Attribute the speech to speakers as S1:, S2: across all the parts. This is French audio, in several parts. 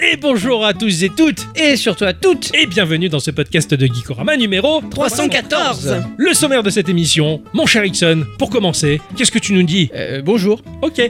S1: et bonjour à tous et toutes, et surtout à toutes, et bienvenue dans ce podcast de Geekorama numéro
S2: 314.
S1: Le sommaire de cette émission, mon cher Ixon, pour commencer, qu'est-ce que tu nous dis
S2: Euh, bonjour.
S1: Ok,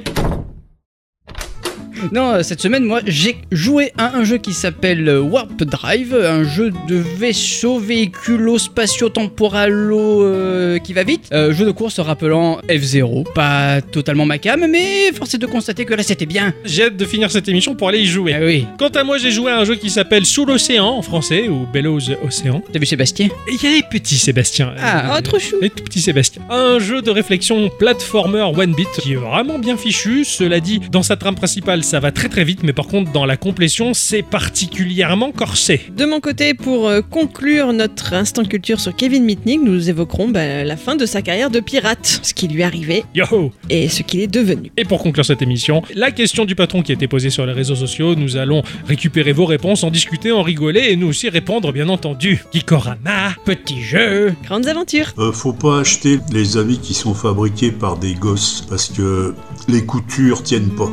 S2: Non, euh, cette semaine, moi, j'ai joué à un jeu qui s'appelle euh, Warp Drive, un jeu de vaisseau véhiculo spatio temporalo euh, qui va vite. Euh, jeu de course rappelant F0. Pas totalement ma cam, mais force est de constater que là, c'était bien.
S1: j'ai hâte de finir cette émission pour aller y jouer.
S2: Ah oui.
S1: Quant à moi, j'ai joué à un jeu qui s'appelle Sous l'océan en français, ou Below the Ocean.
S2: T'as vu Sébastien
S1: Et il y a les petits Sébastien.
S2: Ah,
S1: Euh,
S3: Oh, trop chou.
S1: Et tout petit Sébastien. Un jeu de réflexion platformer one bit qui est vraiment bien fichu. Cela dit, dans sa trame principale, ça va très très vite, mais par contre, dans la complétion, c'est particulièrement corsé.
S3: De mon côté, pour euh, conclure notre instant culture sur Kevin Mitnick, nous évoquerons bah, la fin de sa carrière de pirate, ce qui lui arrivait
S1: Yo
S3: et ce qu'il est devenu.
S1: Et pour conclure cette émission, la question du patron qui a été posée sur les réseaux sociaux, nous allons récupérer vos réponses, en discuter, en rigoler et nous aussi répondre, bien entendu. Gikorama, petit jeu
S3: Grandes aventures
S4: Euh, faut pas acheter les habits qui sont fabriqués par des gosses parce que les coutures tiennent pas.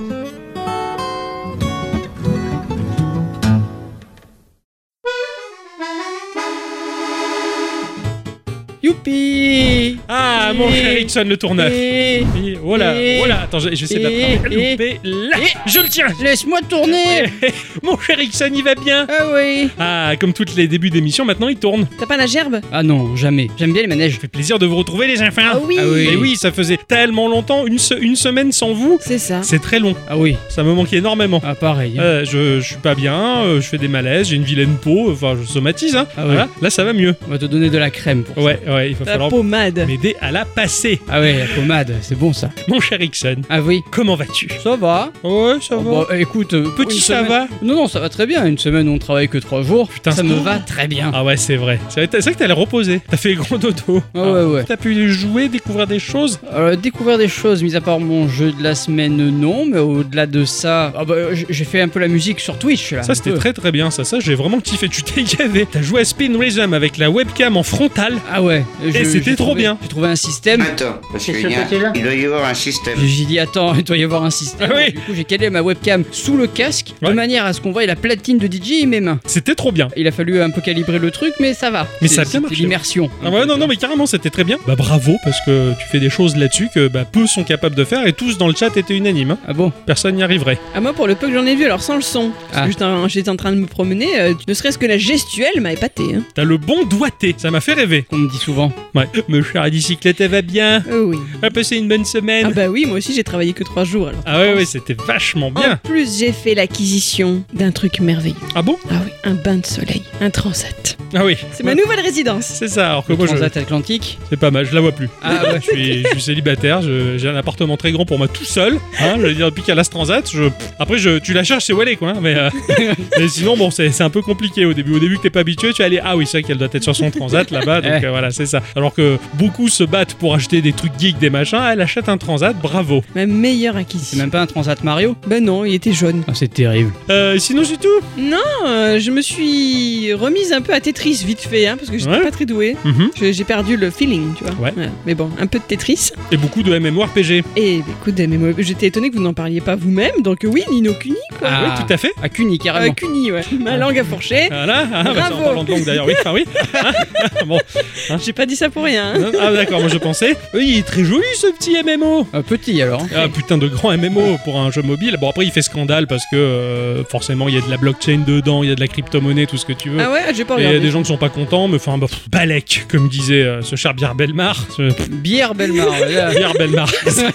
S2: Youpi
S1: Ah, mon cher Ixon le tourneur
S2: Et-
S1: Voilà, voilà, attends, je je vais essayer de la
S2: Et-
S1: louper. Là,
S2: Et-
S1: je le tiens
S2: Laisse-moi tourner
S1: Mon cher Ixon, il va bien
S2: Ah oui
S1: Ah, comme tous les débuts d'émission, maintenant il tourne.
S3: T'as pas la gerbe
S2: Ah non, jamais. J'aime bien les manèges.
S1: Ça fait plaisir de vous retrouver, les enfants.
S3: Ah oui,
S2: Ah oui.
S1: Et oui, ça faisait tellement longtemps, une, se- une semaine sans vous,
S3: C'est ça.
S1: c'est très long.
S2: Ah oui.
S1: Ça me manquait énormément.
S2: Ah pareil. hein.
S1: Euh, je, je suis pas bien, euh, je fais des malaises, j'ai une vilaine peau, enfin je somatise, hein.
S2: Ah ouais.
S1: Voilà, là ça va mieux.
S2: On va te donner de la crème pour ça.
S1: Euh. Ouais, ouais, il va
S3: La
S1: falloir
S3: pommade.
S1: m'aider à la passer.
S2: Ah ouais, la pommade, c'est bon ça.
S1: Mon cher Ixon,
S2: Ah oui.
S1: comment vas-tu
S2: Ça va.
S1: Ouais, ça
S2: Oh, bah, écoute, euh, pour
S1: Petit
S2: une
S1: ça
S2: semaine-
S1: va
S2: Non, non, ça va très bien. Une semaine, on travaille que trois jours.
S1: Putain,
S2: ça
S1: c'est
S2: me
S1: bon.
S2: va très bien.
S1: Ah ouais, c'est vrai. C'est vrai, t'as- c'est vrai que t'as l'air reposé. T'as fait gros dodo.
S2: Ah ouais, ouais.
S1: T'as pu jouer, découvrir des choses.
S2: Alors, découvrir des choses, mis à part mon jeu de la semaine, non, mais au-delà de ça, ah bah, j- j'ai fait un peu la musique sur Twitch là.
S1: Ça, c'était
S2: Un peu.
S1: très très bien, ça, ça, j'ai vraiment kiffé. Tu t'es gavé. T'as joué à Spin Rhythm avec la webcam en frontale.
S2: Ah ouais.
S1: Et c'était
S2: j'ai
S1: trop
S2: trouvé-
S1: bien.
S2: J'ai trouvé un système.
S5: Attends, parce
S6: Qu'est-ce
S5: qu'il y
S6: que c'est là
S5: a, il doit y avoir un système.
S2: J'ai j'ai dit attends, il doit y avoir un système.
S1: Ah oui.
S2: Du coup, j'ai calé ma webcam sous le casque
S1: Ouais.
S2: de manière à ce qu'on voit la platine de DJ et mes mains.
S1: C'était trop bien.
S2: Il a fallu un peu calibrer le truc, mais ça va.
S1: Mais
S2: C'est-
S1: ça a bien
S2: c'était
S1: marché.
S2: L'immersion.
S1: Ah ouais, non, non, mais carrément, c'était très bien. Bah bravo, parce que tu fais des choses là-dessus que bah, peu sont capables de faire et tous dans le chat étaient unanimes. hein.
S2: Ah bon.
S1: Personne n'y arriverait.
S3: Ah, moi, pour le peu que j'en ai vu, alors sans le son, parce
S2: Ah.
S3: que j'étais en- j'étais en train de me promener, euh, ne serait-ce que la gestuelle m'a épaté. Hein.
S1: T'as le bon doigté, ça m'a fait rêver.
S2: Qu'on me dit souvent.
S1: Ouais, Euh, me cher à bicyclette, elle va bien.
S3: Oh oui.
S1: Elle a passé une bonne semaine.
S3: Ah bah oui, moi aussi j'ai travaillé que trois jours alors.
S1: Ah ouais, ouais, c'était vachement
S3: En
S1: bien.
S3: plus, j'ai fait l'acquisition d'un truc merveilleux.
S1: Ah bon
S3: Ah oui, un bain de soleil, un transat.
S1: Ah oui.
S3: C'est ma nouvelle résidence.
S1: C'est ça, alors que
S2: Le
S1: moi, je...
S2: transat atlantique.
S1: c'est pas mal, je la vois plus.
S2: Ah ouais.
S1: Je suis, je suis célibataire, je- j'ai un appartement très grand pour moi tout seul. Hein, je veux dire, depuis qu'à l'As Transat, je- après je, tu la cherches, c'est où elle est quoi. hein, Mais, euh, mais sinon, bon, c'est c'est un peu compliqué au début. Au début que t'es pas habitué, tu vas aller, ah oui, c'est vrai qu'elle doit être sur son Transat là-bas, donc
S2: Ouais.
S1: euh, voilà, c'est ça. Alors que beaucoup se battent pour acheter des trucs geeks, des machins, elle achète un Transat, bravo.
S3: Ma meilleure
S2: C'est
S3: acquisition.
S2: même pas un transat Mario.
S3: Ben non, il était jaune.
S2: Ah, c'est terrible.
S1: Euh, sinon, c'est tout.
S3: Non, euh, je me suis remise un peu à Tetris vite fait, hein, parce que j'étais
S1: Ouais.
S3: pas très douée.
S1: Mhm.
S3: Je- J'ai perdu le feeling, tu vois.
S1: Ouais.
S3: Mais bon, un peu de Tetris.
S1: Et beaucoup de MMORPG.
S3: Et bah, écoute, mais moi, j'étais étonnée que vous n'en parliez pas vous-même, donc oui, Nino Kuni.
S2: Ah,
S1: Oui, tout à fait.
S2: à Cuny,
S3: Euh,
S2: carrément.
S3: Kuni, ouais. Ma langue à fourcher.
S1: Voilà, ah, bah, c'est en
S3: Bravo.
S1: parlant de langue d'ailleurs, oui, enfin oui. Hein bon.
S3: J'ai pas dit ça pour rien. hein.
S1: Ah d'accord, moi je pensais. Oui, il est très joli ce petit MMO.
S2: Un petit alors.
S1: Ah putain de grand MMO pour un jeu mobile. Bon après il fait scandale parce que euh, forcément il y a de la blockchain dedans, il y a de la crypto-monnaie, tout ce que tu veux.
S3: Ah ouais, j'ai pas
S1: Et il y
S3: regardé.
S1: a des gens qui sont pas contents, mais enfin, bah, pff, Balek, comme disait euh, ce cher Bière Belmar. ce- pff,
S2: hein. Bière Belmar. voilà.
S1: Bière Belmar.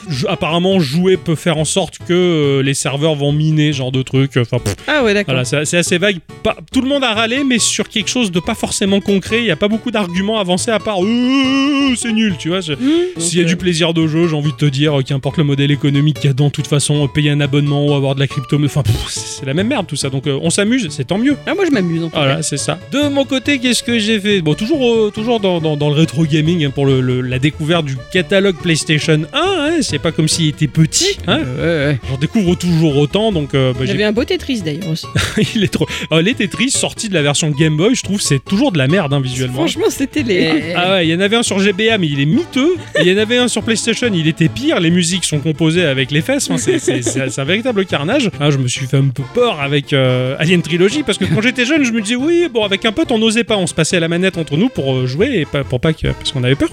S1: Je- Apparemment, jouer peut faire en sorte que euh, les serveurs vont miner, ce genre de truc. Enfin, pff,
S3: Ah ouais, d'accord.
S1: voilà, c'est c'est assez vague. Pas- tout le monde a râlé, mais sur quelque chose de pas forcément concret. Il n'y a pas beaucoup d'arguments avancés à part euh, c'est nul, tu vois. je-
S3: Hmm.
S1: s'il y a
S2: Donc,
S1: du
S2: euh,
S1: plaisir de jeu, j'ai envie de te dire, euh, qu'importe le modèle économique qu'il y a dedans, de toute façon, euh, payer un abonnement ou avoir de la crypto, enfin, pff, c'est la même merde tout ça. Donc euh, on s'amuse, c'est tant mieux.
S3: Ah, moi je m'amuse en tout cas.
S1: Voilà, c'est ça. De mon côté, qu'est-ce que j'ai fait Bon, toujours, euh, toujours dans, dans- dans le rétro gaming hein, pour le- le- la découverte du catalogue PlayStation 1. hein, c'est pas comme s'il était petit. Hein
S2: euh, ouais,
S1: J'en découvre toujours autant, donc euh, bah, j'ai-
S3: J'avais un beau Tetris d'ailleurs aussi.
S1: il est trop. Euh, les Tetris sortis de la version Game Boy, je trouve, c'est toujours de la merde hein, visuellement.
S3: Franchement, c'était les.
S2: ouais.
S1: Ah ouais, il y en avait un sur GBA, mais il est mi miteux. Et il y en avait un sur PlayStation, il était pire. Les musiques sont composées avec les fesses. Enfin, c'est- c'est c'est- c'est un véritable carnage. Ah, je me suis fait un peu peur avec euh, Alien Trilogy parce que quand j'étais jeune, je me disais oui, bon, avec un pote, on n'osait pas. On se passait à la manette entre nous pour euh, jouer et pas, pour pas que. Parce qu'on avait peur.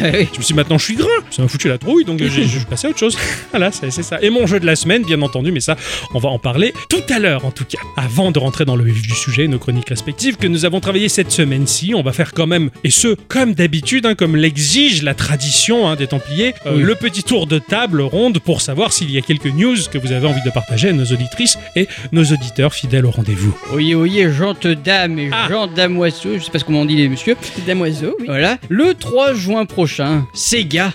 S1: Je me suis dit, maintenant, je suis gras. Ça m'a foutu la trouille, donc j'ai- je suis passé à autre chose. Voilà, c'est c'est ça. Et mon jeu de la semaine, bien entendu, mais ça, on va en parler tout à l'heure en tout cas. Avant de rentrer dans le vif du sujet, nos chroniques respectives que nous avons travaillées cette semaine-ci, on va faire quand même, et ce, comme d'habitude, hein, comme l'exige la tradition hein, des Templiers, euh,
S2: Oui.
S1: le petit tour de table ronde pour savoir s'il y a quelques news que vous avez envie de partager à nos auditrices et nos auditeurs fidèles au rendez-vous.
S2: Oyez, oyez, gente dame et
S1: Ah.
S2: gent damoiseux, je sais pas comment on dit les messieurs.
S3: Damoiseau, oui.
S2: Voilà, le 3 juin prochain, Sega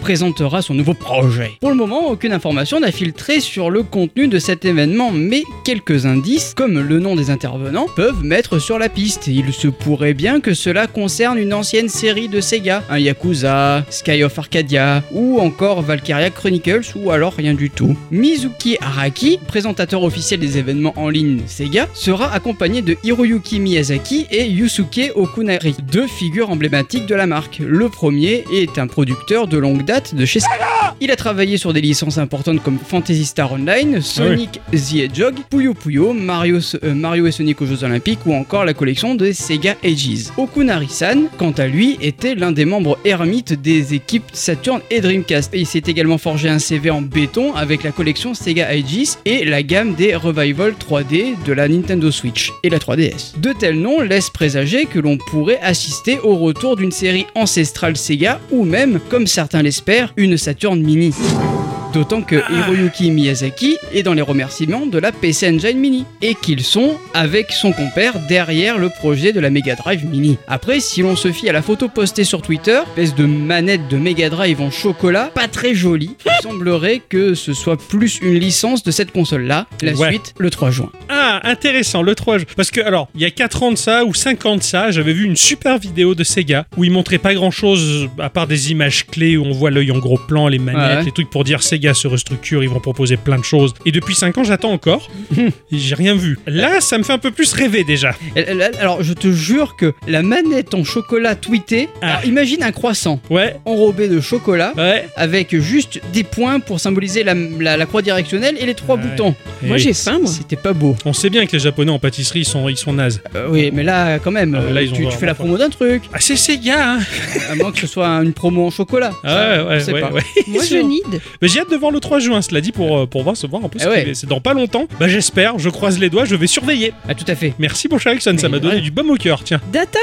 S2: présentera son nouveau projet. Pour le moment, aucune information n'a filtré sur le contenu de cet événement, mais quelques indices, comme le nom des intervenants, peuvent mettre sur la piste. Il se pourrait bien que cela concerne une ancienne série de Sega, un Yakuza, Sky of Arcadia, ou encore Valkyria Chronicles, ou alors rien du tout. Mizuki Araki, présentateur officiel des événements en ligne Sega, sera accompagné de Hiroyuki Miyazaki et Yusuke Okunari, deux figures emblématiques de la marque. Le premier est un producteur de longue date de chez Sega. Il a travaillé sur des licences importantes comme Fantasy Star Online, Sonic the Hedgehog, Puyo Puyo, Mario, euh, Mario et Sonic aux Jeux Olympiques ou encore la collection de Sega Ages. Okunari-san, quant à lui, était l'un des membres ermites des équipes Saturn et Dreamcast. Et il s'est également forgé un CV en béton avec la collection Sega Ages et la gamme des Revival 3D de la Nintendo Switch et la 3DS. De tels noms laissent présager que l'on pourrait assister au retour d'une série ancestrale Sega ou même, comme certains l'espèrent, une Saturn Mini. D'autant que
S1: Ah.
S2: Hiroyuki Miyazaki est dans les remerciements de la PC Engine Mini et qu'ils sont avec son compère derrière le projet de la Mega Drive Mini. Après, si l'on se fie à la photo postée sur Twitter, espèce de manette de Mega Drive en chocolat, pas très jolie,
S1: Ah.
S2: il semblerait que ce soit plus une licence de cette console-là. La
S1: Ouais.
S2: suite le 3 juin.
S1: Ah, intéressant, le 3 ju- Parce que, alors, il y a 4 ans de ça, ou 5 ans de ça, j'avais vu une super vidéo de Sega où ils montraient pas grand chose à part des images clés où on voit l'œil en gros plan, les manettes,
S2: Ouais.
S1: les trucs pour dire Sega se restructure, ils vont proposer plein de choses. Et depuis 5 ans, j'attends encore. Et J'ai rien vu. Là, ça me fait un peu plus rêver déjà.
S2: Elle- elle- elle- Alors, je te jure que la manette en chocolat tweetée,
S1: Ah.
S2: alors, imagine un croissant
S1: Ouais,
S2: enrobé de chocolat.
S1: ouais.
S2: avec juste des points pour symboliser la, la- la croix directionnelle et les trois
S1: Ouais.
S2: boutons.
S3: Moi
S1: Et
S3: j'ai faim, moi.
S2: C'était pas beau.
S1: On sait bien que les Japonais en pâtisserie, ils sont, ils sont nazes.
S2: Euh, oui, mais là, quand même, euh,
S1: Ah, mais là, ils ont
S2: tu, tu
S1: vraiment
S2: fais la
S1: faim.
S2: promo d'un truc,
S1: Ah, c'est Sega, hein
S2: à moins que ce soit une promo en chocolat.
S1: Ah,
S2: Ça,
S1: ouais,
S2: je sais
S1: ouais,
S2: pas.
S1: ouais.
S3: Moi je need.
S1: Mais j'ai hâte de voir le 3 juin, cela dit, pour, euh, pour voir, se voir un peu ce
S2: Eh
S1: qu'il
S2: ouais.
S1: est. C'est dans pas longtemps. Bah, j'espère, je croise les doigts, je vais surveiller.
S2: Ah, tout à fait.
S1: Merci mon cher Alexandre, ça
S2: Mais
S1: m'a donné
S2: ouais.
S1: du baume au cœur, tiens.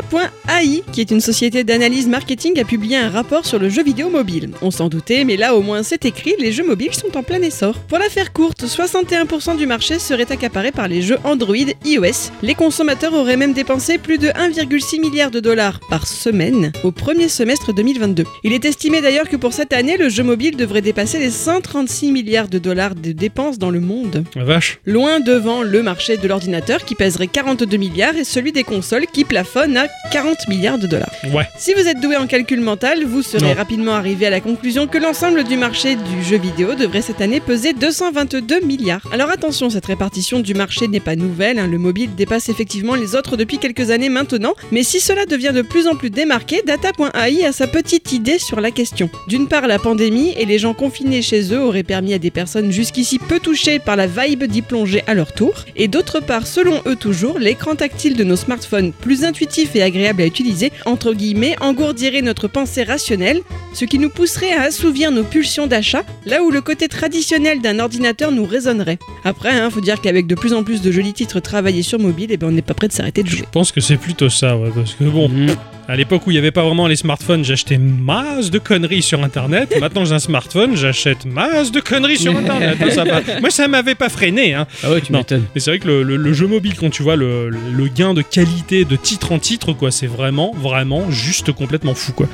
S3: Data.ai, qui est une société d'analyse marketing, a publié un rapport sur le jeu vidéo mobile. On s'en doutait, mais là au moins c'est écrit, les jeux mobiles sont en plein essor. Pour la faire courte, 61% du marché serait accaparé par les jeux Android iOS. Les consommateurs auraient même dépensé plus de 1,6 milliard de dollars par semaine au premier semestre 2022. Il est estimé d'ailleurs que pour cette année, le jeu mobile devrait dépasser les 136 milliards de dollars de dépenses dans le monde
S1: La Ah, vache.
S3: loin devant le marché de l'ordinateur qui pèserait 42 milliards et celui des consoles qui plafonne à 40 milliards de dollars.
S1: Ouais.
S3: Si vous êtes doué en calcul mental, vous serez
S1: Non.
S3: rapidement arrivé à la conclusion que l'ensemble du marché du jeu vidéo devrait cette année peser 222 milliards. Alors attention, cette répartition du marché n'est pas nouvelle, hein, le mobile dépasse effectivement les autres depuis quelques années maintenant, mais si cela devient de plus en plus démarqué, Data.ai a sa petite idée sur la question. D'une part, la pandémie et les gens confinés chez eux auraient permis à des personnes jusqu'ici peu touchées par la vibe d'y plonger à leur tour, et d'autre part, selon eux toujours, l'écran tactile de nos smartphones, plus intuitif et agréable à utiliser, entre guillemets, engourdirait notre pensée rationnelle, ce qui nous pousserait à assouvir nos pulsions d'achat, là où le côté traditionnel d'un ordinateur nous résonnerait. Après, hein, faut dire qu'avec de plus en plus de jolis titres travaillés sur mobile, eh ben, on n'est pas prêt de s'arrêter de
S1: Je
S3: jouer.
S1: pense que c'est plutôt ça, ouais, parce que bon,
S2: Mmh.
S1: à l'époque où il n'y avait pas vraiment les smartphones, j'achetais masse de conneries sur Internet. Maintenant j'ai un smartphone, j'achète masse de conneries sur Internet. hein, ça va. Moi ça m'avait pas freiné, hein.
S2: Ah ouais, tu
S1: Non.
S2: m'étonnes.
S1: Mais c'est vrai que le, le- le jeu mobile, quand tu vois le, le gain de qualité de titre en titre, quoi, c'est vraiment, vraiment juste complètement fou, quoi.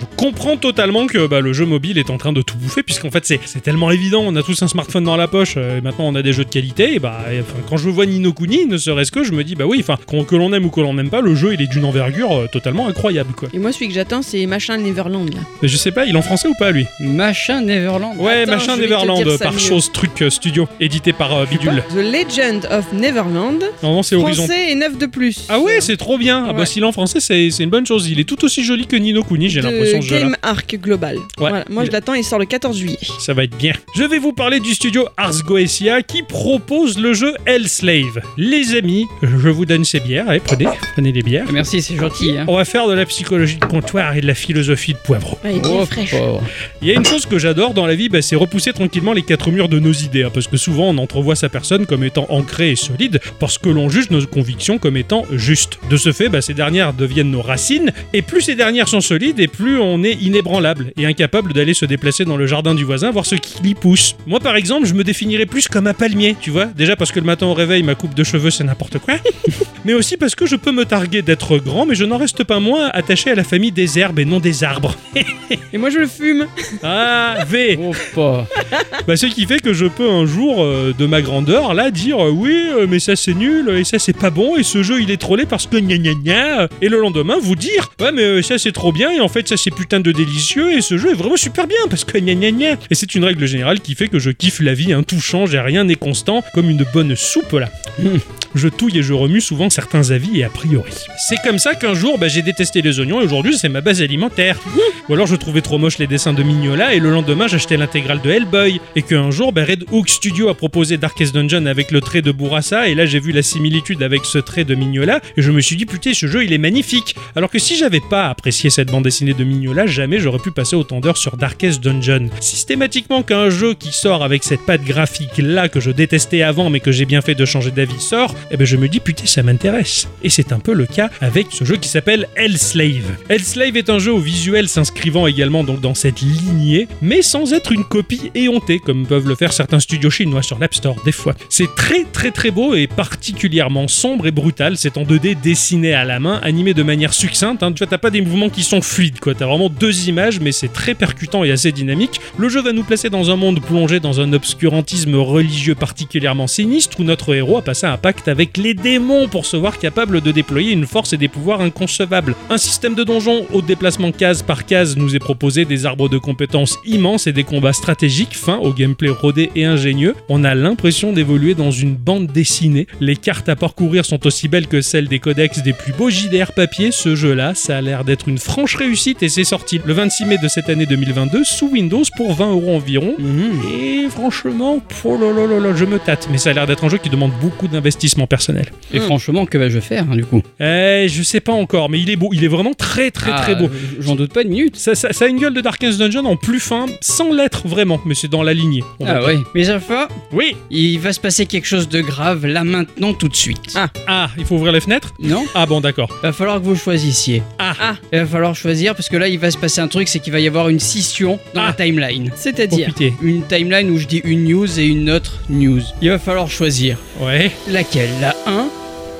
S1: Je comprends totalement que bah, le jeu mobile est en train de tout bouffer, puisqu'en fait c'est c'est tellement évident, on a tous un smartphone dans la poche, euh, et maintenant on a des jeux de qualité, et bah et, enfin, quand je vois Nino Kuni, ne serait-ce que, je me dis bah oui, enfin qu'on- que l'on aime ou que l'on n'aime pas, le jeu il est d'une envergure euh, totalement incroyable quoi.
S3: Et moi, celui que j'attends, c'est Machin Neverland, là.
S1: Mais je sais pas, il est en français ou pas lui
S2: Machin Neverland.
S1: Ouais,
S3: Attends,
S1: machin
S3: je vais te
S1: Neverland
S3: dire ça
S1: par
S3: mieux.
S1: chose truc euh, studio, édité par euh, Bidule.
S3: The Legend of Neverland,
S1: Non, non c'est Horizon.
S3: français et 9 de plus.
S1: Ah ouais, c'est trop bien. Ah bah
S3: Ouais.
S1: s'il est en français, c'est c'est une bonne chose. Il est tout aussi joli que Nino Kuni, j'ai
S3: De-
S1: l'impression, ce jeu-là.
S3: Game Arc Global. Voilà, moi
S1: il-
S3: je l'attends, il sort le 14 juillet.
S1: Ça va être bien. Je vais vous parler du studio Ars Goetia qui propose le jeu Hellslave. Les amis, je vous donne ces bières. Allez, prenez, prenez les bières.
S2: Ah, Merci, c'est gentil. Hein.
S1: On va faire de la psychologie de comptoir et de la philosophie de poivreau.
S3: Ouais, il est bien fraîche.
S2: Oh, pauvre.
S1: Il y a une chose que j'adore dans la vie, bah, c'est repousser tranquillement les quatre murs de nos idées, hein, parce que souvent on entrevoit sa personne comme étant ancrée et solide, parce que l'on juge nos convictions comme étant justes. De ce fait, bah, ces dernières deviennent nos racines, et plus ces dernières sont solides, et plus on est inébranlable et incapable d'aller se déplacer dans le jardin du voisin voir ce qui y pousse. Moi, par exemple, je me définirais plus comme un palmier, tu vois, déjà parce que le matin au réveil, ma coupe de cheveux c'est n'importe quoi, mais aussi parce que je peux me targuer d'être grand, mais je n'en reste pas moins attaché à la famille des herbes et non des arbres.
S3: Et moi je le fume.
S1: Ah, V
S2: Oh, pauvre.
S1: bah, ce qui fait que je peux un jour, euh, de ma grandeur, là, dire euh, oui, euh, mais ça c'est nul, euh, et ça c'est pas bon, et ce jeu il est trollé parce que gna gna gna, euh, et le lendemain vous dire ouais, mais euh, ça c'est trop bien, et en fait ça c'est putain de délicieux, et ce jeu est vraiment super bien parce que gna gna gna. Et c'est une règle générale qui fait que je kiffe la vie, hein, tout change et rien n'est constant, comme une bonne soupe là. Mmh. Je touille et je remue souvent certains avis et a priori. C'est comme ça qu'un jour bah, j'ai détesté les oignons et aujourd'hui c'est ma base alimentaire. Ou alors je trouvais trop moche les dessins de Mignola et le lendemain j'achetais l'intégrale de Hellboy. Et qu'un jour, bah, Red Hook Studio a proposé Darkest Dungeon avec le trait de Bourassa et là j'ai vu la similitude avec ce trait de Mignola et je me suis dit putain ce jeu il est magnifique. Alors que si j'avais pas apprécié cette bande dessinée de Mignola, jamais j'aurais pu passer autant d'heures sur Darkest Dungeon. Systématiquement qu'un jeu qui sort avec cette patte graphique là que je détestais avant mais que j'ai bien fait de changer d'avis sort, eh ben je me dis putain ça m'intéresse. Et c'est un peu le cas avec ce jeu qui s'appelle Hellslave. Hellslave est un jeu au visuel s'inscrivant également donc dans cette lignée, mais sans être une copie éhontée comme peuvent le faire certains studios chinois sur l'App Store des fois. C'est très très très beau et particulièrement sombre et brutal. C'est en 2D dessiné à la main, animé de manière succincte. hein. Tu vois, t'as pas des mouvements qui sont fluides quoi. T'as vraiment deux images, mais c'est très percutant et assez dynamique. Le jeu va nous placer dans un monde plongé dans un obscurantisme religieux particulièrement sinistre où notre héros a passé un pacte avec les démons pour se voir capable de déployer une force et des pouvoirs inconcevables. Un système de donjon au déplacement case par case nous est proposé, des arbres de compétences immenses et des combats stratégiques fins au gameplay rodé et ingénieux. On a l'impression d'évoluer dans une bande dessinée. Les cartes à parcourir sont aussi belles que celles des codex des plus beaux JDR papier. Ce jeu-là, ça a l'air d'être une franche réussite et c'est sorti le 26 mai de cette année 2022 sous Windows pour 20 euros environ.
S2: Mhm.
S1: Et franchement, oh là là là là, je me tâte, mais ça a l'air d'être un jeu qui demande beaucoup d'investissement personnel.
S2: Et franchement, que vais-je faire hein, du coup
S1: Eh, je sais pas encore, mais il est beau, il est vraiment très très très
S2: Ah,
S1: beau.
S2: J'en doute pas une minute.
S1: Ça, ça- ça a une gueule de Darkest Dungeon en plus fin, sans l'être vraiment, mais c'est dans la lignée. on va
S2: Ah
S1: dire.
S2: ouais. Mais enfin,
S1: Oui
S2: il va se passer quelque chose de grave là maintenant tout de suite.
S3: Ah.
S1: Ah, il faut ouvrir les fenêtres
S2: Non
S1: Ah bon, d'accord.
S2: Va falloir que vous choisissiez.
S1: Ah.
S3: Ah.
S2: Il va falloir choisir parce que là il va se passer un truc, c'est qu'il va y avoir une scission dans
S1: Ah.
S2: la timeline.
S1: Oh
S3: C'est-à-dire.
S1: putain.
S2: Une timeline où je dis une news et une autre news. Il va falloir choisir
S1: Ouais.
S2: laquelle, la 1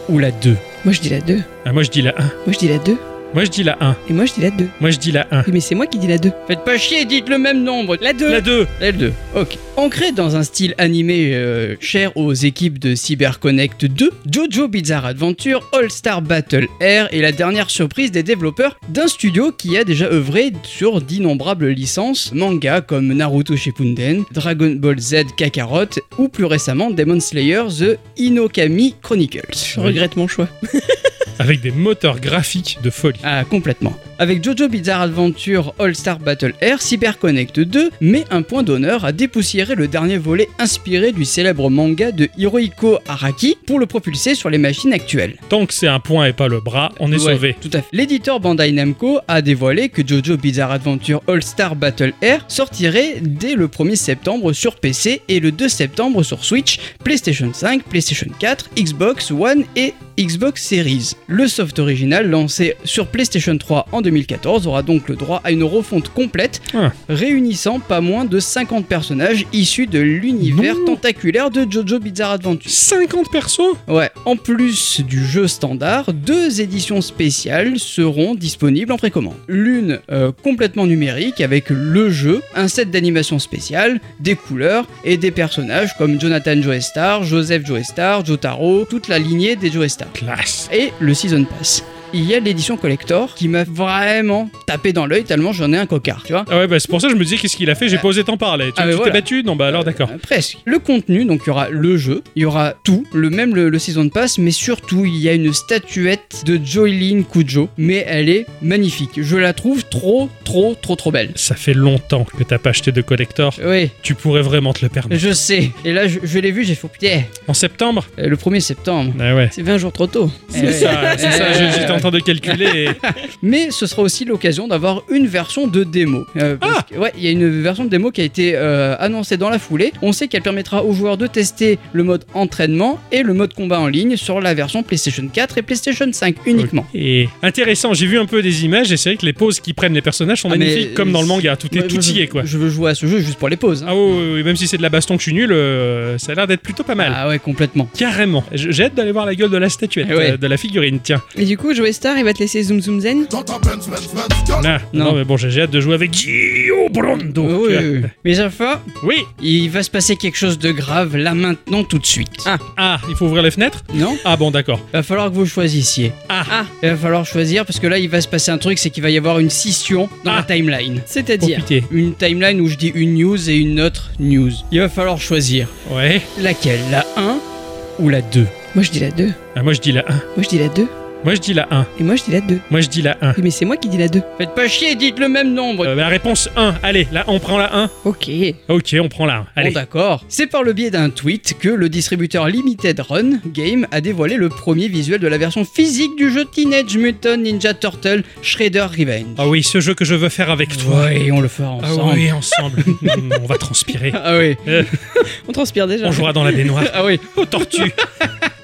S2: ou la 2.
S3: Moi je dis la 2.
S1: Ah, moi je dis la 1.
S3: Moi je dis la 2.
S1: Moi je dis la 1.
S3: Et moi je dis la 2.
S1: Moi je dis la 1.
S3: Oui, mais c'est moi qui dis la 2.
S2: Faites pas chier, dites le même nombre. La 2
S1: La 2
S2: L2, ok. Ancré dans un style animé euh, cher aux équipes de CyberConnect 2, Jojo Bizarre Adventure, All Star Battle Air est la dernière surprise des développeurs d'un studio qui a déjà œuvré sur d'innombrables licences, manga comme Naruto Shippuden, Dragon Ball Z Kakarot ou plus récemment Demon Slayer The Inokami Chronicles.
S3: Je regrette mon choix.
S1: Avec des moteurs graphiques de folie.
S2: Ah, complètement. Avec Jojo Bizarre Adventure All Star Battle Air, CyberConnect 2 met un point d'honneur à dépoussiérer le dernier volet inspiré du célèbre manga de Hirohiko Araki pour le propulser sur les machines actuelles.
S1: Tant que c'est un point et pas le bras, on est
S2: Ouais,
S1: sauvé.
S2: Tout à fait. L'éditeur Bandai Namco a dévoilé que Jojo Bizarre Adventure All Star Battle Air sortirait dès le 1er septembre sur PC et le 2 septembre sur Switch, PlayStation 5, PlayStation 4, Xbox One et Xbox Series. Le soft original lancé sur PlayStation 3 en 2014 aura donc le droit à une refonte complète
S1: Ah.
S2: réunissant pas moins de 50 personnages issus de l'univers
S1: Non.
S2: tentaculaire de Jojo Bizarre Adventure.
S1: 50 persos
S2: Ouais, en plus du jeu standard, deux éditions spéciales seront disponibles en précommande. L'une euh, complètement numérique avec le jeu, un set d'animation spéciale, des couleurs et des personnages comme Jonathan Joestar, Joseph Joestar, Jotaro, toute la lignée des Joestar.
S1: Classe
S2: Et le Season Pass. il y a l'édition collector qui m'a vraiment tapé dans l'œil tellement j'en ai un cocard, tu vois.
S1: Ah ouais, bah, c'est pour ça que je me disais qu'est-ce qu'il a fait, j'ai
S2: Ah.
S1: pas osé t'en parler. Tu
S2: Ah, mais
S1: tu t'es
S2: voilà.
S1: battu Non, bah alors d'accord.
S2: Euh, presque. Le contenu, donc il y aura le jeu, il y aura tout, le même le, le season pass, mais surtout il y a une statuette de Joylin Kujo, mais elle est magnifique. Je la trouve trop, trop, trop, trop belle.
S1: Ça fait longtemps que t'as pas acheté de collector.
S2: Oui,
S1: Tu pourrais vraiment te le permettre.
S2: je sais. Et là, je, je l'ai vu, j'ai fait oh, putain,
S1: En septembre
S2: euh, le 1er septembre.
S1: Ah ouais.
S3: C'est 20 jours trop tôt.
S1: C'est
S2: Eh
S1: ça,
S2: ouais.
S1: c'est ça.
S2: Eh
S1: j'ai-
S2: ouais.
S1: J'étais en train de calculer. et-
S2: Mais ce sera aussi l'occasion d'avoir une version de démo. Euh, parce
S1: Ah
S2: que- ouais, il y a une version de démo qui a été euh, annoncée dans la foulée. On sait qu'elle permettra aux joueurs de tester le mode entraînement et le mode combat en ligne sur la version PlayStation 4 et PlayStation 5 uniquement.
S1: Et intéressant, j'ai vu un peu des images et c'est vrai que les poses qu'ils prennent les personnages sont
S2: Ah, mais-
S1: magnifiques, comme dans le manga. Tout
S2: Moi,
S1: est
S2: je-
S1: outillé quoi.
S2: Je veux jouer à ce jeu juste pour les pauses. hein.
S1: Ah ouais, ouais, ouais, même si c'est de la baston que je suis nul, euh, ça a l'air d'être plutôt pas mal.
S2: Ah ouais, complètement.
S1: Carrément. J- J'ai hâte d'aller voir la gueule de la statuette,
S2: Eh ouais.
S1: euh, de la figurine, tiens.
S3: Et du coup, Joey Star, il va te laisser zoom zoom zen.
S1: Oh. Ah, non.
S2: Non. Ah
S1: mais bon, j'ai j'ai hâte de jouer avec Gio Brondo.
S2: Oui,
S1: tu vois.
S2: oui, oui. Mais enfin,
S1: Oui.
S2: il va se passer quelque chose de grave là maintenant tout de suite.
S3: Ah.
S1: Ah, il faut ouvrir les fenêtres
S2: Non
S1: Ah bon, d'accord.
S2: Va falloir que vous choisissiez.
S1: Ah.
S3: Ah.
S2: Il va falloir choisir parce que là, il va se passer un truc, c'est qu'il va y avoir une scission dans
S1: Ah.
S2: la timeline.
S1: Oh,
S3: C'est-à-dire.
S1: pitié.
S2: Une timeline où je dis une news et une autre news. Il va falloir choisir
S1: Ouais.
S2: laquelle, la 1 ou la 2.
S3: Moi, je dis la 2.
S1: Ah, moi je dis la 1.
S3: Moi, je dis la 2.
S1: Moi je dis la 1.
S3: Et moi, je dis la 2.
S1: Moi je dis la 1.
S3: Oui, mais c'est moi qui dis la 2.
S2: Faites pas chier, dites le même nombre.
S1: Euh, la réponse 1. Allez, là on prend la 1.
S3: Ok.
S1: Ok, on prend la 1. Allez.
S2: Bon, d'accord. C'est par le biais d'un tweet que le distributeur Limited Run Game a dévoilé le premier visuel de la version physique du jeu Teenage Mutant Ninja Turtle Shredder Revenge.
S1: Ah oui, ce jeu que je veux faire avec toi.
S2: Ouais, on le fera
S1: Ah
S2: ensemble.
S1: oui, ensemble. Mm, on va transpirer.
S2: Ah oui.
S3: On transpire déjà.
S1: On jouera dans la baignoire.
S2: Ah oui.
S1: Aux tortues.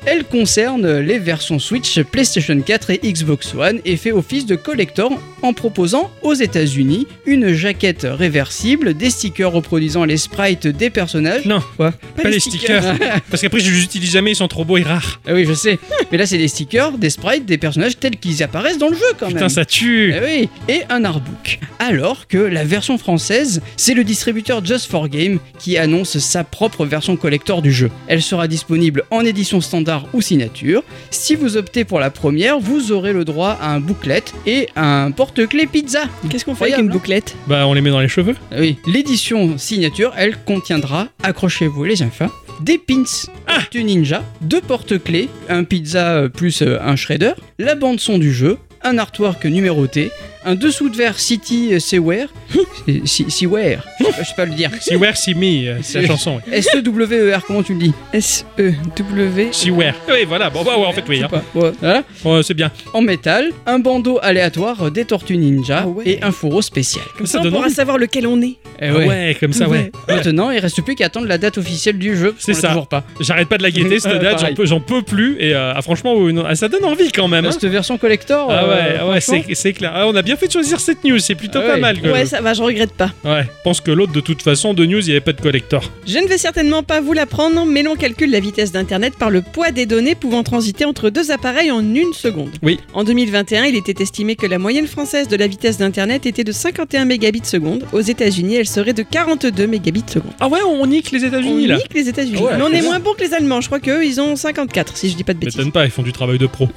S2: Elle concerne les versions Switch, PlayStation 4 et Xbox One et fait office de collector en proposant aux États-Unis une jaquette réversible, des stickers reproduisant les sprites des personnages.
S1: Non.
S2: Quoi
S1: Pas les stickers. Parce qu'après, je les utilise jamais, ils sont trop beaux et rares.
S2: Ah oui, je sais. Mais là, c'est des stickers, des sprites, des personnages tels qu'ils apparaissent dans le jeu quand
S1: Putain,
S2: même.
S1: ça tue.
S2: Eh oui, et un artbook. Alors que la version française, c'est le distributeur Just for Game qui annonce sa propre version collector du jeu. Elle sera disponible en édition standard ou signature. Si vous optez pour la première, vous aurez le droit à un booklet et à un porte-clés pizza.
S1: Oh.
S3: Qu'est-ce qu'on fait avec une
S2: Incroyable, hein
S3: bouclette
S1: Bah, on les met dans les cheveux.
S2: Ah Oui, l'édition signature, elle contiendra, accrochez-vous les enfants, des pins,
S1: Ah.
S2: du ninja, deux porte-clés, un pizza euh, plus euh, un shredder, la bande-son du jeu, un artwork numéroté, un dessous de verre City euh, Seware, C'est- si- Seware, je sais pas- je sais pas le dire,
S1: See where, see me. euh, C'est la chanson. ouais.
S2: S-E-W-E-R, comment tu le dis
S3: E S-E-W.
S1: See where. Oui, voilà. Bon, bah, ouais, en fait, oui.
S2: Je
S1: hein.
S2: sais pas. Ouais, voilà.
S1: Ouais, c'est bien.
S2: En métal, un bandeau aléatoire euh, des tortues ninja
S3: Ah ouais.
S2: et un fourreau spécial.
S3: Comme
S1: Ça
S3: ça, on
S1: donne
S3: pourra
S1: envie.
S3: savoir lequel on est.
S2: Eh
S1: Ah
S2: ouais.
S1: ouais, comme ça, ouais.
S2: Maintenant, il reste plus qu'à attendre la date officielle du jeu. parce
S1: C'est
S2: qu'on l'a
S1: ça.
S2: Toujours pas.
S1: J'arrête pas de la guetter, cette
S2: Ouais,
S1: date. J'en
S2: pareil.
S1: peux, j'en peux plus. Et euh, ah, franchement, ouais, non, ah, ça donne envie quand même. hein.
S2: Cette version collector.
S1: Ah ouais,
S2: euh,
S1: ah ouais,
S2: franchement,
S1: c'est c'est clair. Ah, on a bien fait de choisir cette news, c'est plutôt
S2: Ah
S1: pas
S2: ouais.
S1: mal. quoi.
S3: Ouais, ça va, je regrette pas.
S1: Ouais, je pense que l'autre, de toute façon, de news, il n'y avait pas de collector.
S3: Je ne vais certainement pas vous l'apprendre, mais l'on calcule la vitesse d'Internet par le poids des données pouvant transiter entre deux appareils en une seconde.
S1: Oui.
S3: En 2021, il était estimé que la moyenne française de la vitesse d'Internet était de 51 mégabits seconde. Aux États-Unis, elle serait de 42 mégabits seconde.
S1: Ah ouais, on nique les
S3: On
S1: États-Unis là. Ah
S3: nique les États-Unis.
S2: Ouais,
S3: mais on est
S2: c'est
S3: moins bon que les Allemands. Je crois qu'eux, ils ont 54, si je dis pas de bêtises.
S1: M'étonne pas, ils font du travail de pro.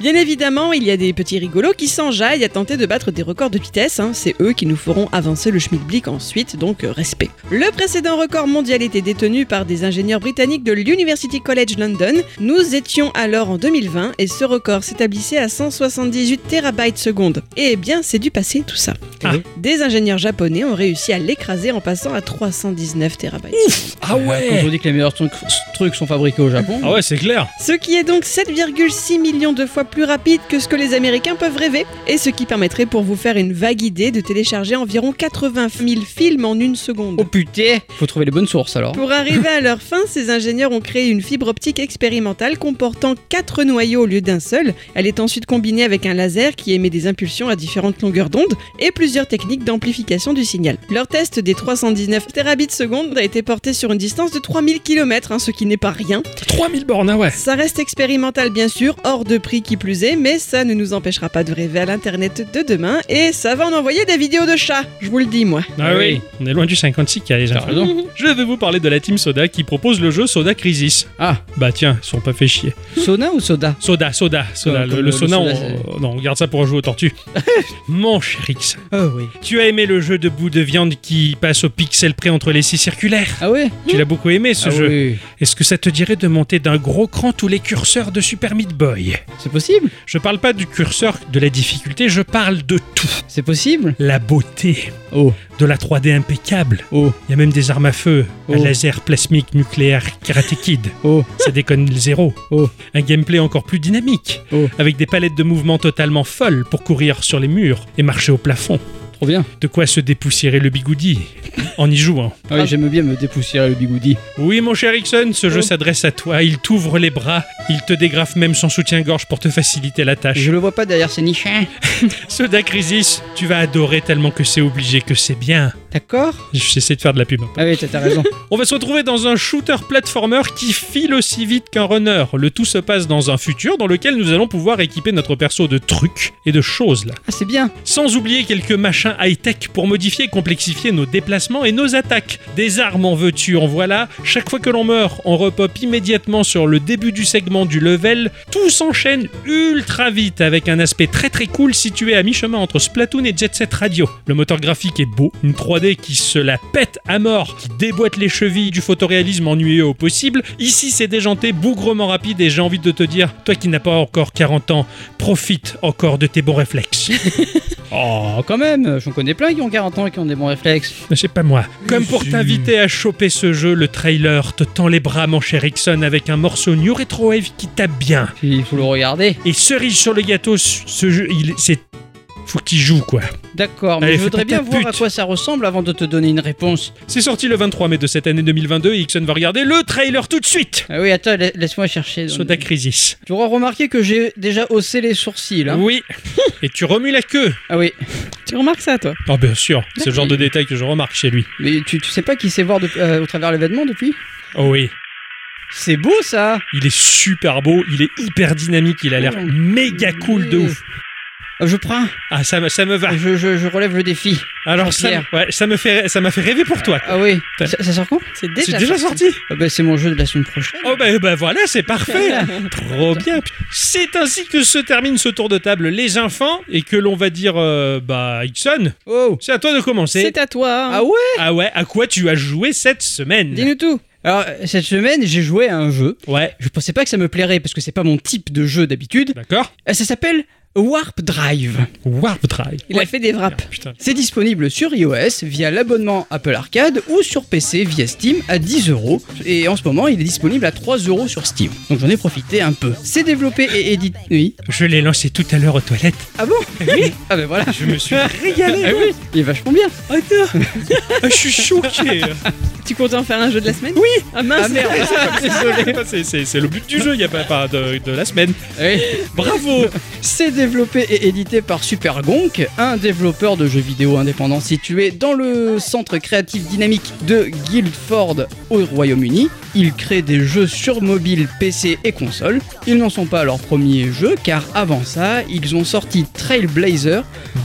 S3: Bien évidemment, il y a des petits rigolos qui s'enjaillent à tenter de battre des records de vitesse. hein. C'est eux qui nous feront avancer le schmilblick ensuite, donc euh, respect. Le précédent record mondial était détenu par des ingénieurs britanniques de l'University College London. Nous étions alors en 2020 et ce record s'établissait à 178 terabytes secondes. Eh bien, c'est du passé tout ça.
S1: Ah.
S3: Des ingénieurs japonais ont réussi à l'écraser en passant à 319 terabytes.
S1: Ah
S2: Euh, Quand on dit que les meilleurs trucs, trucs sont fabriqués au Japon.
S1: Ah ouais, c'est clair.
S3: Ce qui est donc 7,6 millions de fois plus rapide que ce que les Américains peuvent rêver, et ce qui permettrait pour vous faire une vague idée de télécharger environ 80 000 films en une seconde.
S2: Oh putain Faut trouver les bonnes sources alors.
S3: Pour arriver à leur fin, ces ingénieurs ont créé une fibre optique expérimentale comportant 4 noyaux au lieu d'un seul. Elle est ensuite combinée avec un laser qui émet des impulsions à différentes longueurs d'onde et plusieurs techniques d'amplification du signal. Leur test des 319 terabits secondes a été porté sur une distance de 3000 km, hein, ce qui n'est pas rien.
S1: 3000 bornes, ah ouais.
S3: Ça reste expérimental bien sûr, hors de prix qui plus est, mais ça ne nous empêchera pas de rêver à l'Internet de demain et ça va en envoyer des vidéos de chats, je vous le dis moi.
S1: Ah oui,
S2: Oui.
S1: on est loin du hein. 56 qui a
S2: T'as
S1: déjà.
S2: raison.
S1: Je vais vous parler de la team Soda qui propose le jeu Soda Crisis.
S2: Ah,
S1: Bah tiens, ils sont pas fait chier.
S2: Sona ou Soda
S1: Soda, Soda, Soda.
S2: Comme-
S1: le,
S2: comme
S1: le
S2: le
S1: Sona,
S2: soda,
S1: on... non, on garde ça pour un jeu aux tortues. Mon cher X,
S2: Ah oui.
S1: tu as aimé le jeu de bout de viande qui passe au pixel près entre les six circulaires
S2: Ah ouais
S1: Tu l'as beaucoup aimé ce
S2: Ah
S1: jeu.
S2: oui.
S1: Est-ce que ça te dirait de monter d'un gros cran tous les curseurs de Super Meat Boy
S2: C'est possible
S1: Je parle pas du curseur de la difficulté, je parle de tout.
S2: C'est possible
S1: La beauté,
S2: Oh,
S1: de la 3D impeccable.
S2: oh,
S1: Il y a même des armes à feu, un
S2: Oh.
S1: laser plasmique nucléaire Karate Kid.
S2: oh.
S1: ça déconne le zéro.
S2: Oh.
S1: Un gameplay encore plus dynamique,
S2: Oh.
S1: avec des palettes de mouvements totalement folles pour courir sur les murs et marcher au plafond.
S2: Trop bien.
S1: De quoi se dépoussiérer le bigoudi en y hein. jouant.
S2: Ah oui, j'aime bien me dépoussiérer le bigoudi.
S1: Oui, mon cher Ixon, ce jeu
S2: Oh.
S1: s'adresse à toi. Il t'ouvre les bras, il te dégrafe même son soutien-gorge pour te faciliter la tâche.
S2: Je le vois pas derrière ses niches.
S1: Soda Crisis, tu vas adorer tellement que c'est obligé que c'est bien.
S2: D'accord
S1: J'essaie de faire de la pub.
S2: Ah oui, t'as t'as raison.
S1: On va se retrouver dans un shooter platformer qui file aussi vite qu'un runner. Le tout se passe dans un futur dans lequel nous allons pouvoir équiper notre perso de trucs et de choses là.
S2: Ah, c'est bien.
S1: Sans oublier quelques machins high-tech pour modifier et complexifier nos déplacements et nos attaques. Des armes en veux-tu, en voilà. Chaque fois que l'on meurt, on repop immédiatement sur le début du segment du level. Tout s'enchaîne ultra vite avec un aspect très très cool situé à mi-chemin entre Splatoon et Jet Set Radio. Le moteur graphique est beau, une 3D qui se la pète à mort, qui déboîte les chevilles du photoréalisme ennuyeux au possible. Ici, c'est déjanté, bougrement rapide et j'ai envie de te dire, toi qui n'as pas encore 40 ans, profite encore de tes bons réflexes.
S2: Oh, quand même. J'en connais plein qui ont 40 ans et qui ont des bons réflexes.
S1: Je sais pas moi. Comme pour
S2: si.
S1: t'inviter à choper ce jeu, le trailer te tend les bras, mon cher Ixon, avec un morceau New Retrowave qui tape bien.
S2: Il faut le regarder.
S1: Et cerise sur le gâteau, ce ce jeu, il, c'est. Faut qu'il joue, quoi.
S2: D'accord, mais
S1: Allez,
S2: je
S1: fais
S2: voudrais
S1: pas ta
S2: bien voir à
S1: pute.
S2: quoi ça ressemble avant de te donner une réponse.
S1: C'est sorti le 23 mai de cette année 2022 et Ixon va regarder le trailer tout de suite
S2: Ah oui, attends, la- laisse-moi chercher.
S1: Soda Crisis.
S2: Tu auras remarqué que j'ai déjà haussé les sourcils. hein.
S1: Oui. Et tu remues la queue.
S2: Ah oui,
S3: Tu remarques ça toi
S1: Ah, bien sûr. C'est le genre de détail que je remarque chez lui.
S2: mais tu, tu sais pas qui sait voir de- euh, au travers les vêtements depuis
S1: Oh oui.
S2: C'est beau ça
S1: Il est super beau. Il est hyper dynamique. Il a l'air
S2: Oh.
S1: méga cool de ouf.
S2: Euh, Je prends,
S1: Ah, ça, me- ça me va.
S2: je, je- je relève le défi.
S1: Alors, ça,
S2: Pierre.
S1: ouais, ça me fait, ça m'a fait rêver pour toi.
S2: Ah oui,
S1: T'as-
S2: ça, ça sort quand
S3: C'est
S1: C'est
S3: déjà,
S1: déjà sorti
S2: Ah bah, C'est mon jeu de la semaine prochaine.
S1: Oh bah, bah voilà, c'est parfait Trop bien C'est ainsi que se termine ce tour de table, les enfants, et que l'on va dire, euh, bah, Ixon,
S2: Oh
S1: c'est à toi de commencer.
S3: C'est à toi. hein.
S2: Ah ouais
S1: Ah ouais, à quoi tu as joué cette semaine
S3: Dis-nous tout.
S2: Alors, euh, cette semaine, j'ai joué à un jeu.
S1: Ouais,
S2: Je pensais pas que ça me plairait parce que c'est pas mon type de jeu d'habitude.
S1: d'accord
S2: Euh, Ça s'appelle Warp Drive.
S1: Warp Drive.
S3: Il a fait des wraps.
S1: Putain.
S2: C'est disponible sur iOS via l'abonnement Apple Arcade ou sur PC via Steam à 10 euros. Et en ce moment, il est disponible à 3 euros sur Steam. Donc j'en ai profité un peu. C'est développé et édité. Oui.
S1: Je l'ai lancé tout à l'heure aux toilettes.
S2: Ah bon Oui. Ah ben voilà.
S1: Je me suis
S2: Ah
S1: régalé.
S2: oui, il est vachement bien.
S3: Ah,
S1: Ah, je suis choqué.
S3: Tu comptes en faire un jeu de la semaine Oui Ah mince
S2: Ah merde.
S1: Désolé. C'est- C'est c'est le but du jeu, il n'y a pas, pas de, de la semaine.
S2: Oui.
S1: Bravo.
S2: C'est développé et édité par Supergonk, un développeur de jeux vidéo indépendant situé dans le centre créatif dynamique de Guildford au Royaume-Uni. Ils créent des jeux sur mobile, PC et console. Ils n'en sont pas à leur premier jeu car avant ça, ils ont sorti Trailblazer,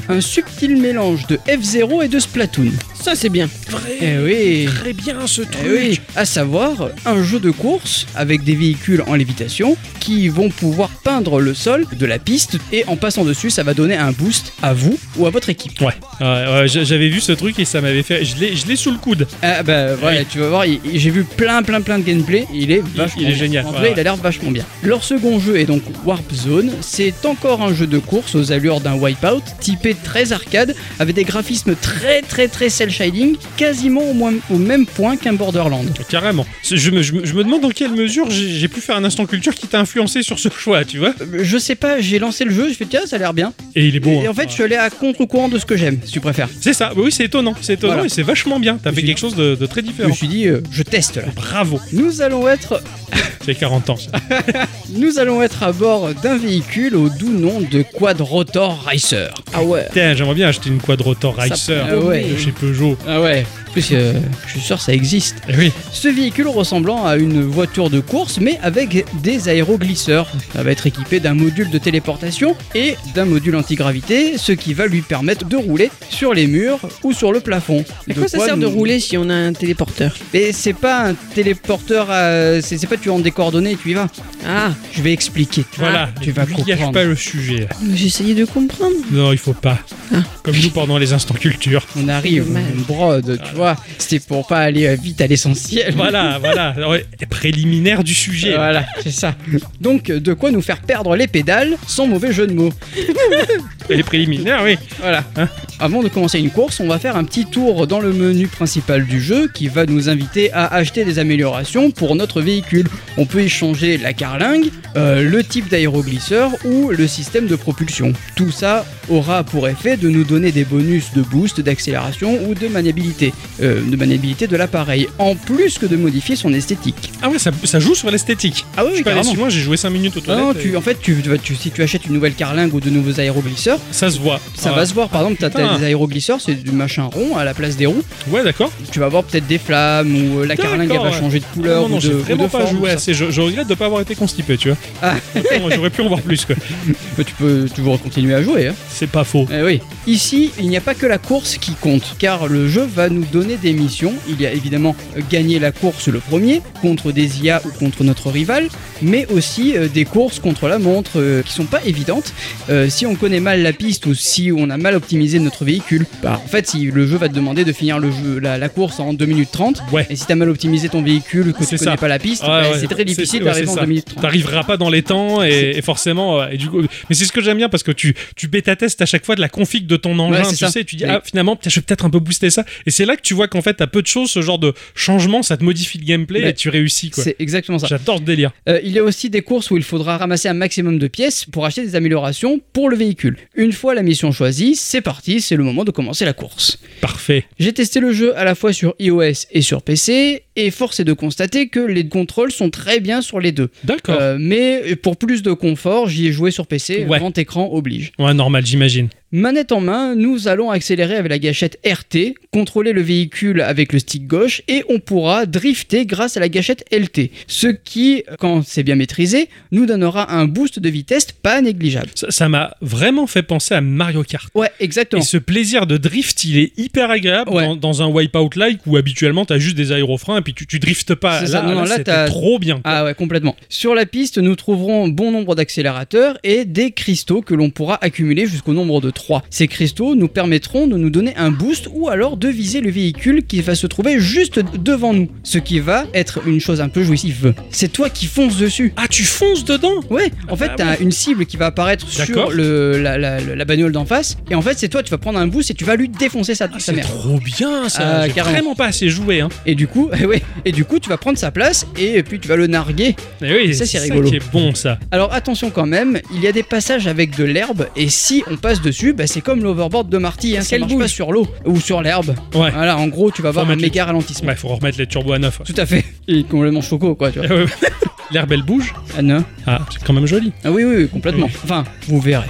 S2: un subtil mélange de F-Zero et de Splatoon.
S3: Ça c'est bien.
S2: Eh oui
S1: Très bien ce truc.
S2: eh oui, à savoir un jeu de course avec des véhicules en lévitation qui vont pouvoir peindre le sol de la piste et en passant dessus, ça va donner un boost à vous ou à votre équipe.
S1: Ouais, ouais, ouais, j'a- j'avais vu ce truc et ça m'avait fait. Je l'ai je l'ai sous le coude.
S2: Ah bah voilà, tu vas voir, il- il- j'ai vu plein plein plein de gameplay, il est vachement
S1: Eh il est
S2: bien.
S1: génial,
S2: En
S1: ouais,
S2: vrai,
S1: ouais.
S2: il a l'air vachement bien. Leur second jeu est donc Warp Zone, c'est encore un jeu de course aux allures d'un Wipeout, typé très arcade, avec des graphismes très très très cel shading, quasiment au, moins- au même point qu'un Borderland.
S1: Carrément. C'est- Je me, je me- je me demande dans quelle mesure j'ai j'ai pu faire un instant culture qui t'a influencé sur ce choix, tu vois.
S2: Euh, Je sais pas, j'ai lancé le jeu, je fais tiens, ça a l'air bien.
S1: Et il est beau.
S2: et
S1: hein.
S2: en fait, je suis allé à contre-courant de ce que j'aime, si tu préfères.
S1: C'est ça, oui, c'est étonnant. C'est étonnant
S2: Voilà.
S1: et c'est vachement bien. T'as
S2: Je
S1: fait
S2: suis-
S1: quelque chose de, de très
S2: Je me
S1: différent.
S2: suis dit, euh, je teste là.
S1: Bravo.
S2: Nous allons être,
S1: J'ai 40 ans.
S2: nous allons être à bord d'un véhicule au doux nom de Quadrotor Racer. Ah ouais.
S1: Putain, j'aimerais bien acheter une Quadrotor
S3: Ça
S1: Racer
S2: Ah ouais.
S1: de chez Peugeot.
S2: Ah ouais. Parce que euh, je suis sûr ça existe.
S1: Eh oui.
S2: Ce véhicule ressemblant à une voiture de course, mais avec des aéroglisseurs. Ça va être équipé d'un module de téléportation et d'un module antigravité, ce qui va lui permettre de rouler sur les murs ou sur le plafond.
S3: À quoi ça sert de
S2: nous-
S3: rouler si on a un téléporteur
S2: Mais c'est pas un téléporteur, à- c'est c'est pas tu rentres des coordonnées et tu y vas.
S3: Ah,
S2: Je vais expliquer.
S1: Voilà,
S2: tu vas
S1: ne gâche
S2: comprendre.
S1: pas le sujet. là.
S3: mais j'essayais de comprendre.
S1: Non, il faut pas.
S3: Ah.
S1: Comme nous pendant les instants culture.
S2: On arrive,
S3: Dommage.
S2: on brode, tu vois. C'était pour pas aller euh, vite à l'essentiel.
S1: Voilà, voilà. Ah Ouais, Préliminaire du sujet. là.
S2: Voilà, c'est ça. Donc, de quoi nous faire perdre les pédales sans mauvais jeu de mots.
S1: Les préliminaires, oui.
S2: Voilà. hein. Avant de commencer une course, on va faire un petit tour dans le menu principal du jeu qui va nous inviter à acheter des améliorations pour notre véhicule. On peut échanger la carlingue, euh, le type d'aéroglisseur ou le système de propulsion. Tout ça aura pour effet de nous donner des bonus de boost, d'accélération ou de maniabilité, euh, de maniabilité de l'appareil, en plus que de modifier son esthétique.
S1: Ah ouais, ça, ça joue sur l'esthétique.
S2: Ah oui, Ah
S1: Je suis pas allé si loin, j'ai joué 5 minutes au
S2: non,
S1: toilette.
S2: tu, en fait, tu, tu vas- tu- si tu achètes une nouvelle carlingue ou de nouveaux aéroglisseurs,
S1: Ça se voit.
S2: ça
S1: Ah,
S2: va se voir. Par exemple, t'as- t'as
S1: putain.
S2: des aéroglisseurs, c'est du machin rond à la place des roues.
S1: Ouais, d'accord.
S2: Tu vas voir peut-être des flammes ou euh, la
S1: D'accord,
S2: carlingue elle va
S1: ouais.
S2: changer de
S1: Ah
S2: couleur
S1: non, non,
S2: ou de,
S1: j'ai
S2: ou
S1: vraiment
S2: de
S1: pas
S2: forme,
S1: joué
S2: tout ça.
S1: assez. Je, je regrette de pas avoir été constipé, tu vois.
S2: Ah.
S1: Autant, J'aurais pu en voir plus, quoi.
S2: Mais tu peux toujours continuer à jouer. hein.
S1: C'est pas faux.
S2: Eh oui. Ici, il n'y a pas que la course qui compte, car le jeu va nous donner des missions. Il y a évidemment euh, gagner la course le premier, contre des IA ou contre notre rival, mais aussi euh, des courses contre la montre euh, qui sont pas évidentes euh, si on connaît mal la piste ou si on a mal optimisé notre véhicule. Bah, en fait, si le jeu va te demander de finir le jeu, la, la course en 2 minutes 30,
S1: Ouais.
S2: et si t'as mal optimisé ton véhicule, que tu
S1: C'est
S2: connais
S1: ça.
S2: pas la piste,
S1: Ouais,
S2: bah,
S1: ouais.
S2: c'est très
S1: C'est-
S2: difficile
S1: ouais,
S2: d'arriver
S1: c'est
S2: en
S1: ça.
S2: 2 minutes 30.
S1: T'arriveras pas dans les temps et, et forcément. ouais, Et du coup, mais c'est ce que j'aime bien parce que tu, tu bêta-testes à chaque fois de la config de ton engin.
S2: Ouais, c'est
S1: tu
S2: ça.
S1: sais, tu dis,
S2: Mais-
S1: ah, finalement, putain, je vais peut-être un peu booster ça. Et c'est là que tu vois qu'en fait, t'as peu de choses, ce genre de changement, ça te modifie le gameplay
S2: Mais-
S1: et tu réussis, quoi.
S2: C'est exactement ça.
S1: J'adore ce délire.
S2: Euh, il y a aussi des courses où il faudra ramasser un maximum de pièces pour acheter des améliorations pour le véhicule. Une fois la mission choisie, c'est parti, c'est le moment de commencer la course.
S1: Parfait.
S2: J'ai testé le jeu à la fois sur iOS et sur PC, et force est de constater que les contrôles sont très bien sur les deux.
S1: D'accord.
S2: Euh, mais pour plus de confort, j'y ai joué sur PC,
S1: Ouais.
S2: grand écran oblige.
S1: Ouais, normal, j'imagine.
S2: Manette en main, nous allons accélérer avec la gâchette RT, contrôler le véhicule avec le stick gauche et on pourra drifter grâce à la gâchette LT. Ce qui, quand c'est bien maîtrisé, nous donnera un boost de vitesse pas négligeable.
S1: Ça- Ça m'a vraiment fait penser à Mario Kart.
S2: Ouais,
S1: Et
S2: exactement.
S1: ce plaisir de drift, il est hyper agréable
S2: Ouais.
S1: dans, dans un wipeout-like où habituellement t'as juste des aérofreins et puis tu, tu driftes pas.
S2: C'est ça,
S1: Là,
S2: non, non,
S1: là,
S2: là,
S1: c'était
S2: t'as-
S1: trop bien.
S2: Ah ouais, complètement. Sur la piste, nous trouverons bon nombre d'accélérateurs et des cristaux que l'on pourra accumuler jusqu'au nombre de 3. Ces cristaux nous permettront de nous donner un boost ou alors de viser le véhicule qui va se trouver juste devant nous, ce qui va être une chose un peu jouissive. C'est toi qui fonces dessus.
S1: Ah, tu fonces dedans
S2: Ouais, en fait,
S1: bah
S2: t'as une cible qui va apparaître sur
S1: D'accord.
S2: le, la, la- la bagnole d'en face, et en fait, c'est toi, tu vas prendre un boost et tu vas lui défoncer sa,
S1: Ah,
S2: sa
S1: c'est
S2: mère.
S1: trop bien ça
S2: Ah,
S1: J'ai
S2: carrément.
S1: vraiment pas assez joué. Hein.
S2: Et du coup, eh ouais, et du coup, tu vas prendre sa place et puis tu vas le narguer.
S1: Et oui,
S2: Ça, c'est
S1: c'est ça
S2: rigolo.
S1: qui est bon ça.
S2: Alors attention quand même, il y a des passages avec de l'herbe, et si on passe dessus, bah, c'est comme l'overboard de Marty, hein, ça
S3: Qu'elle
S2: marche
S3: bouge.
S2: pas sur l'eau ou sur l'herbe.
S1: Ouais.
S2: Voilà, en gros, tu vas avoir un
S1: remettre les-
S2: méga ralentissement.
S1: Ouais, faut remettre les turbos à 9.
S2: Tout à fait. Et complètement choco, quoi, tu vois.
S1: L'herbe elle bouge
S2: Ah non
S1: Ah, c'est quand même joli.
S2: Ah oui, oui, oui, complètement. Enfin, vous verrez.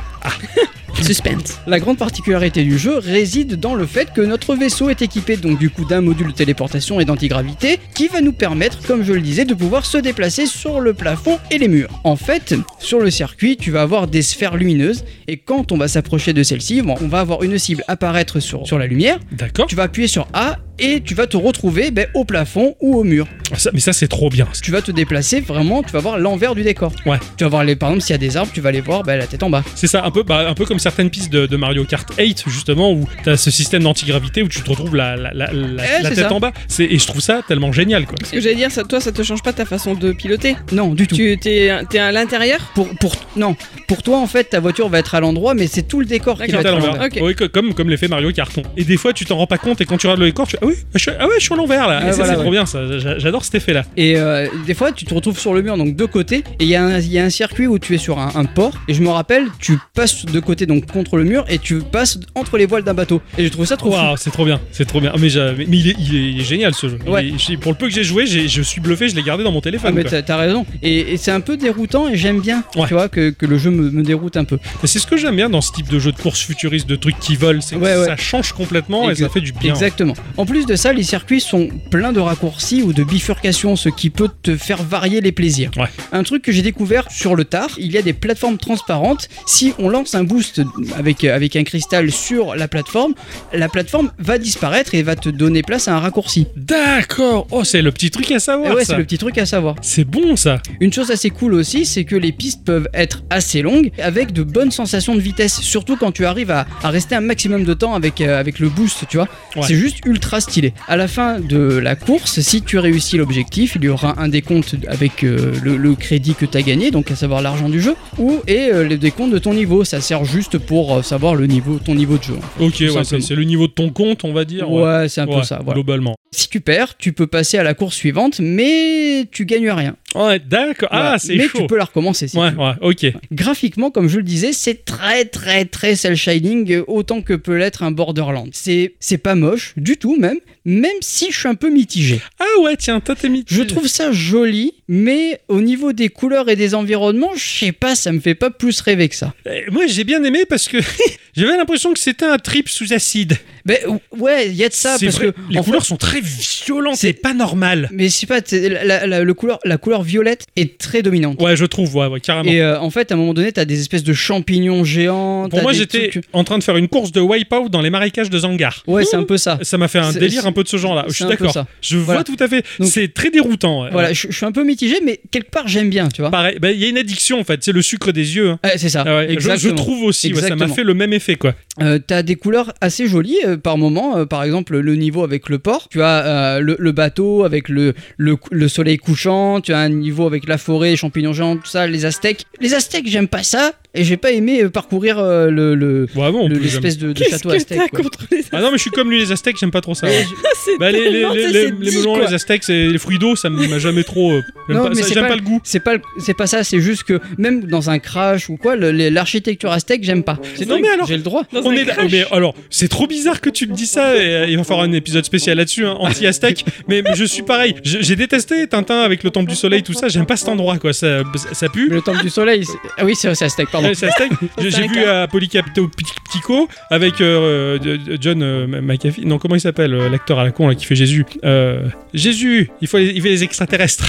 S3: Suspense.
S2: La grande particularité du jeu réside dans le fait que notre vaisseau est équipé donc du coup d'un module de téléportation et d'antigravité qui va nous permettre, comme je le disais, de pouvoir se déplacer sur le plafond et les murs. En fait, sur le circuit, tu vas avoir des sphères lumineuses et quand on va s'approcher de celle-ci, bon, on va avoir une cible apparaître sur, sur la lumière,
S1: D'accord.
S2: tu vas appuyer sur A et tu vas te retrouver ben, au plafond ou au mur.
S1: Ah, ça- mais ça c'est trop bien.
S2: Tu vas te déplacer vraiment, tu vas voir l'envers du décor.
S1: Ouais.
S2: Tu vas voir les, par exemple, s'il y a des arbres, tu vas les voir ben, la tête en bas.
S1: C'est ça, un peu, bah, un peu comme certaines pistes de, de Mario Kart 8 justement où t'as ce système d'antigravité où tu te retrouves la, la, la, la-
S2: Eh,
S1: la
S2: c'est
S1: tête
S2: ça.
S1: en bas. C'est- Et je trouve ça tellement génial quoi.
S3: Ce que j'allais dire, ça, toi, ça te change pas ta façon de piloter
S2: Non, du tout.
S3: Tu t'es t'es à l'intérieur
S2: Pour, pour, non, pour toi en fait ta voiture va être à l'endroit mais c'est tout le décor qui
S1: Tout
S2: va
S1: à
S2: être à
S1: l'envers.
S2: l'endroit.
S3: Ok.
S1: Oui, co- comme, comme l'effet Mario Carton. Et des fois, tu t'en rends pas compte et quand tu regardes le décor, tu fais, ah oui, je, suis- ah ouais, je suis à l'envers là.
S2: Ah,
S1: Et ça,
S2: voilà,
S1: c'est
S2: ouais.
S1: trop bien ça. J'a- J'adore cet effet là.
S2: Et euh, des fois tu te retrouves sur le mur donc de côté et il y, a un- il y a un circuit où tu es sur un, un port et je me rappelle tu passes de côté donc contre le mur et tu passes entre les voiles d'un bateau et je trouve ça trop fou.
S1: Waouh, c'est trop bien, c'est trop bien. Mais, j'a- mais- mais il, est, il est- il est génial ce jeu. Il
S2: Ouais.
S1: est- j'ai- pour le peu que j'ai joué, j'ai- je suis bluffé, je l'ai gardé dans mon téléphone.
S2: Ah mais
S1: quoi.
S2: t'as t'as raison et, et c'est un peu déroutant et j'aime bien
S1: Ouais.
S2: tu vois que, que le jeu me, me déroute un peu.
S1: Et c'est ce que j'aime bien dans ce type de jeu de course futuriste, de trucs qui volent, c'est que
S2: Ouais, ouais.
S1: ça change complètement et
S2: Exact-
S1: ça fait du bien.
S2: Exactement. En plus plus de ça, les circuits sont pleins de raccourcis ou de bifurcations, ce qui peut te faire varier les plaisirs.
S1: Ouais.
S2: Un truc que j'ai découvert sur le tard, il y a des plateformes transparentes. Si on lance un boost avec, euh, avec un cristal sur la plateforme, la plateforme va disparaître et va te donner place à un raccourci.
S1: D'accord. Oh, c'est le petit truc à
S2: Et
S1: savoir.
S2: ouais,
S1: Ah, ça.
S2: c'est le petit truc à savoir.
S1: C'est bon ça.
S2: Une chose assez cool aussi, c'est que les pistes peuvent être assez longues avec de bonnes sensations de vitesse, surtout quand tu arrives à, à rester un maximum de temps avec, euh, avec le boost, tu vois.
S1: Ouais.
S2: C'est juste ultra stylé. À la fin de la course, si tu réussis l'objectif, il y aura un décompte avec euh, le, le crédit que tu as gagné, donc à savoir l'argent du jeu, ou et euh, le décompte de ton niveau. Ça sert juste pour euh, savoir le niveau, ton niveau de jeu.
S1: Ok, ouais,
S2: simplement.
S1: c'est c'est le niveau de ton compte, on va dire.
S2: Ouais, c'est un peu
S1: Ouais,
S2: ça. voilà.
S1: Globalement.
S2: Si tu perds, tu peux passer à la course suivante, mais tu gagnes rien.
S1: Ouais, d'accord.
S2: Voilà.
S1: Ah, c'est
S2: Mais
S1: chaud.
S2: tu peux la recommencer si
S1: Ouais,
S2: tu veux.
S1: ouais, ok.
S2: Graphiquement, comme je le disais, c'est très très très cel shading euh, autant que peut l'être un Borderland. C'est c'est pas moche du tout même, même si je suis un peu mitigé.
S1: Ah ouais, tiens, toi t'es mis.
S2: Je trouve ça joli, mais au niveau des couleurs et des environnements, je sais pas, ça me fait pas plus rêver que ça.
S1: Euh, Moi, j'ai bien aimé parce que j'avais l'impression que c'était un trip sous acide.
S2: Ben ouais, il y a de ça
S1: C'est
S2: parce
S1: vrai,
S2: que
S1: les
S2: en
S1: couleurs
S2: fait-
S1: sont très violentes.
S2: C'est-
S1: C'est pas normal.
S2: mais je sais pas, t'es- la, la- la- le couleur, la couleur violette est très dominante.
S1: Ouais, je trouve, ouais, ouais, carrément.
S2: Et euh, en fait, à un moment donné, t'as des espèces de champignons géants.
S1: Pour
S2: t'as
S1: moi,
S2: des
S1: j'étais
S2: trucs-
S1: en train de faire une course de wipeout dans les marécages de Zangar.
S2: Ouais, c'est un peu ça.
S1: Ça m'a fait un
S2: C'est-
S1: délire
S2: c'est-
S1: un peu de ce genre-là. Je
S2: c'est
S1: suis
S2: un peu
S1: d'accord.
S2: ça.
S1: Je
S2: Voilà.
S1: vois tout à fait.
S2: Donc-
S1: C'est très déroutant. ouais.
S2: Voilà, je je suis un peu mitigé, mais quelque part, j'aime bien, tu vois.
S1: Pareil, bah, il y a une addiction en fait. C'est le sucre des yeux. hein.
S2: Ouais, c'est ça.
S1: Ah ouais, je- je,
S2: exactement.
S1: trouve aussi. ouais, ça m'a
S2: Exactement.
S1: fait le même effet quoi.
S2: Euh, t'as des couleurs assez jolies euh, par moment. euh, par exemple, le niveau avec le port. Tu as euh, le, le bateau avec le, le, cou- le soleil couchant. Tu as un niveau avec la forêt, les champignons géants, tout ça, les aztèques. Les aztèques, j'aime pas ça. Et j'ai pas aimé euh, parcourir euh, le, le-
S1: Vraiment. en
S2: le-
S1: plus, j'aime.
S2: l'espèce de, de
S3: Qu'est-ce
S2: château
S3: que
S2: aztèque.
S3: t'as
S2: quoi.
S3: contre les Ah,
S1: Ah non, mais je suis comme lui, les Aztèques, j'aime pas trop ça. ouais.
S3: C'est
S1: Bah, les, les,
S3: tellement-
S1: les,
S3: ça,
S1: les-
S3: c'est
S1: les
S3: dit,
S1: melons,
S3: quoi.
S1: les Aztèques, et les fruits d'eau, ça m'a jamais trop. euh, j'aime
S2: Non,
S1: pas,
S2: mais
S1: ça-
S2: c'est
S1: j'aime
S2: pas
S1: pas le goût.
S2: C'est pas, le- c'est pas ça, c'est juste que même dans un crash ou quoi, le- les- l'architecture aztèque, j'aime pas. C'est
S1: Non,
S2: dingue,
S1: mais alors-
S2: j'ai le droit.
S3: Dans
S1: On
S3: un
S1: est
S3: crash.
S1: mais alors c'est trop bizarre que tu me dis ça et, euh, il va falloir un épisode spécial là-dessus hein, anti aztèque mais je suis pareil Je- j'ai détesté Tintin avec le temple du soleil tout ça j'aime pas cet endroit quoi ça ça pue
S2: Mais le temple du soleil. c'est- Ah oui, c'est c'est aztèque, pardon.
S1: Ouais, c'est aztèque. J'ai j'ai vu à Polycapto Ptico avec euh, euh, de- de- John euh, McAfee. Non, comment il s'appelle euh, l'acteur à la con là, qui fait Jésus Euh, Jésus il, faut les, il fait les extraterrestres.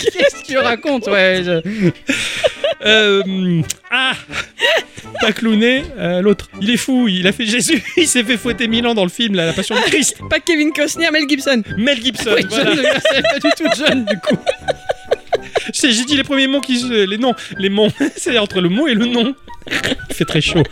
S2: Qu'est-ce que tu racontes ouais, je-
S1: Euh, hum, ah Pas clowné, euh, l'autre. Il est fou, il a fait Jésus, il s'est fait fouetter mille ans dans le film, là, La Passion du Christ.
S3: Pas Kevin Costner, Mel Gibson.
S1: Mel Gibson,
S2: Oui,
S1: voilà.
S2: John, c'est pas du tout John du coup.
S1: C'est- J'ai dit les premiers mots qui. se- Les noms. Les mots. C'est entre le mot et le nom. Il fait très chaud.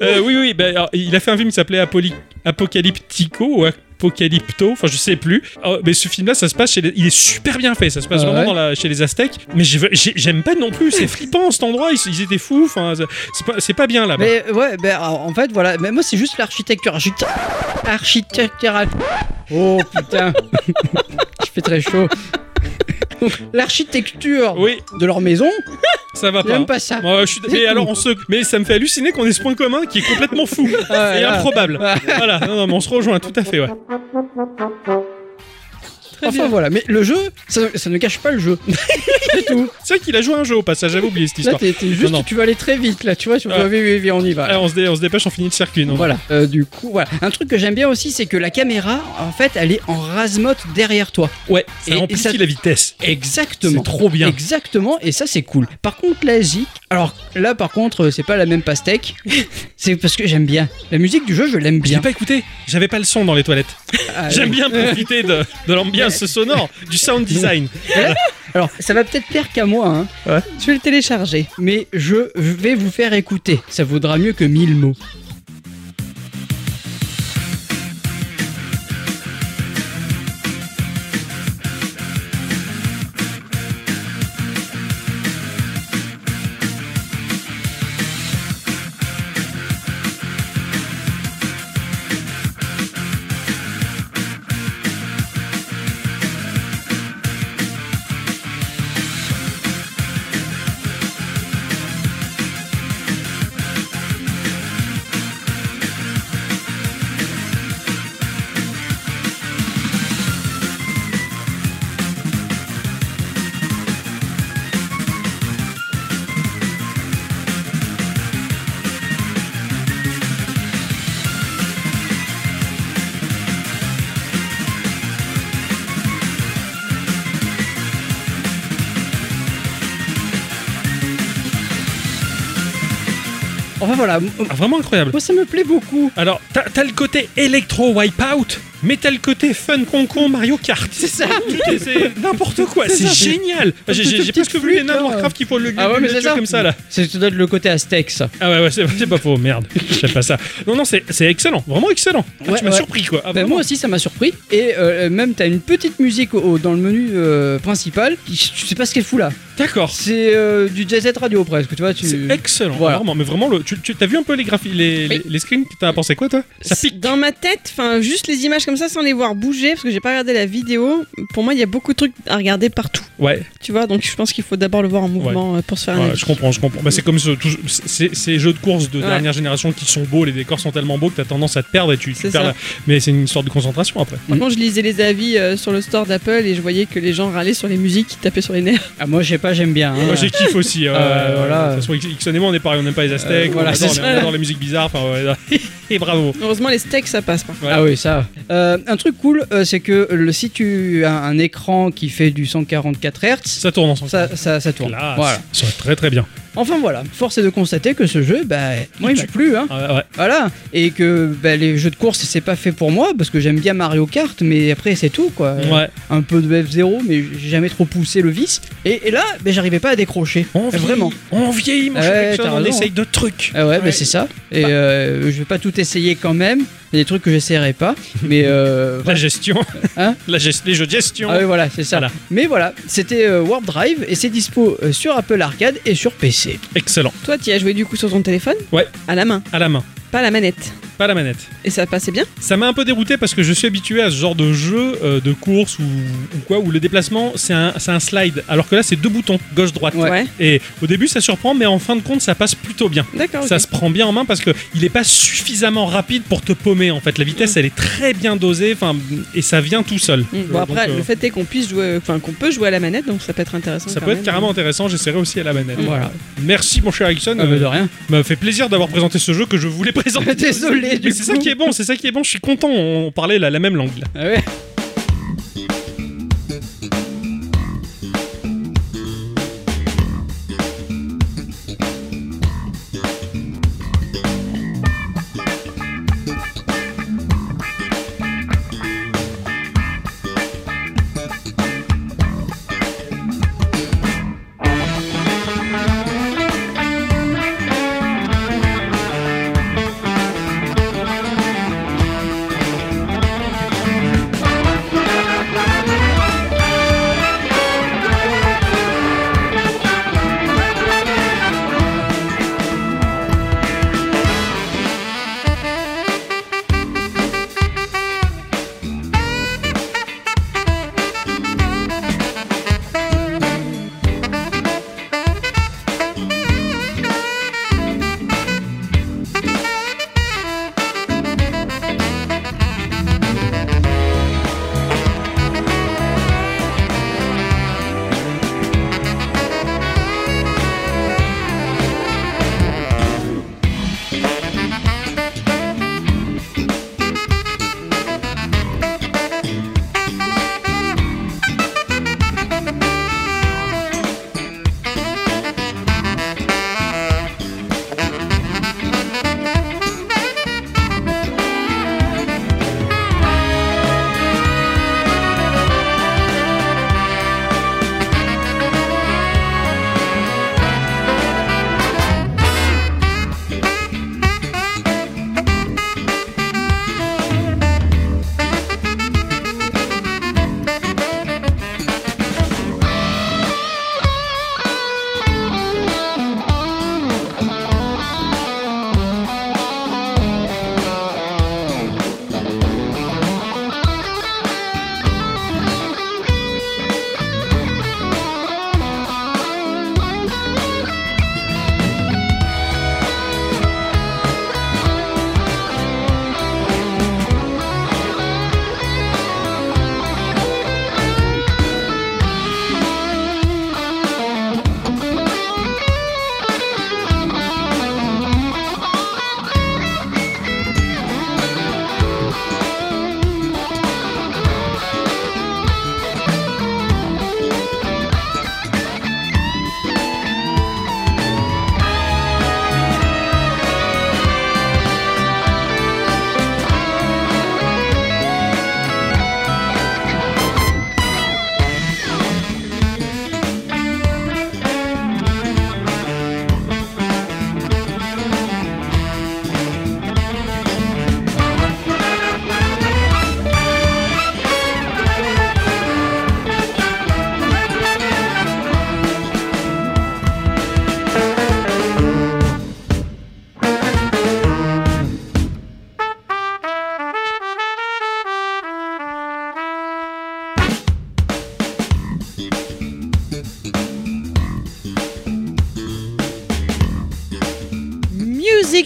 S1: Euh, oui, oui, bah, alors, il a fait un film qui s'appelait Apoli- Apocalyptico ou Apocalypto, enfin je sais plus. Euh, mais ce film-là, ça se passe chez les- Il est super bien fait, ça se passe
S2: Ah
S1: vraiment
S2: ouais
S1: dans la- chez les Aztèques. Mais j'ai- j'ai- j'aime pas non plus, c'est flippant cet endroit, ils, ils étaient fous, enfin, c'est- c'est pas, c'est pas bien là-bas.
S2: Mais ouais, ben alors, en fait voilà, mais moi c'est juste l'architecture, archite- architecturale. Oh putain, je fais très chaud. Donc l'architecture
S1: Oui,
S2: de leur maison,
S1: ça va pas.
S2: j'aime pas ça.
S1: Ouais, je suis- Mais alors on se, mais ça me fait halluciner qu'on ait ce point commun qui est complètement fou
S2: Ah,
S1: et
S2: là.
S1: improbable. voilà, non, non, mais on se rejoint tout à fait, ouais.
S2: Enfin voilà, mais le jeu, ça, ça ne cache pas le jeu. C'est tout.
S1: C'est vrai qu'il a joué à un jeu au passage, j'avais oublié cette
S2: Là
S1: histoire.
S2: t'es t'es juste,
S1: Non, non.
S2: tu vas aller très vite là, tu vois, tu vas,
S1: Ouais.
S2: oui, oui, oui, on y va.
S1: Ah, on, se dé- on se dépêche, on finit le circuit. Non
S2: Voilà. Euh, du coup, voilà. Un truc que j'aime bien aussi, c'est que la caméra, en fait, elle est en rasemote derrière toi.
S1: Ouais,
S2: Et-
S1: ça
S2: et
S1: amplifie
S2: ça-
S1: la vitesse.
S2: Exactement.
S1: C'est trop bien.
S2: Exactement, et ça c'est cool. Par contre, la musique, alors là par contre, euh, c'est pas la même pastèque, c'est parce que j'aime bien. La musique du jeu, je l'aime
S1: J'ai
S2: bien.
S1: pas écouté, j'avais pas le son dans les toilettes.
S2: Ah,
S1: J'aime bien profiter de, de l'ambiance sonore, du sound design.
S2: Alors, ça va peut-être plaire qu'à moi, hein,
S3: Je vais le télécharger.
S2: mais je vais vous faire écouter. Ça vaudra mieux que mille mots. Enfin voilà, m-
S1: Ah, vraiment incroyable.
S2: moi ça me plaît beaucoup.
S1: Alors, t'as t'as le côté électro wipeout, mais t'as le côté fun concon Mario Kart.
S2: C'est ça
S1: C'est- C'est n'importe quoi,
S2: C'est
S1: c'est
S2: ça.
S1: génial.
S2: Une
S1: J'ai-
S2: petite
S1: J'ai j'ai presque
S2: flûte,
S1: vu les nains de
S2: là.
S1: Warcraft qui font le
S2: Ah ouais, mais
S1: le
S2: c'est
S1: truc
S2: ça.
S1: comme ça là.
S2: C'est tout le côté aztèque ça.
S1: Ah ouais, ouais c'est c'est pas faux, merde. Je sais pas ça. Non, non, c'est c'est excellent, vraiment excellent. Ah,
S2: Ouais,
S1: tu m'as
S2: ouais.
S1: surpris quoi. Ah,
S2: Bah,
S1: vraiment.
S2: moi aussi ça m'a surpris et euh, même t'as une petite musique au- au- dans le menu euh, principal. qui- Je sais pas ce qu'elle fout là.
S1: D'accord.
S2: C'est euh, du jazz radio presque, tu vois. Tu...
S1: C'est excellent,
S2: Voilà.
S1: vraiment. Mais vraiment, le, tu, tu as vu un peu les graphiques, les, les,
S2: Oui.
S1: les screens T'as pensé quoi, toi Ça pique.
S3: Dans ma tête, enfin juste les images comme ça sans les voir bouger parce que j'ai pas regardé la vidéo. Pour moi, il y a beaucoup de trucs à regarder partout.
S1: Ouais,
S3: Tu vois, donc je pense qu'il faut d'abord le voir en mouvement euh, pour se faire un
S1: ouais,
S3: avis.
S1: je comprends, je comprends. Bah, c'est comme ce- tout- ces ces jeux de course de
S3: Ouais.
S1: dernière génération qui sont beaux, les décors sont tellement beaux que t'as tendance à te perdre et tu, tu
S3: C'est
S1: perds.
S3: ça.
S1: la- Mais c'est une sorte de concentration après.
S3: Par contre, je lisais les avis euh, sur le store d'Apple et je voyais que les gens râlaient sur les musiques qui tapaient sur les nerfs.
S2: Ah, moi je sais pas, j'aime bien. hein.
S1: Moi j'ai kiff aussi. ouais,
S2: Euh,
S1: ouais,
S2: voilà.
S1: ouais. De toute façon, Ixon et moi on est pareil, on n'aime pas les Aztèques,
S2: Euh, voilà,
S1: on, adore,
S2: c'est
S1: on adore les musiques bizarres. Enfin, ouais, et bravo.
S3: Heureusement, les steaks, ça passe pas.
S2: Ah oui, ça. Euh, un truc cool, euh, c'est que le, si tu as un écran qui fait du 144 Hz,
S1: Ça tourne ensemble.
S2: ça, ça, ça tourne.
S1: Classe.
S2: Voilà.
S1: Ça va très très bien.
S2: Enfin voilà, force est de constater que ce jeu, bah, moi il m'a plu, hein.
S1: Ah, ouais.
S2: Voilà. Et que bah, les jeux de course, c'est pas fait pour moi, parce que j'aime bien Mario Kart, mais après c'est tout, quoi.
S1: ouais.
S2: Un peu de F0, mais j'ai jamais trop poussé le vice. Et, et là, bah, j'arrive pas à décrocher.
S1: On vieillit,
S2: Vraiment.
S1: On vieillit, mon
S2: Ouais,
S1: cher Ixon,
S2: t'as
S1: on
S2: raison.
S1: essaye de trucs.
S2: Ah ouais,
S1: Ouais.
S2: bah c'est ça. Et euh, je vais pas tout essayer quand même. Il y a des trucs que j'essaierai pas. Mais euh,
S1: La gestion.
S2: Hein
S1: La gest- les jeux de gestion.
S2: Ah oui, voilà, c'est ça.
S1: Voilà.
S2: Mais voilà, c'était euh, Warp Drive et c'est dispo euh, sur Apple Arcade et sur PC.
S1: Excellent.
S3: Toi, tu y as joué du coup sur ton téléphone
S1: Ouais.
S3: À la main,
S1: À la main,
S3: pas à la manette.
S1: pas à la manette.
S3: Et ça passait bien
S1: Ça m'a un peu dérouté parce que je suis habitué à ce genre de jeu euh, de course ou, ou quoi où le déplacement c'est un, c'est un slide alors que là c'est deux boutons gauche droite
S2: Ouais.
S1: et au début ça surprend mais en fin de compte ça passe plutôt bien.
S2: Ah,
S3: D'accord.
S1: Ça
S3: ok.
S1: se prend bien en main parce que il est pas suffisamment rapide pour te paumer en fait. La
S2: Mm.
S1: vitesse elle est très bien dosée enfin et ça vient tout seul.
S3: Mm.
S1: Euh,
S3: Bon, après,
S1: donc, euh,
S3: le fait est qu'on puisse jouer, enfin qu'on peut jouer à la manette, donc ça peut être intéressant.
S1: ça
S3: quand
S1: peut être
S3: même.
S1: carrément intéressant, j'essaierai aussi à la manette.
S2: Voilà.
S1: Merci mon cher Ericsson, euh,
S2: Ah bah, de rien.
S1: m'a fait plaisir d'avoir présenté ce jeu que je voulais présenter.
S2: Désolé, du
S1: Mais c'est ça
S2: coup.
S1: qui est bon, c'est ça qui est bon, je suis content, on parlait la, la même langue. là.
S2: Ah ouais.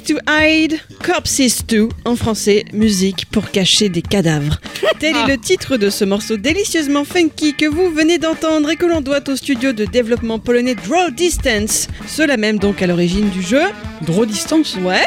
S3: to hide, corpses to, en français, musique pour cacher des cadavres. Tel
S2: Ah.
S3: est le titre de ce morceau délicieusement funky que vous venez d'entendre et que l'on doit au studio de développement polonais Draw Distance. Cela même donc à l'origine du jeu.
S2: Draw distance
S3: Ouais.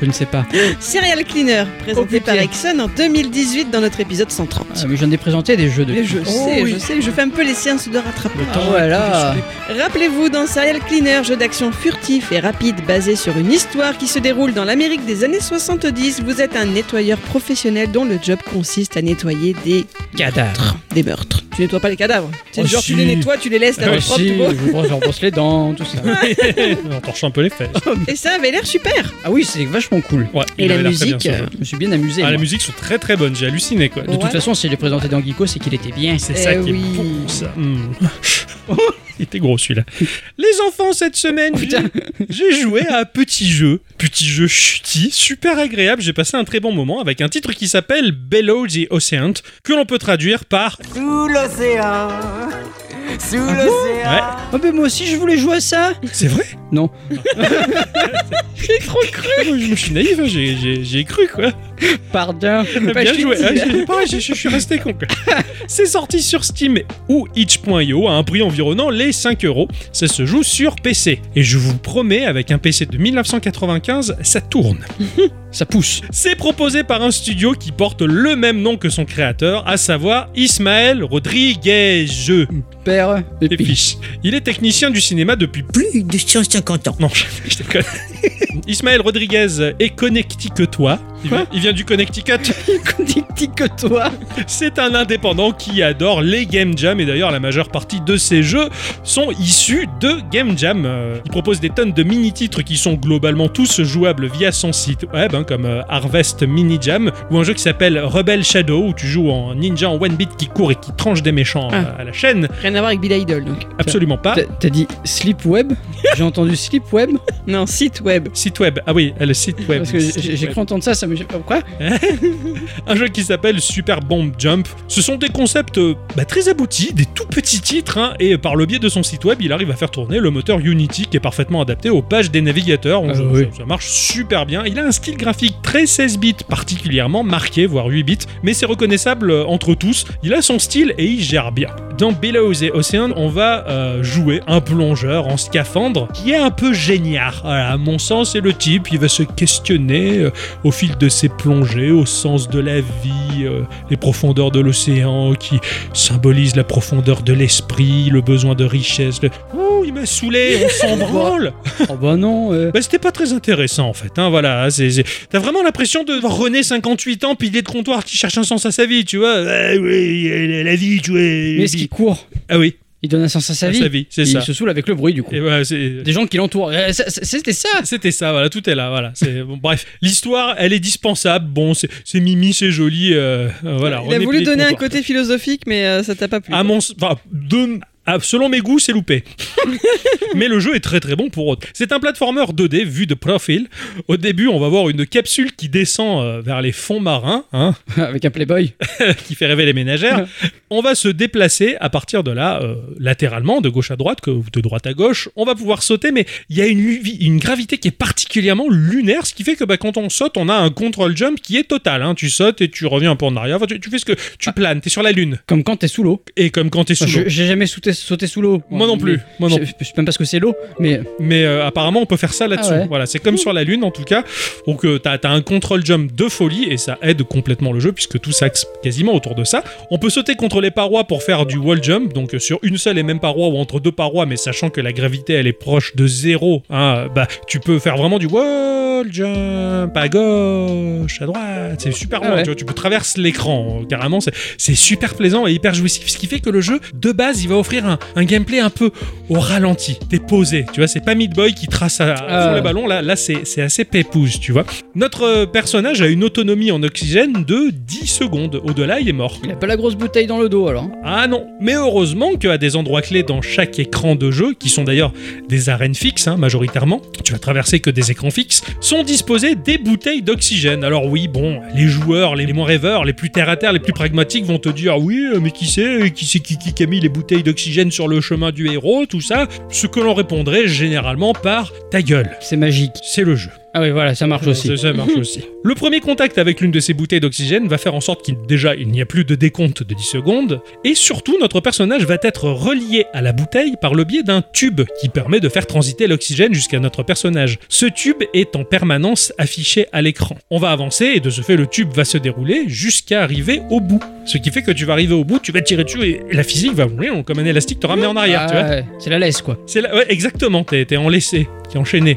S2: Je ne sais pas.
S3: Serial Cleaner, présenté
S2: Oh, putain.
S3: par Exxon en 2018 dans notre épisode 130.
S2: Ah, mais j'en ai présenté des jeux de.
S3: Mais je
S2: Oh,
S3: sais,
S2: oui.
S3: je sais, je fais un peu les séances de rattrapage.
S2: Ah, voilà.
S3: Rappelez-vous, dans Serial Cleaner, jeu d'action furtif et rapide basé sur une histoire qui se déroule dans l'Amérique des années 70, vous êtes un nettoyeur professionnel dont le job consiste à nettoyer des,
S2: Cadavre.
S3: des meurtres. Tu nettoies pas les cadavres. C'est
S1: Oh,
S3: genre
S1: si.
S3: tu les nettoies, tu les laisses
S1: Ah,
S3: là dans
S1: Ouais,
S3: le propre,
S2: bah, si,
S3: tout beau.
S2: je brosse- j'en brosse les dents, tout ça.
S1: On torche un peu les fesses.
S3: Et ça avait l'air super.
S2: Ah oui, c'est vachement cool.
S1: Ouais,
S3: Et
S1: il
S3: la
S1: avait l'air très bien,
S3: musique,
S1: ce jeu.
S3: euh,
S2: Je me suis bien amusé.
S1: Ah, les
S2: moi.
S1: musiques sont très très bonnes, j'ai halluciné quoi.
S2: De toute
S3: Ouais.
S2: façon, si je l'ai présenté dans Geeko, c'est qu'il était bien.
S1: C'est
S3: Eh
S1: ça qui
S3: oui.
S1: est bon, ça. Hmm. Il était gros celui-là. Les enfants, cette semaine,
S2: Putain.
S1: j'ai- j'ai joué à un petit jeu. Petit jeu chutis, super agréable. J'ai passé un très bon moment avec un titre qui s'appelle Below the Ocean, que l'on peut traduire par Ah
S5: Sous l'océan, sous l'océan.
S1: Ouais.
S2: Oh, mais moi aussi, je voulais jouer à ça.
S1: C'est vrai
S2: Non.
S1: j'ai trop cru Je me suis naïf, hein, j'ai- j'ai j'ai cru quoi
S2: Pardon. Pas
S1: Bien
S2: gentil.
S1: joué, hein, j'ai- pareil, je, je suis resté con. quoi. C'est sorti sur Steam ou itch.io à un prix environnant les 5 euros. Ça se joue sur PC. Et je vous promets, avec un PC de 1995, ça tourne.
S2: Ça pousse.
S1: C'est proposé par un studio qui porte le même nom que son créateur, à savoir Ismaël Rodriguez
S2: Père et puis.
S1: Fish. Il est technicien du cinéma depuis
S6: plus de 150 ans.
S1: non, je, je déconne. Ismaël Rodriguez est Connecticutois. Il, vient- il vient du Connecticut.
S2: Tic que toi.
S1: C'est un indépendant qui adore les game jam et d'ailleurs la majeure partie de ses jeux sont issus de game jam. Euh, il propose des tonnes de mini-titres qui sont globalement tous jouables via son site web, hein, comme euh, Harvest Mini Jam ou un jeu qui s'appelle Rebel Shadow où tu joues en ninja en one bit qui court et qui tranche des
S2: Ah.
S1: méchants euh, à la chaîne.
S3: Rien à voir avec Bill Idol donc.
S1: Absolument pas.
S2: T'as t'as dit Sleep Web J'ai entendu Sleep Web
S3: Non, site web.
S1: Site web. Ah oui, le site web.
S2: parce que
S1: Site
S2: j'ai j'ai
S1: web.
S2: cru entendre ça, ça me. Pourquoi
S1: un jeu qui s'appelle Super Bomb Jump. Ce sont des concepts euh, bah, très aboutis, des tout petits titres, hein, et par le biais de son site web, il arrive à faire tourner le moteur Unity qui est parfaitement adapté aux pages des navigateurs. Donc,
S2: Ah,
S1: ça,
S2: oui.
S1: ça- ça marche super bien. Il a un style graphique très 16 bits, particulièrement marqué, voire 8 bits, mais c'est reconnaissable euh, entre tous. Il a son style et il gère bien. Dans Below the Ocean, on va euh, jouer un plongeur en scaphandre qui est un peu géniard. Voilà, à mon sens, c'est le type, il va se questionner euh, au fil de ses plongées, au sens de la vie, euh, les profondeurs de l'océan qui symbolisent la profondeur de l'esprit, le besoin de richesse. le- Ouh, il m'a saoulé, on s'en branle
S2: Oh bah non. euh.
S1: bah, c'était pas très intéressant en fait. Hein, voilà, c'est- c'est- t'as vraiment l'impression de voir René 58 ans pilier de comptoir qui cherche un sens à sa vie, tu vois. Ah oui, euh, la vie, tu vois.
S2: Mais est-ce qu'il court
S1: Ah oui,
S2: Il donne un sens à sa
S1: à
S2: vie.
S1: sa vie, c'est
S2: Et
S1: ça.
S2: Il se saoule avec le bruit du coup.
S1: Et voilà, c'est-
S2: Des gens qui l'entourent. Euh, ça- ça- C'était ça
S1: C'était ça, voilà, tout est là, voilà. C'est, bon, bref, l'histoire, elle est dispensable. Bon, c'est, c'est mimi, c'est joli, euh, euh, voilà.
S3: Il a
S1: René
S3: voulu
S1: Pilier de
S3: donner un
S1: comptoir.
S3: côté philosophique, mais euh, ça t'a pas plu.
S1: À mon, s- enfin, de- à- selon mes goûts, c'est loupé. Mais le jeu est très très bon pour autre. C'est un platformer 2D vu de profil. Au début, on va voir une capsule qui descend euh, vers les fonds marins, hein,
S2: Avec un Playboy.
S1: qui fait rêver les ménagères. on va se déplacer à partir de là, euh, latéralement, de gauche à droite, que, de droite à gauche. On va pouvoir sauter, mais il y a une, luvi- une gravité qui est particulièrement lunaire, ce qui fait que bah, quand on saute, on a un control jump qui est total. hein. Tu sautes et tu reviens un peu en arrière. Enfin, tu, tu fais ce que tu planes, t'es sur la lune.
S2: Comme quand t'es sous l'eau.
S1: Et comme quand t'es sous
S2: Ah. Je-
S1: l'eau.
S2: J'ai jamais sauté, sauté sous l'eau.
S1: Moi non plus. Moi non
S2: Je, je sais même pas ce que c'est l'eau, mais
S1: mais euh, apparemment on peut faire ça là-dessus.
S2: Ah ouais.
S1: Voilà, c'est comme sur la lune en tout cas. Donc euh, t'as t'as un control jump de folie et ça aide complètement le jeu puisque tout s'axe quasiment autour de ça. On peut sauter contre les parois pour faire du wall jump, donc euh, sur une seule et même paroi ou entre deux parois, mais sachant que la gravité elle est proche de zéro, hein, euh, bah tu peux faire vraiment du wall jump à gauche, à droite, c'est super
S2: Ah
S1: loin,
S2: ouais.
S1: tu vois, tu peux traverser l'écran euh, carrément, c'est- c'est super plaisant et hyper jouissif, ce qui fait que le jeu de base il va offrir un, un gameplay un peu au ralenti, t'es posé, tu vois, c'est pas Meat Boy qui trace à, à fond
S2: Ah.
S1: le ballon, là, là c'est c'est assez pépouze, tu vois. Notre euh, personnage a une autonomie en oxygène de 10 secondes, au-delà il est mort.
S2: il a pas la grosse bouteille dans le dos alors. hein.
S1: Ah non, mais heureusement qu'à des endroits clés dans chaque écran de jeu, qui sont d'ailleurs des arènes fixes hein, majoritairement, tu vas traverser que des écrans fixes, sont disposées des bouteilles d'oxygène. Alors oui, bon, les joueurs, les moins rêveurs, les plus terre à terre, les plus pragmatiques vont te dire oui, euh, mais qui c'est, qui c'est qui, qui, qui a mis les bouteilles d'oxygène sur le chemin du héros, tout ça, ce que l'on répondrait généralement par ta gueule.
S2: C'est magique.
S1: C'est le jeu.
S2: Ah, Ah oui, voilà, ça marche aussi.
S1: Ça, ça marche aussi. Le premier contact avec l'une de ces bouteilles d'oxygène va faire en sorte qu'il déjà il n'y a plus de décompte de 10 secondes et surtout notre personnage va être relié à la bouteille par le biais d'un tube qui permet de faire transiter l'oxygène jusqu'à notre personnage. Ce tube est en permanence affiché à l'écran. On va avancer et de ce fait le tube va se dérouler jusqu'à arriver au bout. Ce qui fait que tu vas arriver au bout, tu vas tirer dessus et la physique va comme un élastique te ramener en arrière, tu vois.
S2: Ah, ouais, c'est la laisse, quoi.
S1: C'est là, ouais, exactement, t'es t'es enlacé, t'es enchaîné.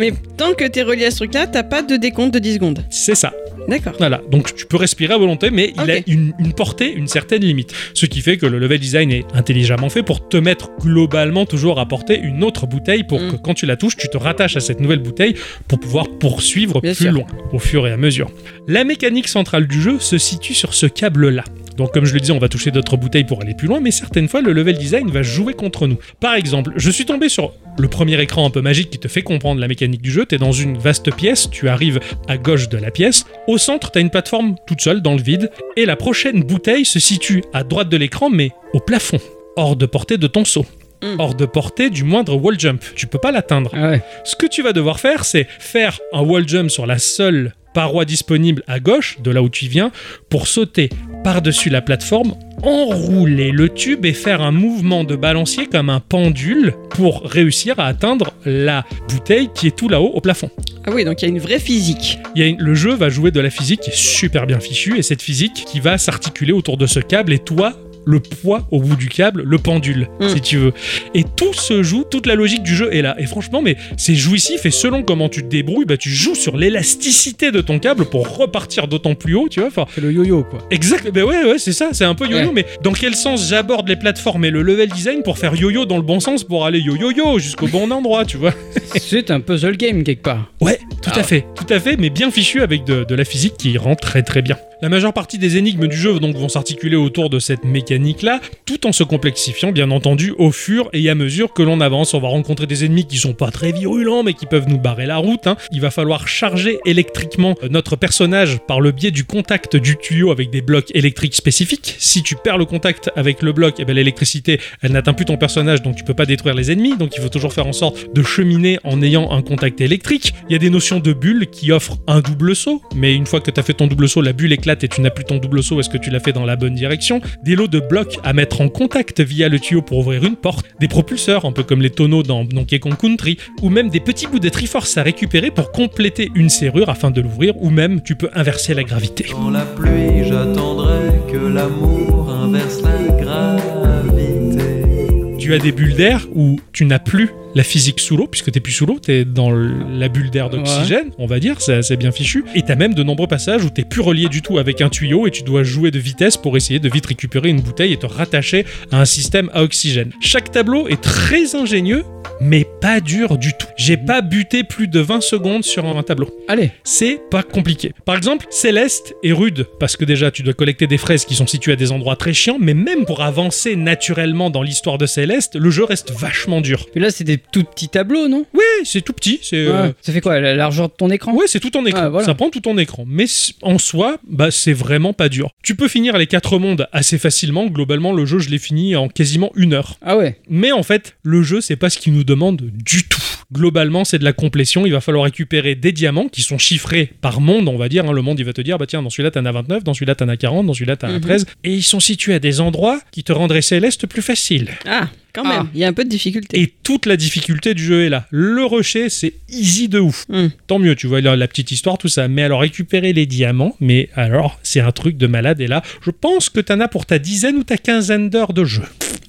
S3: Mais tant que t'es relié à ce truc-là, t'as pas de décompte de 10 secondes.
S1: C'est ça.
S3: D'accord.
S1: Voilà, donc tu peux respirer à volonté, mais il
S3: Ok.
S1: a une, une portée, une certaine limite. Ce qui fait que le level design est intelligemment fait pour te mettre globalement toujours à porter une autre bouteille pour
S3: Mm.
S1: que quand tu la touches, tu te rattaches à cette nouvelle bouteille pour pouvoir poursuivre
S3: Bien
S1: plus
S3: sûr.
S1: loin au fur et à mesure. La mécanique centrale du jeu se situe sur ce câble-là. Donc comme je le disais, on va toucher d'autres bouteilles pour aller plus loin, mais certaines fois, le level design va jouer contre nous. Par exemple, je suis tombé sur le premier écran un peu magique qui te fait comprendre la mécanique du jeu. T'es dans une vaste pièce, tu arrives à gauche de la pièce. Au centre, t'as une plateforme toute seule dans le vide, et la prochaine bouteille se situe à droite de l'écran, mais au plafond, hors de portée de ton saut.
S3: Mm.
S1: Hors de portée du moindre wall jump. Tu peux pas l'atteindre.
S2: Ah ouais.
S1: Ce que tu vas devoir faire, c'est faire un wall jump sur la seule paroi disponible à gauche, de là où tu viens, pour sauter par-dessus la plateforme, enrouler le tube et faire un mouvement de balancier comme un pendule pour réussir à atteindre la bouteille qui est tout là-haut au plafond.
S3: Ah oui, donc il y a une vraie physique.
S1: Il y a une- le jeu va jouer de la physique qui est super bien fichue et cette physique qui va s'articuler autour de ce câble et toi le poids au bout du câble, le pendule,
S3: Mm.
S1: si tu veux. Et tout se joue, toute la logique du jeu est là. Et franchement, mais c'est jouissif et selon comment tu te débrouilles, bah, tu joues sur l'élasticité de ton câble pour repartir d'autant plus haut, tu vois. Enfin,
S2: C'est le yo-yo, quoi.
S1: Exact, ben ouais, ouais, c'est ça, c'est un peu yo-yo,
S2: Ouais.
S1: mais dans quel sens j'aborde les plateformes et le level design pour faire yo-yo dans le bon sens, pour aller yo-yo-yo jusqu'au bon endroit, tu vois
S2: C'est un puzzle game, quelque part.
S1: Ouais, tout
S2: Ah.
S1: à fait, tout à fait, mais bien fichu avec de, de la physique qui rend très très bien. La majeure partie des énigmes du jeu donc vont s'articuler autour de cette mécanique-là, tout en se complexifiant bien entendu au fur et à mesure que l'on avance. On va rencontrer des ennemis qui sont pas très virulents, mais qui peuvent nous barrer la route. hein. Il va falloir charger électriquement euh, notre personnage par le biais du contact du tuyau avec des blocs électriques spécifiques. Si tu perds le contact avec le bloc, eh ben, l'électricité, elle n'atteint plus ton personnage, donc tu peux pas détruire les ennemis. Donc il faut toujours faire en sorte de cheminer en ayant un contact électrique. Il y a des notions de bulles qui offrent un double saut, mais une fois que tu as fait ton double saut, la bulle éclate et tu n'as plus ton double saut. Est-ce que tu l'as fait dans la bonne direction Des lots de blocs à mettre en contact via le tuyau pour ouvrir une porte. Des propulseurs, un peu comme les tonneaux dans Donkey Kong Country ou même des petits bouts de Triforce à récupérer pour compléter une serrure afin de l'ouvrir, ou même tu peux inverser la gravité.
S6: Dans la pluie, j'attendrai que l'amour inverse la gravité.
S1: Tu as des bulles d'air où tu n'as plus la physique sous l'eau, puisque t'es plus sous l'eau, t'es dans le- la bulle d'air d'oxygène, on va dire, c'est assez bien fichu. Et t'as même de nombreux passages où t'es plus relié du tout avec un tuyau et tu dois jouer de vitesse pour essayer de vite récupérer une bouteille et te rattacher à un système à oxygène. Chaque tableau est très ingénieux, mais pas dur du tout. J'ai pas buté plus de 20 secondes sur un tableau.
S2: Allez.
S1: c'est pas compliqué. Par exemple, Céleste est rude, parce que déjà tu dois collecter des fraises qui sont situées à des endroits très chiants, mais même pour avancer naturellement dans l'histoire de Céleste, le jeu reste vachement dur.
S2: Puis là, c'est des tout petits tableaux, non
S1: Ouais, c'est tout petit, c'est... euh,
S2: Ouais. Ça fait quoi La largeur de ton écran
S1: Ouais, c'est tout ton écran.
S2: Ah, voilà.
S1: Ça prend tout ton écran. Mais c- en soi, bah, c'est vraiment pas dur. Tu peux finir les quatre mondes assez facilement. Globalement, le jeu, je l'ai fini en quasiment une heure.
S2: Ah ouais.
S1: Mais en fait, le jeu, c'est pas ce qu'il nous demande du tout. Globalement, c'est de la complétion. Il va falloir récupérer des diamants qui sont chiffrés par monde, on va dire. hein. Le monde, il va te dire, bah tiens, dans celui-là, t'en as 29, dans celui-là, t'en as 40, dans celui-là, t'en as
S3: Mhm.
S1: 13. Et ils sont situés à des endroits qui te rendraient Céleste plus facile.
S3: Ah, quand
S2: Ah.
S3: même. Il y a un peu de difficulté.
S1: Et toute la difficulté du jeu est là. Le rocher, c'est easy de ouf.
S3: Hmm.
S1: Tant mieux, tu vois, la, la petite histoire, tout ça. Mais alors, récupérer les diamants, mais alors, c'est un truc de malade. Et là, je pense que t'en as pour ta dizaine ou ta quinzaine d'heures de jeu.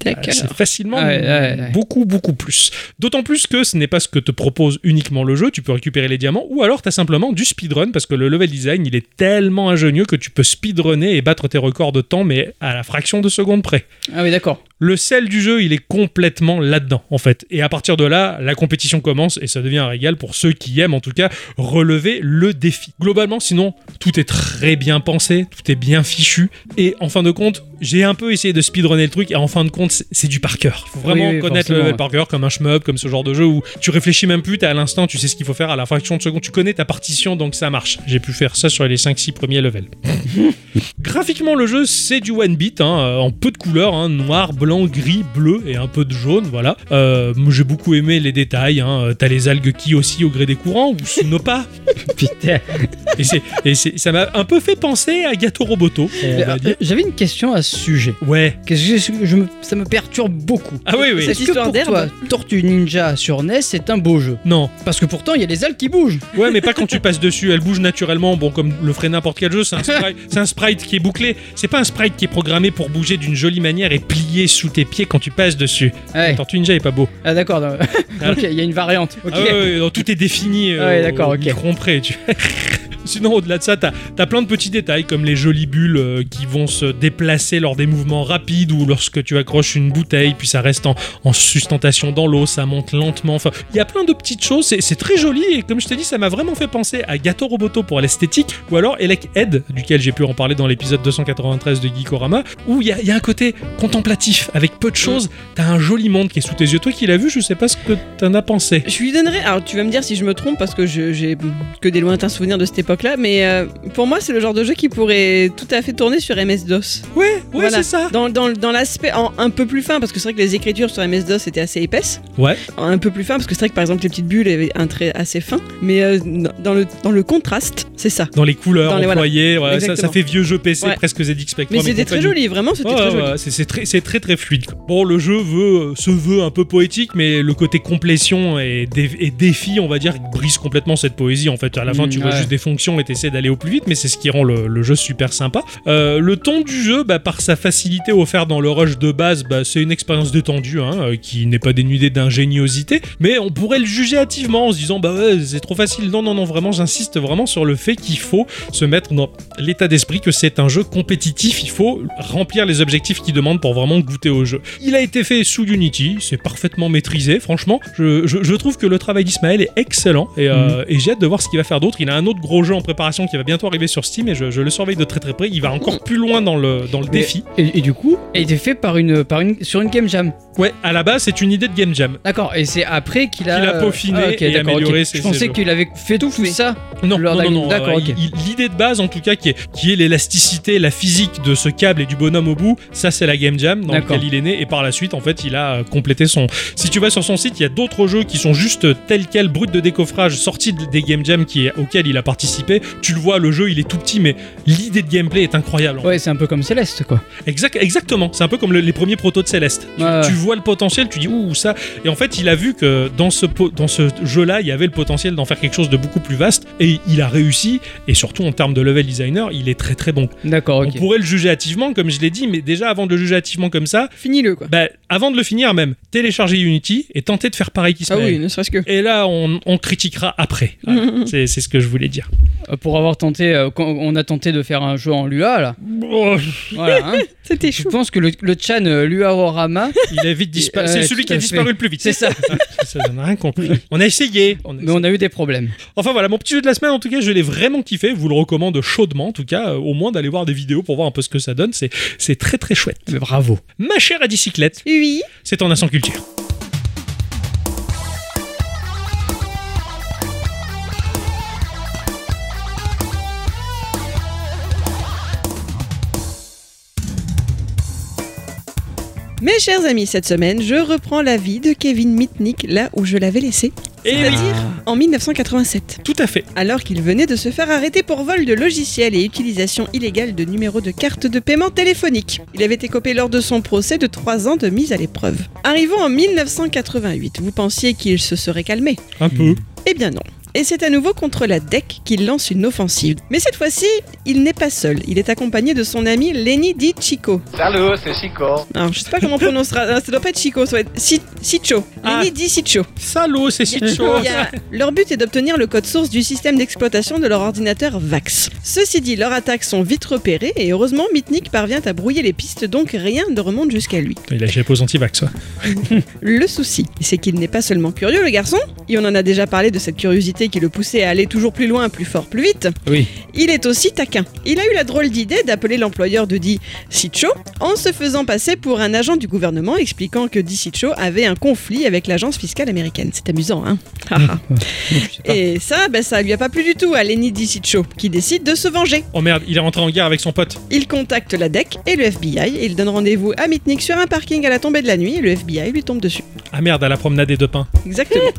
S3: D'accord.
S1: Ah, Euh, C'est facilement
S2: Ouais, ouais, ouais.
S1: beaucoup, beaucoup plus. D'autant plus que ce n'est pas ce que te propose uniquement le jeu. Tu peux récupérer les diamants ou alors tu as simplement du speedrun parce que le level design il est tellement ingénieux que tu peux speedrunner et battre tes records de temps, mais à la fraction de seconde près.
S2: Ah oui, d'accord.
S1: Le sel du jeu, il est complètement là-dedans, en fait. Et à partir de là, la compétition commence et ça devient un régal pour ceux qui aiment, en tout cas, relever le défi. Globalement, sinon, tout est très bien pensé, tout est bien fichu. Et en fin de compte, j'ai un peu essayé de speedrunner le truc et en fin de compte, c'est- c'est du par cœur. Faut vraiment
S2: Oui, oui,
S1: connaître
S2: forcément,
S1: le
S2: ouais.
S1: par cœur comme un shmup, comme ce genre de jeu où tu réfléchis même plus, t'as à l'instant, tu sais ce qu'il faut faire à la fraction de seconde, tu connais ta partition, donc ça marche. J'ai pu faire ça sur les 5-6 premiers levels. Graphiquement, le jeu, c'est du one bit, hein, euh, en peu de couleurs, hein, noir, blanc, blanc, gris, bleu et un peu de jaune, voilà. Euh, moi, J'ai beaucoup aimé les détails, hein. Euh, t'as les algues qui aussi au gré des courants, ou sous nos pas.
S2: Putain.
S1: Et, c'est- et c'est- ça m'a un peu fait penser à Gato Roboto, on va dire.
S2: euh, J'avais une question à ce sujet.
S1: Ouais.
S2: Parce que je- je me- ça me perturbe beaucoup.
S1: Ah oui, oui.
S2: Est-ce
S3: Cette histoire
S2: que pour toi,
S3: d'herbe.
S2: Tortue Ninja sur NES, c'est un beau jeu
S1: Non.
S2: Parce que pourtant, il y a les algues qui bougent.
S1: Ouais, mais pas quand tu passes dessus. Elle bouge naturellement. Bon, comme le ferait n'importe quel jeu, c'est un, sprite- c'est un sprite qui est bouclé. C'est pas un sprite qui est programmé pour bouger d'une jolie manière et plier sous tes pieds quand tu passes dessus.
S2: Ouais.
S1: Tortue Ninja est pas beau.
S2: Ah d'accord. non.
S1: Ah.
S2: ok, il y a une variante. Ok.
S1: Ah ouais, ouais, non, tout est défini. euh,
S2: Ah ouais, d'accord,
S1: au
S2: ok.
S1: micron-près, tu vois. Sinon, au-delà de ça, t'as as plein de petits détails comme les jolies bulles euh, qui vont se déplacer lors des mouvements rapides ou lorsque tu accroches une bouteille, puis ça reste en, en sustentation dans l'eau, ça monte lentement. Enfin, il y a plein de petites choses, c'est c'est très joli et comme je te dis, ça m'a vraiment fait penser à Gato Roboto pour l'esthétique ou alors Elec Head, duquel j'ai pu en parler dans l'épisode 293 de Geekorama, où il y, a- il y a un côté contemplatif avec peu de choses. T'as un joli monde qui est sous tes yeux. Toi qui l'as vu, je sais pas ce que t'en as pensé.
S3: Je lui donnerais. Alors, tu vas me dire si je me trompe parce que je- j'ai que des lointains souvenirs de cette époque-là, mais euh, pour moi, c'est le genre de jeu qui pourrait tout à fait tourner sur MS-DOS.
S1: Ouais, ouais,
S3: Voilà.
S1: c'est ça.
S3: Dans, dans- dans l'aspect en- un peu plus fin, parce que c'est vrai que les écritures sur MS-DOS étaient assez épaisses.
S1: Ouais.
S3: En Un peu plus fin, parce que c'est vrai que par exemple, les petites bulles avaient un trait assez fin, mais euh, dans, le, dans le contraste, c'est ça.
S1: Dans les couleurs
S3: Dans les- voilà.
S1: employées, ouais, ça,
S3: Exactement.
S1: ça fait vieux jeu PC,
S3: Ouais.
S1: presque ZX Spectrum.
S3: Mais
S1: et
S3: c'était très
S1: compagnie.
S3: joli, vraiment, c'était
S1: Ouais,
S3: très
S1: ouais,
S3: joli.
S1: ouais, c'est c'est très, c'est très très fluide. Bon, le jeu veut, euh, se veut un peu poétique, mais le côté complétion et, dé- et défi, on va dire, brise complètement cette poésie. En fait, à la fin,
S2: Mm,
S1: tu vois
S2: ouais.
S1: juste des fonctions et t'essaies d'aller au plus vite, mais c'est ce qui rend le, le jeu super sympa. Euh, le ton du jeu, bah, par sa facilité offerte dans le rush de base, bah, c'est une expérience détendue hein, euh, qui n'est pas dénudée d'ingéniosité, mais on pourrait le juger hâtivement en se disant bah ouais, c'est trop facile. Non non non, vraiment, j'insiste vraiment sur le fait qu'il faut se mettre dans l'état d'esprit que c'est un jeu compétitif, il faut remplir les objectifs qu'il demande pour vraiment goûter au jeu. Il a été fait sous Unity, c'est parfaitement maîtrisé, franchement. Je, je- je trouve que le travail d'Ismaël est excellent et, euh, et j'ai hâte de voir ce qu'il va faire d'autre. Il a un autre gros jeu en préparation qui va bientôt arriver sur Steam et je, je le surveille de très très près. Il va encore plus loin dans le, dans le
S2: Mais-
S1: défi.
S2: Et, et du coup, il était fait par une, par une, sur une game jam.
S1: Ouais, à la base, c'est une idée de Game Jam.
S2: D'accord. Et c'est après qu'il a,
S1: Qu'il a peaufiné
S2: Ah, ok,
S1: et
S2: d'accord,
S1: amélioré
S2: ok.
S1: ses-
S2: Je
S1: ses
S2: pensais
S1: jeux.
S2: qu'il avait fait tout,
S3: Tout fait.
S2: ça.
S1: Non,
S2: Leur
S1: non, non,
S2: organisme.
S1: non,
S2: D'accord,
S1: euh,
S2: ok.
S1: il- il- L'idée de base, en tout cas, qui est, qui est l'élasticité, la physique de ce câble et du bonhomme au bout, ça, c'est la Game Jam dans
S2: D'accord.
S1: laquelle il est né. Et par la suite, en fait, il a euh, complété son. Si tu vas sur son site, il y a d'autres jeux qui sont juste euh, tels quels, bruts de décoffrage, sortis de- des Game Jam qui, auxquels il a participé. Tu le vois, le jeu, il est tout petit, mais l'idée de gameplay est incroyable. en
S2: Ouais, c'est un peu comme Céleste, quoi. Ah,
S1: Exact, exactement. C'est un peu comme le- les premiers protos de Céleste. Tu,
S2: Ouais, ouais.
S1: tu vois le potentiel, tu dis ouh ça. Et en fait, il a vu que dans ce po- dans ce jeu-là, il y avait le potentiel d'en faire quelque chose de beaucoup plus vaste. Et il a réussi. Et surtout en termes de level designer, il est très très bon.
S2: D'accord.
S1: On
S2: Ok.
S1: pourrait le juger hâtivement, comme je l'ai dit, mais déjà avant de le juger hâtivement comme ça,
S3: Finis-le, quoi.
S1: bah, avant de le finir même, télécharger Unity et tenter de faire pareil
S3: Ah
S1: qu'Ismaël.
S3: oui, ne serait-ce que.
S1: Et là, on, on critiquera après.
S2: Ah.
S1: Voilà. C'est c'est ce que je voulais dire.
S2: Euh, Pour avoir tenté, euh, quand on a tenté de faire un jeu en Lua là. Voilà. hein.
S3: C'était
S2: Je
S3: chou.
S2: pense que le, le Chan euh, Luaorama,
S1: Il a vite disparu.
S2: Ouais,
S1: c'est celui
S2: tout
S1: qui a
S2: à
S1: disparu
S2: fait.
S1: le plus vite.
S2: c'est ça.
S1: Ça, j'en ai rien compris. On a essayé. On a
S2: Mais on a eu des problèmes.
S1: Enfin voilà, mon petit jeu de la semaine, en tout cas, je l'ai vraiment kiffé. Vous le recommande chaudement, en tout cas, euh, au moins d'aller voir des vidéos pour voir un peu ce que ça donne. C'est, c'est très très chouette.
S2: Mais bravo.
S1: Ma chère à bicyclette,
S3: Oui.
S1: c'est en instant culture.
S3: Mes chers amis, cette semaine, je reprends la vie de Kevin Mitnick là où je l'avais laissé,
S1: Et oui,
S3: en 1987.
S1: tout à fait.
S3: alors qu'il venait de se faire arrêter pour vol de logiciels et utilisation illégale de numéros de carte de paiement téléphonique. Il avait été copé lors de son procès de 3 ans de mise à l'épreuve. Arrivons en 1988, vous pensiez qu'il se serait calmé
S1: Un peu.
S3: Eh bien non. Et c'est à nouveau contre la DEC qu'il lance une offensive. Mais cette fois-ci, il n'est pas seul. Il est accompagné de son ami Lenny Di Chico.
S5: Salut, c'est Chico.
S3: Alors, je sais pas comment on prononcera. non, Ça doit pas être Chico, ça doit être Si- Sicho.
S1: Ah.
S3: Lenny Di Sicho.
S1: Salaud, c'est
S3: Il y a-
S1: cette chose.
S3: il y a- Leur but est d'obtenir le code source du système d'exploitation de leur ordinateur VAX. Ceci dit, leurs attaques sont vite repérées et heureusement, Mitnick parvient à brouiller les pistes, donc rien ne remonte jusqu'à lui.
S1: Il a échappé aux anti-vax, ouais.
S3: Le souci, c'est qu'il n'est pas seulement curieux, le garçon, et on en a déjà parlé de cette curiosité curiosité qui le poussait à aller toujours plus loin, plus fort, plus vite,
S2: Oui.
S3: il est aussi taquin. Il a eu la drôle d'idée d'appeler l'employeur de Di Sitcho en se faisant passer pour un agent du gouvernement expliquant que Di Sitcho avait un conflit avec l'agence fiscale américaine. C'est amusant, hein Haha. Et ça, ben, ça lui a pas plu du tout à Lenny Di Sitcho, qui décide de se venger.
S1: Oh merde, il est rentré en guerre avec son pote.
S3: Il contacte la DEC et le FBI et il donne rendez-vous à Mitnick sur un parking à la tombée de la nuit et le FBI lui tombe dessus.
S1: Ah merde, à la promenade des deux pins.
S3: Exactement.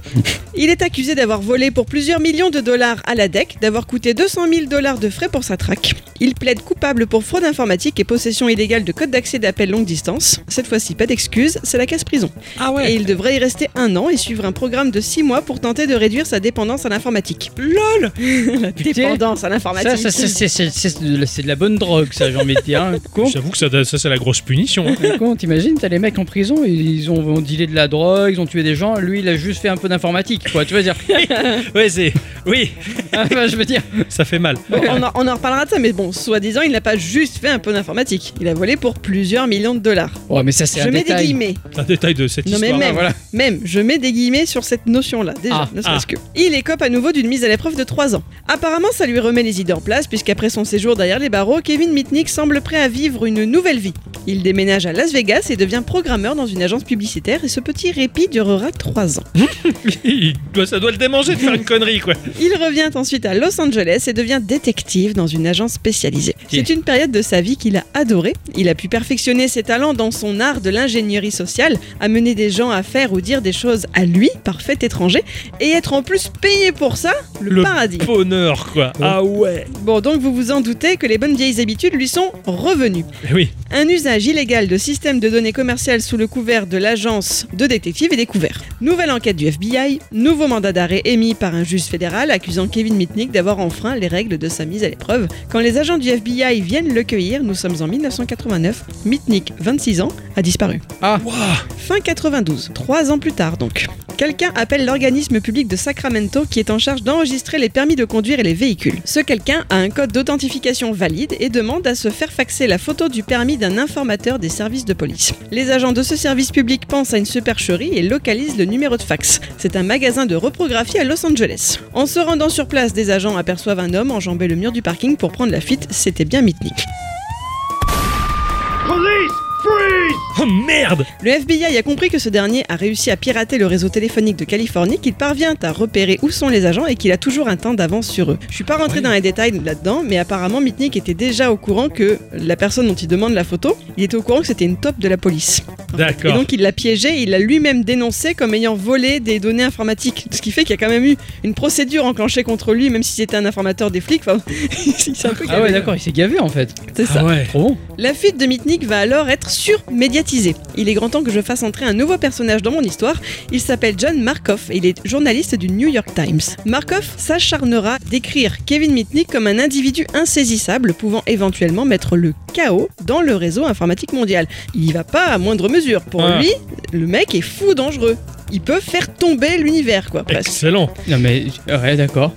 S3: Il est accusé d'avoir volé pour plusieurs millions de dollars à la DEC, d'avoir coûté 200 000 dollars de frais pour sa traque. Il plaide coupable pour fraude informatique et possession illégale de code d'accès d'appel longue distance. Cette fois-ci, pas d'excuse, c'est la casse-prison.
S1: Ah
S3: Et il devrait y rester un an et suivre un programme de 6 mois pour tenter de réduire sa dépendance à l'informatique.
S1: LOL
S3: La dépendance à l'informatique.
S2: Ça, ça, ça, c'est- c'est- c'est de la- c'est de la bonne drogue, ça, j'ai envie de dire. hein. Con,
S1: J'avoue que ça, ça, c'est la grosse punition. hein.
S2: con, t'imagines, t'as les mecs en prison, ils ont, ont dealé de la drogue, ils ont tué des gens, lui, il a juste fait un peu d'informatique, quoi, tu vas dire. Ah,
S1: Ouais, c'est. Oui,
S2: Enfin, je veux dire.
S1: ça fait mal.
S3: Bon, on, en, on en reparlera de ça, mais bon, soi-disant, il n'a pas juste fait un peu d'informatique. Il a volé pour plusieurs millions de dollars.
S2: Ouais, mais ça, c'est
S3: Je
S2: un
S3: mets des
S2: détail. Ah,
S3: guillemets.
S1: Un détail de cette
S3: Non, mais
S1: histoire.
S3: même,
S2: voilà.
S3: même, je mets des guillemets sur cette notion-là, déjà,
S2: Ah,
S3: ne serait-ce
S1: ah.
S3: que. Il écope à nouveau d'une mise à l'épreuve de 3 ans. Apparemment, ça lui remet les idées en place, puisqu'après son séjour derrière les barreaux, Kevin Mitnick semble prêt à vivre une nouvelle vie. Il déménage à Las Vegas et devient programmeur dans une agence publicitaire, et ce petit répit durera 3 ans.
S1: Il doit- ça doit le démanger de faire une connerie, quoi.
S3: Il revient ensuite à Los Angeles et devient détective dans une agence spécialisée. C'est une période de sa vie qu'il a adorée. Il a pu perfectionner ses talents dans son art de l'ingénierie sociale, amener des gens à faire ou dire des choses à lui, parfait étranger, et être en plus payé pour ça, le,
S1: Le
S3: paradis.
S1: Bonheur, quoi. Ah ouais.
S3: Bon, donc vous vous en doutez que les bonnes vieilles habitudes lui sont revenues.
S1: Eh Oui.
S3: Un usage illégal de systèmes de données commerciales sous le couvert de l'agence de détective est découvert. Nouvelle enquête du FBI, nouveau mandat d'arrêt émis par un juge fédéral accusant Kevin Mitnick d'avoir enfreint les règles de sa mise à l'épreuve. Quand les agents du FBI viennent le cueillir, nous sommes en 1989, Mitnick, 26 ans, a disparu.
S1: Ouah.
S3: Fin 92, trois ans plus tard donc. Quelqu'un appelle l'organisme public de Sacramento qui est en charge d'enregistrer les permis de conduire et les véhicules. Ce quelqu'un a un code d'authentification valide et demande à se faire faxer la photo du permis d'un informateur des services de police. Les agents de ce service public pensent à une supercherie et localisent le numéro de fax. C'est un magasin de reprographie à Los Angeles. En se rendant sur place, des agents aperçoivent un homme enjamber le mur du parking pour prendre la fuite. C'était bien Mitnick.
S1: Oh merde
S3: Le FBI a compris que ce dernier a réussi à pirater le réseau téléphonique de Californie, qu'il parvient à repérer où sont les agents et qu'il a toujours un temps d'avance sur eux. Je suis pas rentré dans les détails là-dedans, mais apparemment Mitnick était déjà au courant que la personne dont il demande la photo, il était au courant que c'était une top de la police. Et
S1: D'accord.
S3: donc il l'a piégé, il l'a lui-même dénoncé comme ayant volé des données informatiques. Ce qui fait qu'il y a quand même eu une procédure enclenchée contre lui, même si c'était un informateur des flics. Enfin, c'est un peu
S2: Ah ouais, d'accord, il s'est gavé en fait.
S3: c'est ça.
S1: Ah ouais.
S2: Trop bon.
S3: La fuite de Mitnick va alors être surmédiatisée. Il est grand temps que je fasse entrer un nouveau personnage dans mon histoire. Il s'appelle John Markoff et il est journaliste du New York Times. Markoff s'acharnera d'écrire Kevin Mitnick comme un individu insaisissable pouvant éventuellement mettre le chaos dans le réseau informatique mondial. Il y va pas à moindre mesure. Pour
S1: Ah.
S3: lui, le mec est fou dangereux. Il peut faire tomber l'univers, quoi, presque.
S1: Excellent.
S2: Non mais, ouais, d'accord.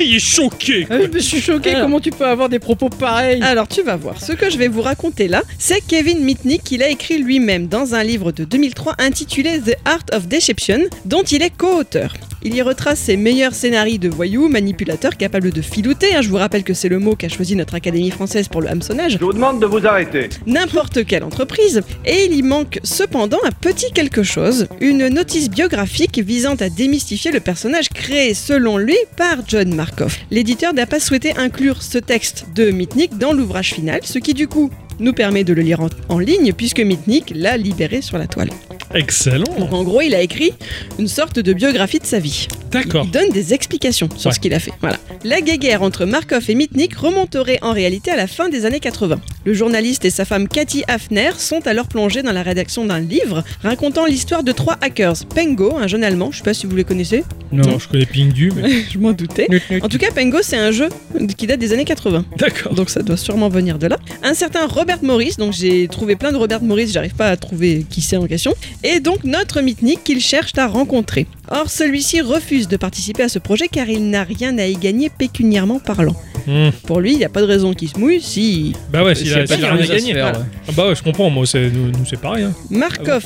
S1: Il est choqué.
S2: Ah, Je suis choqué,
S3: Alors.
S2: comment tu peux avoir des propos pareils
S3: Alors tu vas voir, ce que je vais vous raconter là, c'est Kevin Mitnick qu'il a écrit lui-même dans un livre de 2003 intitulé The Art of Deception, dont il est co-auteur. Il y retrace ses meilleurs scénarios de voyous, manipulateurs, capables de filouter, hein, je vous rappelle que c'est le mot qu'a choisi notre Académie française pour le hameçonnage,
S7: Je vous demande de vous arrêter.
S3: n'importe quelle entreprise, et il y manque cependant un petit quelque chose, une notice biographique visant à démystifier le personnage créé selon lui par John Markov. L'éditeur n'a pas souhaité inclure ce texte de Mitnick dans l'ouvrage final, ce qui du coup nous permet de le lire en, en ligne puisque Mitnick l'a libéré sur la toile.
S1: Excellent.
S3: Donc en gros, il a écrit une sorte de biographie de sa vie.
S1: D'accord.
S3: Il donne des explications sur
S1: Ouais.
S3: ce qu'il a fait. Voilà. La guéguerre entre Markov et Mitnick remonterait en réalité à la fin des années 80. Le journaliste et sa femme Cathy Hafner sont alors plongés dans la rédaction d'un livre racontant l'histoire de trois hackers. Pengo, un jeune allemand, je sais pas si vous les connaissez,
S1: Non, je connais Pingu, mais.
S3: je m'en doutais. En tout cas, Pengo, c'est un jeu qui date des années 80.
S1: D'accord.
S3: Donc ça doit sûrement venir de là. Un certain Robert Morris, donc j'ai trouvé plein de Robert Morris, j'arrive pas à trouver qui c'est en question. Et donc notre Mitnick qu'il cherche à rencontrer. Or celui-ci refuse de participer à ce projet car il n'a rien à y gagner pécuniairement parlant.
S1: Hmm.
S3: Pour lui, il n'y a pas de raison qu'il se mouille si
S1: Bah ouais,
S2: S'il
S1: s'il
S2: y a
S1: a,
S2: pas
S1: s'il
S2: de
S1: a rien
S2: raison à se
S1: gagné.
S2: faire,
S1: Voilà. Ah bah ouais, je comprends, moi, c'est, nous, nous, c'est pareil. hein.
S3: Markov,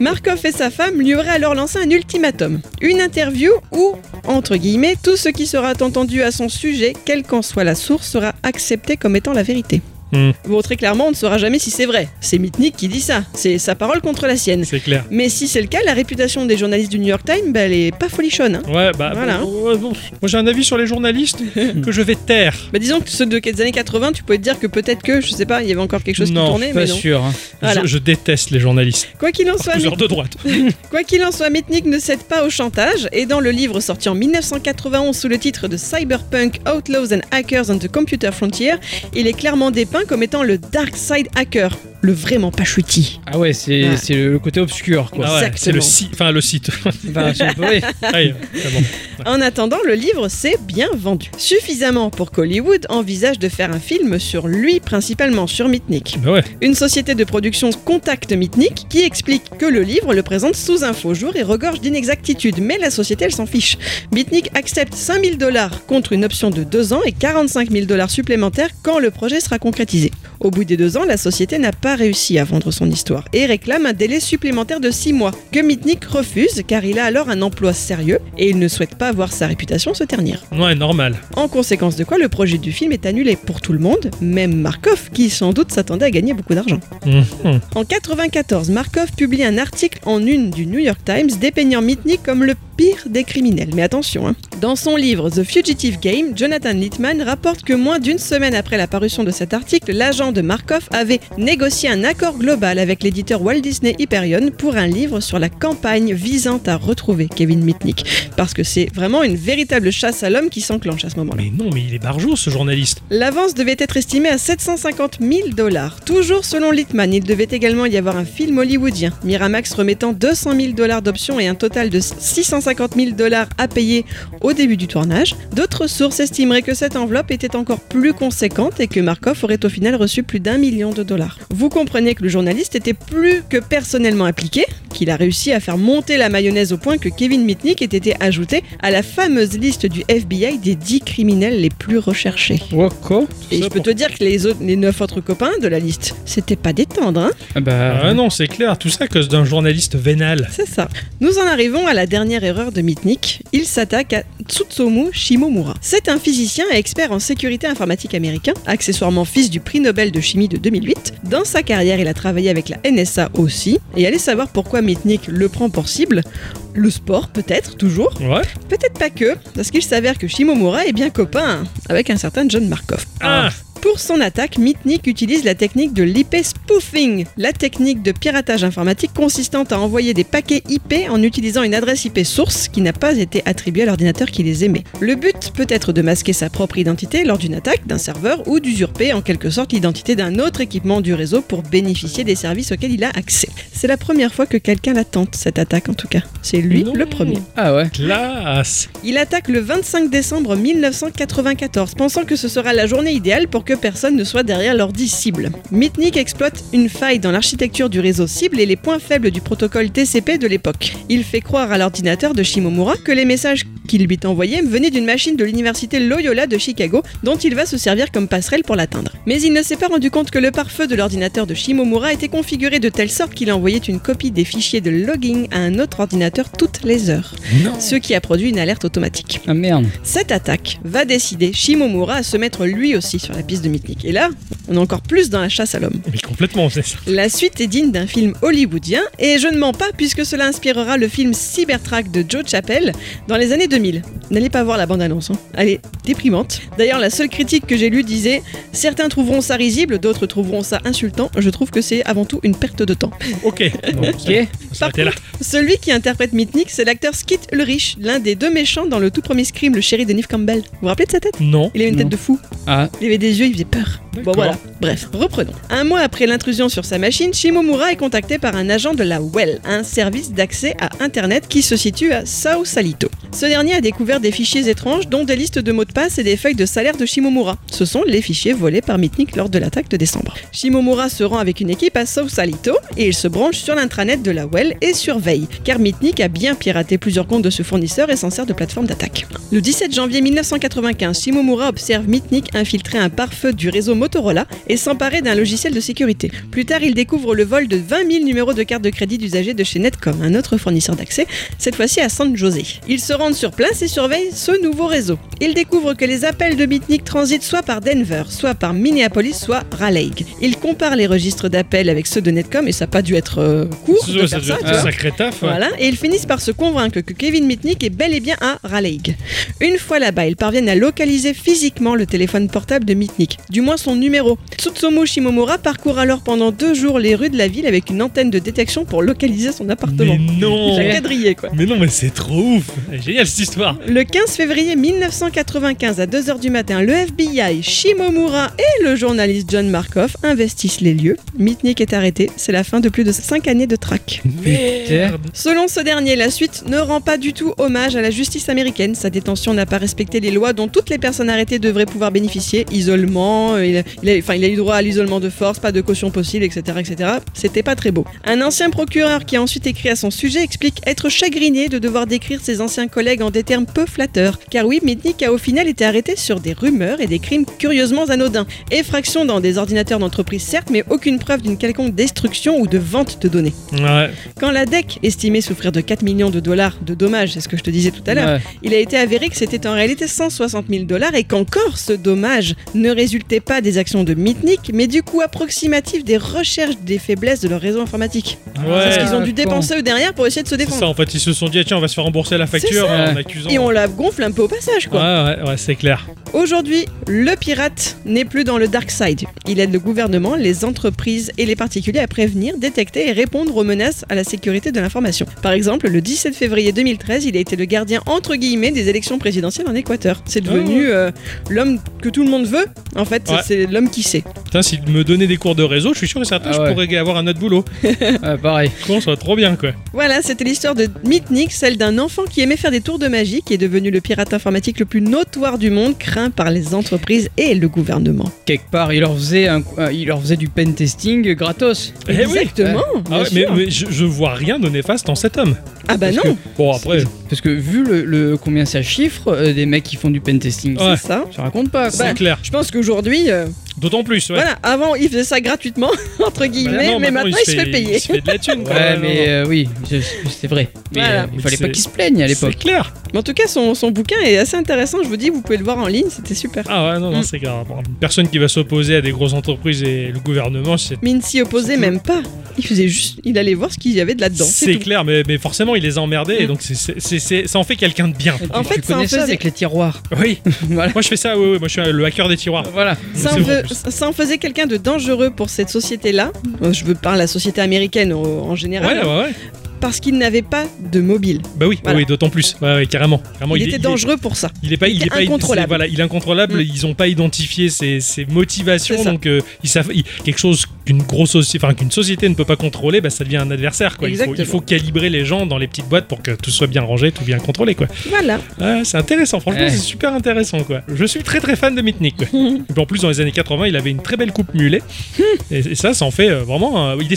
S3: Markov et sa femme lui auraient alors lancé un ultimatum, une interview où, entre guillemets, tout ce qui sera entendu à son sujet, quelle qu'en soit la source, sera accepté comme étant la vérité.
S1: Hmm.
S3: Bon, très clairement, on ne saura jamais si c'est vrai. C'est Mitnick qui dit ça. C'est sa parole contre la sienne.
S1: C'est clair.
S3: Mais si c'est le cas, la réputation des journalistes du New York Times, bah, elle est pas folichonne. Hein.
S1: Ouais, bah.
S3: Voilà.
S1: bon, ouais, bon. Moi, j'ai un avis sur les journalistes que je vais taire.
S3: Bah, disons que ceux de- des années 80, tu pouvais te dire que peut-être que, je sais pas, il y avait encore quelque chose
S1: Non,
S3: qui tournait,
S2: Pas
S3: mais non.
S2: sûr. hein.
S3: Voilà.
S1: Je, je déteste les journalistes.
S3: Quoi qu'il en soit,
S1: Plusieurs de droite.
S3: Quoi qu'il en soit, Mitnick ne cède pas au chantage, et dans le livre sorti en 1991 sous le titre de Cyberpunk Outlaws and Hackers on the Computer Frontier, il est clairement dépeint comme étant le Dark Side Hacker, le vraiment pas chouti.
S2: Ah ouais, c'est
S3: Ouais.
S2: c'est le côté obscur quoi.
S1: Ah ouais, c'est le
S3: Exactement.
S1: site. Enfin, le site. Ah,
S2: Enfin, si on peut- ouais.
S1: Aïe, c'est bon.
S3: En attendant, le livre s'est bien vendu. Suffisamment pour qu'Hollywood envisage de faire un film sur lui, principalement sur Mitnick.
S1: Bah ouais.
S3: Une société de production contacte Mitnick qui explique que le livre le présente sous un faux jour et regorge d'inexactitudes, mais la société elle s'en fiche. Mitnick accepte 5000 dollars contre une option de 2 ans et 45 000 dollars supplémentaires quand le projet sera concrétisé. Au bout des deux ans, la société n'a pas réussi à vendre son histoire et réclame un délai supplémentaire de 6 mois que Mitnick refuse car il a alors un emploi sérieux et il ne souhaite pas voir sa réputation se ternir.
S1: Ouais, normal.
S3: En conséquence de quoi, le projet du film est annulé pour tout le monde, même Markov qui sans doute s'attendait à gagner beaucoup d'argent.
S1: Hum, hum.
S3: En 94, Markov publie un article en une du New York Times dépeignant Mitnick comme le pire des criminels. Mais attention, hein. dans son livre The Fugitive Game, Jonathan Littman rapporte que moins d'une semaine après la parution de cet article, l'agent de Markov avait négocié un accord global avec l'éditeur Walt Disney Hyperion pour un livre sur la campagne visant à retrouver Kevin Mitnick. Parce que c'est vraiment une véritable chasse à l'homme qui s'enclenche à ce moment-là.
S1: Mais non, mais il est barjot, ce journaliste.
S3: L'avance devait être estimée à 750 000 dollars. Toujours selon Littman, il devait également y avoir un film hollywoodien. Miramax remettant 200 000 dollars d'options et un total de 650 000 dollars à payer au début du tournage. D'autres sources estimeraient que cette enveloppe était encore plus conséquente et que Markov aurait au final reçu plus d'un million de dollars. Vous comprenez que le journaliste était plus que personnellement impliqué, qu'il a réussi à faire monter la mayonnaise au point que Kevin Mitnick ait été ajouté à la fameuse liste du FBI des 10 criminels les plus recherchés.
S2: Woko
S3: Et
S1: Ça
S3: je peux
S1: pour-
S3: te dire que les, autres, les 9 autres copains de la liste, c'était pas des tendres, hein
S2: Ah
S1: Ah,
S2: bah
S1: non, c'est clair. Tout ça à cause d'un journaliste vénal.
S3: C'est ça. Nous en arrivons à la dernière erreur de Mitnick. Il s'attaque à Tsutsumu Shimomura. C'est un physicien et expert en sécurité informatique américain, accessoirement fils du prix Nobel de chimie de 2008. Dans sa carrière, il a travaillé avec la NSA aussi. Et allez savoir pourquoi Mitnick le prend pour cible. Le sport, peut-être, toujours.
S1: Ouais.
S3: Peut-être pas que, parce qu'il s'avère que Shimomura est bien copain avec un certain John Markov.
S1: Ah,
S3: Pour son attaque, Mitnick utilise la technique de l'IP spoofing, la technique de piratage informatique consistante à envoyer des paquets IP en utilisant une adresse IP source qui n'a pas été attribuée à l'ordinateur qui les émet. Le but peut être de masquer sa propre identité lors d'une attaque d'un serveur ou d'usurper en quelque sorte l'identité d'un autre équipement du réseau pour bénéficier des services auxquels il a accès. C'est la première fois que quelqu'un la tente, cette attaque en tout cas. C'est lui
S1: Non.
S3: le premier.
S2: Ah ouais.
S1: classe.
S3: Il attaque le 25 décembre 1994, pensant que ce sera la journée idéale pour que personne ne soit derrière l'ordi cible. Mitnick exploite une faille dans l'architecture du réseau cible et les points faibles du protocole TCP de l'époque. Il fait croire à l'ordinateur de Shimomura que les messages qu'il lui envoyait venaient d'une machine de l'université Loyola de Chicago, dont il va se servir comme passerelle pour l'atteindre. Mais il ne s'est pas rendu compte que le pare-feu de l'ordinateur de Shimomura était configuré de telle sorte qu'il envoyait une copie des fichiers de logging à un autre ordinateur toutes les heures,
S1: Non.
S3: ce qui a produit une alerte automatique.
S2: Ah merde.
S3: Cette attaque va décider Shimomura à se mettre lui aussi sur la piste de Mitnick. Et là, on est encore plus dans la chasse à l'homme.
S1: Mais complètement, c'est ça.
S3: La suite est digne d'un film hollywoodien, et je ne mens pas puisque cela inspirera le film Cybertrack de Joe Chappelle dans les années 2000. N'allez pas voir la bande-annonce, hein. elle est déprimante. D'ailleurs, la seule critique que j'ai lue disait « Certains trouveront ça risible, d'autres trouveront ça insultant, je trouve que c'est avant tout une perte de temps.
S1: Ok. Bon,
S2: Ok.
S1: Ça là.
S3: Celui qui interprète Mitnick, c'est l'acteur Skit Ulrich, l'un des deux méchants dans le tout premier Scream, le chéri de Neve Campbell. Vous vous rappelez de sa tête
S1: Non.
S3: Il avait une
S2: Non.
S3: tête de fou.
S2: Ah
S3: Il avait des yeux faisait peur. Bon
S1: D'accord.
S3: voilà, bref, reprenons. Un mois après l'intrusion sur sa machine, Shimomura est contacté par un agent de la Well, un service d'accès à Internet qui se situe à Sao Salito. Ce dernier a découvert des fichiers étranges, dont des listes de mots de passe et des feuilles de salaire de Shimomura. Ce sont les fichiers volés par Mitnick lors de l'attaque de décembre. Shimomura se rend avec une équipe à Sao Salito et il se branche sur l'intranet de la Well et surveille, car Mitnick a bien piraté plusieurs comptes de ce fournisseur et s'en sert de plateforme d'attaque. Le 17 janvier 1995, Shimomura observe Mitnick infiltrer un pare-feu du réseau Motorola et s'emparer d'un logiciel de sécurité. Plus tard, il découvre le vol de 20 000 numéros de cartes de crédit d'usagers de chez Netcom, un autre fournisseur d'accès, cette fois-ci à San José. Ils se rendent sur place et surveillent ce nouveau réseau. Ils découvrent que les appels de Mitnick transitent soit par Denver, soit par Minneapolis, soit Raleigh. Ils comparent les registres d'appels avec ceux de Netcom et ça n'a pas dû être euh, court de
S1: Ça, ça
S3: faire
S1: doit
S3: ça,
S1: être
S3: tu
S1: un
S3: vois.
S1: sacré taf. hein. ouais.
S3: Voilà, et ils finissent par se convaincre que Kevin Mitnick est bel et bien à Raleigh. Une fois là-bas, ils parviennent à localiser physiquement le téléphone portable de Mitnick, du moins son numéro. Tsutsumu Shimomura parcourt alors pendant deux jours les rues de la ville avec une antenne de détection pour localiser son appartement.
S1: Mais non
S3: Il a quadrillé quoi.
S1: Mais non, mais c'est trop ouf Génial cette histoire
S3: Le 15 février 1995 à 2h du matin, le FBI, Shimomura et le journaliste John Markov investissent les lieux. Mitnick est arrêté, c'est la fin de plus de 5 années de traque.
S1: Merde
S3: Selon ce dernier, la suite ne rend pas du tout hommage à la justice américaine. Sa détention n'a pas respecté les lois dont toutes les personnes arrêtées devraient pouvoir bénéficier. Isolement, euh, il a, il a- enfin, il a eu droit à l'isolement de force, pas de caution possible, etc. etc. C'était pas très beau. Un ancien procureur qui a ensuite écrit à son sujet explique être chagriné de devoir décrire ses anciens collègues en des termes peu flatteurs. Car oui, Mitnick a au final été arrêté sur des rumeurs et des crimes curieusement anodins. Effraction dans des ordinateurs d'entreprise, certes, mais aucune preuve d'une quelconque destruction ou de vente de données.
S1: Ouais,
S3: Quand la DEC estimait souffrir de 4 millions de dollars de dommages, c'est ce que je te disais tout à l'heure,
S2: Ouais.
S3: il a été avéré que c'était en réalité 160 000 dollars et qu'encore ce dommage ne résultait pas des actions de Mitnick, mais du coût approximatif des recherches des faiblesses de leur réseau informatique. Parce
S1: ouais
S3: qu'ils ont dû
S2: Ah, con.
S3: dépenser eux derrière pour essayer de se
S1: C'est ça
S3: défendre.
S1: en fait, ils se sont dit, ah, tiens, on va se faire rembourser la facture
S2: ça.
S1: en accusant.
S3: Et on la gonfle un peu au passage, quoi.
S1: Ouais, ouais, ouais, c'est clair.
S3: Aujourd'hui, le pirate n'est plus dans le dark side. Il aide le gouvernement, les entreprises et les particuliers à prévenir, détecter et répondre aux menaces à la sécurité de l'information. Par exemple, le 17 février 2013, il a été le gardien entre guillemets des élections présidentielles en Équateur. C'est devenu euh, l'homme que tout le monde veut. En fait,
S1: Oh. Ouais.
S3: c'est l'homme qui sait.
S1: Putain, s'ils me donnaient des cours de réseau, je suis sûr et certain,
S2: Ah
S1: je
S2: ouais.
S1: pourrais avoir un autre boulot.
S2: Ouais, Ah, pareil.
S1: Qu'on soit trop bien, quoi.
S3: Voilà, c'était l'histoire de Mitnick, celle d'un enfant qui aimait faire des tours de magie, qui est devenu le pirate informatique le plus notoire du monde, craint par les entreprises et le gouvernement.
S2: Quelque part, il leur faisait, un- euh, il leur faisait du pen testing gratos.
S1: Eh oui.
S3: Exactement.
S1: Ah
S3: bien
S1: ouais, mais,
S3: sûr.
S1: mais je, je vois rien de néfaste en cet homme.
S3: ah bah
S2: parce
S3: non.
S2: que-
S1: Bon, après,
S2: Parce que vu le, le- combien ça chiffre, euh, des mecs qui font du pen testing,
S1: Ouais.
S3: C'est ça.
S2: ça raconte pas.
S1: c'est
S2: quoi.
S1: clair.
S3: hein. Bah, Je pense qu'aujourd'hui, euh,
S1: D'autant plus, ouais.
S3: voilà, avant il faisait ça gratuitement, entre
S1: Bah
S3: guillemets,
S1: non,
S3: mais maintenant il se fait, payer.
S1: Il se fait de la thune,
S2: Ouais,
S1: quand même.
S2: mais euh, oui, c'est- c'est vrai. Mais
S3: Voilà.
S2: euh, il fallait
S1: C'est-
S2: pas qu'ils se plaignent à
S1: C'est
S2: l'époque.
S1: clair.
S3: Mais en tout cas, son, son bouquin est assez intéressant, je vous dis, vous pouvez le voir en ligne, c'était super.
S1: Ah ouais, non, non,
S3: Mm.
S1: c'est grave. Bon, Une personne qui va s'opposer à des grosses entreprises et le gouvernement, c'est.
S3: Mais il ne s'y opposait même pas. Il faisait juste, il allait voir ce qu'il y avait de là-dedans.
S1: C'est
S3: C'est tout.
S1: clair, mais, mais forcément, il les a emmerdés, et
S3: Mm.
S1: donc c'est- c'est- c'est- c'est- ça en fait quelqu'un de bien.
S2: Et puis,
S3: En fait,
S2: tu
S3: ça en
S2: connais ça,
S3: faisait-
S2: avec les tiroirs.
S1: Oui,
S2: voilà.
S1: moi je fais ça, oui, oui, moi je suis le hacker des tiroirs.
S2: Voilà.
S1: C'est
S3: Ça en,
S1: vrai, en
S3: fe-
S1: plus.
S3: ça en faisait quelqu'un de dangereux pour cette société-là. Euh, Je veux parler de la société américaine au- en
S1: Ouais,
S3: général,
S1: ouais, ouais.
S3: parce qu'il n'avait pas de mobile.
S1: Bah oui,
S3: Voilà.
S1: oui d'autant plus. Ouais, ouais, carrément. Carrément,
S3: il,
S1: est-
S3: était
S1: est-
S3: dangereux pour ça.
S1: Il est pas,
S3: Il
S1: il
S3: était
S1: est pas, il-
S3: incontrôlable.
S1: c'est- voilà, il est incontrôlable.
S3: Mm.
S1: Ils ont pas identifié ses, ses motivations,
S3: C'est ça.
S1: donc euh, ils savent ils- quelque chose qu'une grosse société, enfin qu'une société ne peut pas contrôler, bah, ça devient un adversaire. Quoi. Il, faut, il
S3: Exactement.
S1: faut calibrer les gens dans les petites boîtes pour que tout soit bien rangé, tout bien contrôlé. Quoi.
S3: Voilà.
S1: Ouais, c'est intéressant, franchement,
S2: Ouais.
S1: c'est super intéressant. Quoi. Je suis très très fan de Mitnick. quoi. Et puis, en plus, dans les années 80, il avait une très belle coupe mulet, et, et ça, ça en fait euh, vraiment. euh, il est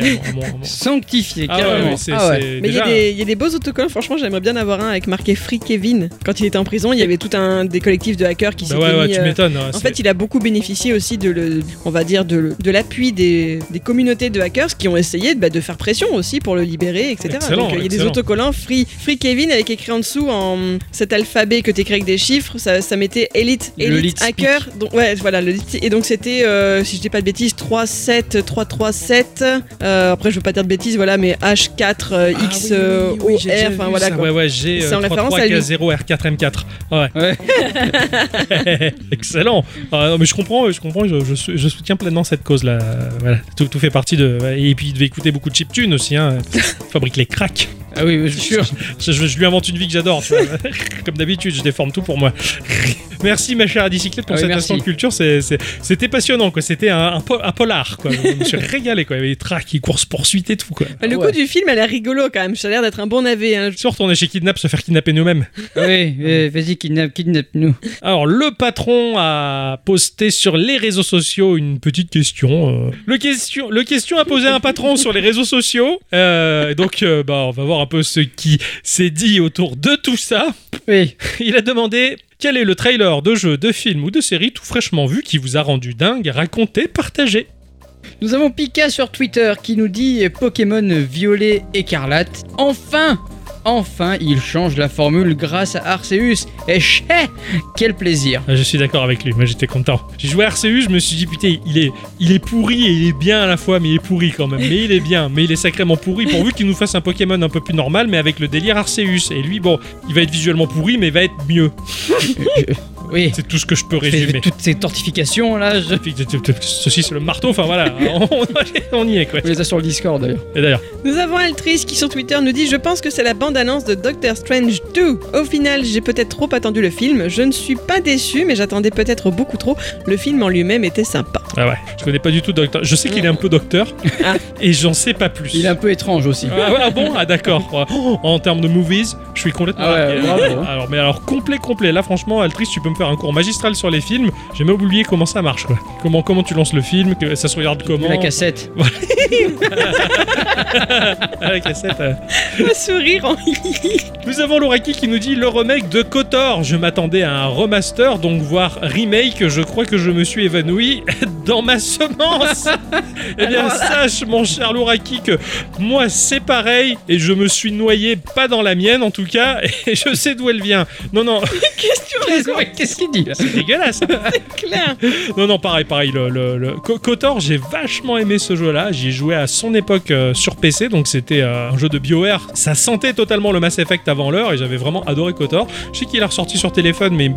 S1: hein, vraiment, vraiment.
S2: Sanctifié,
S1: Ah ouais,
S2: carrément.
S1: ouais, c'est-
S2: Ah ouais.
S1: c'est
S3: Mais il y,
S1: déjà-
S3: a
S1: hein.
S3: des- il y a des beaux autocollants, franchement j'aimerais bien avoir un avec marqué Free Kevin. Quand il était en prison, il y avait tout un des collectifs de hackers qui
S1: Bah
S3: s'étaient
S1: ouais, ouais,
S3: mis,
S1: tu
S3: euh,
S1: m'étonnes. ouais,
S3: En
S1: c'est-
S3: fait, il a beaucoup bénéficié aussi de, le, on va dire, de, le- de l'appui des, des communautés de hackers qui ont essayé bah, de faire pression aussi pour le libérer, etc.
S1: Excellent,
S3: Donc, euh, il y a des
S1: excellent.
S3: autocollants Free, Free Kevin avec écrit en dessous en cet alphabet que t'écris avec des chiffres, ça, ça mettait Elite,
S2: Le
S3: Elite
S2: lead speak.
S3: Hacker. Donc, ouais, voilà, le lead speak. et donc c'était, euh, si je dis pas de bêtises, 3, 7, 3, 3, 7. euh, après, je veux pas dire de bêtises, voilà, mais H4, euh,
S1: Ah
S3: X,
S1: oui,
S3: euh,
S1: oui,
S3: O,
S1: j'ai déjà
S3: R, enfin
S1: vu
S3: voilà
S1: ça.
S3: quoi.
S1: Ouais, ouais, j'ai euh,
S3: C'est en référence à lui.
S1: 0 r 4 m 4 Ouais.
S2: Ouais.
S1: Excellent. Ah, non, mais je comprends, je comprends, je, je sou- je soutiens pleinement cette cause-là. Euh, Voilà, tout, tout fait partie de. Et puis il devait écouter beaucoup de chiptunes aussi. Hein. Il Fabrique les cracks.
S2: Ah oui, je suis sûr.
S1: Je, je- je lui invente une vie que j'adore. tu vois. Comme d'habitude, je déforme tout pour moi. Merci ma chère bicyclette pour
S2: Ah oui,
S1: cette
S2: merci.
S1: instant culture, c'est- c'est- c'était passionnant quoi, c'était un, un po- un polar quoi. Je me suis régalé quoi, il y avait des tracks, des courses poursuites et tout quoi.
S3: Bah, le
S2: Ouais.
S3: coup du film, elle est rigolo quand même. Ça a l'air d'être un bon navet. hein.
S1: Si on retournait chez Kidnap, se faire kidnapper nous-mêmes.
S2: Oui, euh, vas-y, kidnappe, kidnappe nous.
S1: Alors, le patron a posté sur les réseaux sociaux une petite question. euh. Le question, le question a posé un patron sur les réseaux sociaux. Euh, donc, euh, bah, on va voir un peu ce qui s'est dit autour de tout ça.
S2: Oui.
S1: Il a demandé quel est le trailer de jeu, de film ou de série tout fraîchement vu qui vous a rendu dingue, raconté, partagé.
S2: Nous avons Pika sur Twitter qui nous dit Pokémon violet écarlate. Enfin Enfin, il change la formule grâce à Arceus. Et chais Quel plaisir
S1: Ah, Je suis d'accord avec lui, moi j'étais content. J'ai joué à Arceus, je me suis dit putain, il est, il est pourri et il est bien à la fois, mais il est pourri quand même. Mais il est bien, mais il est sacrément pourri pourvu qu'il nous fasse un Pokémon un peu plus normal, mais avec le délire Arceus. Et lui, bon, il va être visuellement pourri, mais il va être mieux.
S2: Oui.
S1: C'est tout ce que je peux
S2: Je fais- je fais
S1: résumer.
S2: toutes ces tortifications là, je...
S1: Ceci, c'est le marteau, enfin voilà, on, on y est quoi.
S2: On les a sur le Discord d'ailleurs.
S1: Et d'ailleurs,
S3: Nous avons Altrice qui sur Twitter nous dit Je pense que c'est la bande-annonce de Doctor Strange 2. Au final, j'ai peut-être trop attendu le film. Je ne suis pas déçu, mais j'attendais peut-être beaucoup trop. Le film en lui-même était sympa.
S1: ah ouais, je connais pas du tout Docteur. Je sais qu'il est un peu Docteur,
S3: Ah.
S1: et j'en sais pas plus.
S2: Il est un peu étrange aussi.
S1: Ah, ouais, ah bon Ah d'accord. Oh, en termes de movies, je suis complètement.
S2: Ah ouais,
S1: largué.
S2: bravo, hein.
S1: Alors mais alors complet complet. Là franchement, Altrice, tu peux me faire un cours magistral sur les films. J'ai même oublié comment ça marche quoi. Comment comment tu lances le film, que ça se regarde comment
S2: La cassette.
S1: Ah, la cassette, euh.
S3: Le sourire en hi-hi-hi.
S1: Nous avons Loraki qui nous dit le remake de Kotor. Je m'attendais à un remaster, donc voir remake. Je crois que je me suis évanoui dans ma semence. eh bien, sache, mon cher Loraki, que moi, c'est pareil et je me suis noyé, pas dans la mienne en tout cas, et je sais d'où elle vient. Non, non,
S2: Qu'est-ce qu'il dit là
S1: Eh c'est dégueulasse. hein.
S3: Claire.
S1: Non, non, pareil, pareil. Le, le- le- Co- Kotor, j'ai vachement aimé ce jeu-là. J'y ai joué à son époque euh, sur PC, donc c'était euh, un jeu de BioWare. Ça sentait totalement le Mass Effect avant l'heure et j'avais vraiment adoré Kotor. Je sais qu'il est ressorti sur téléphone, mais,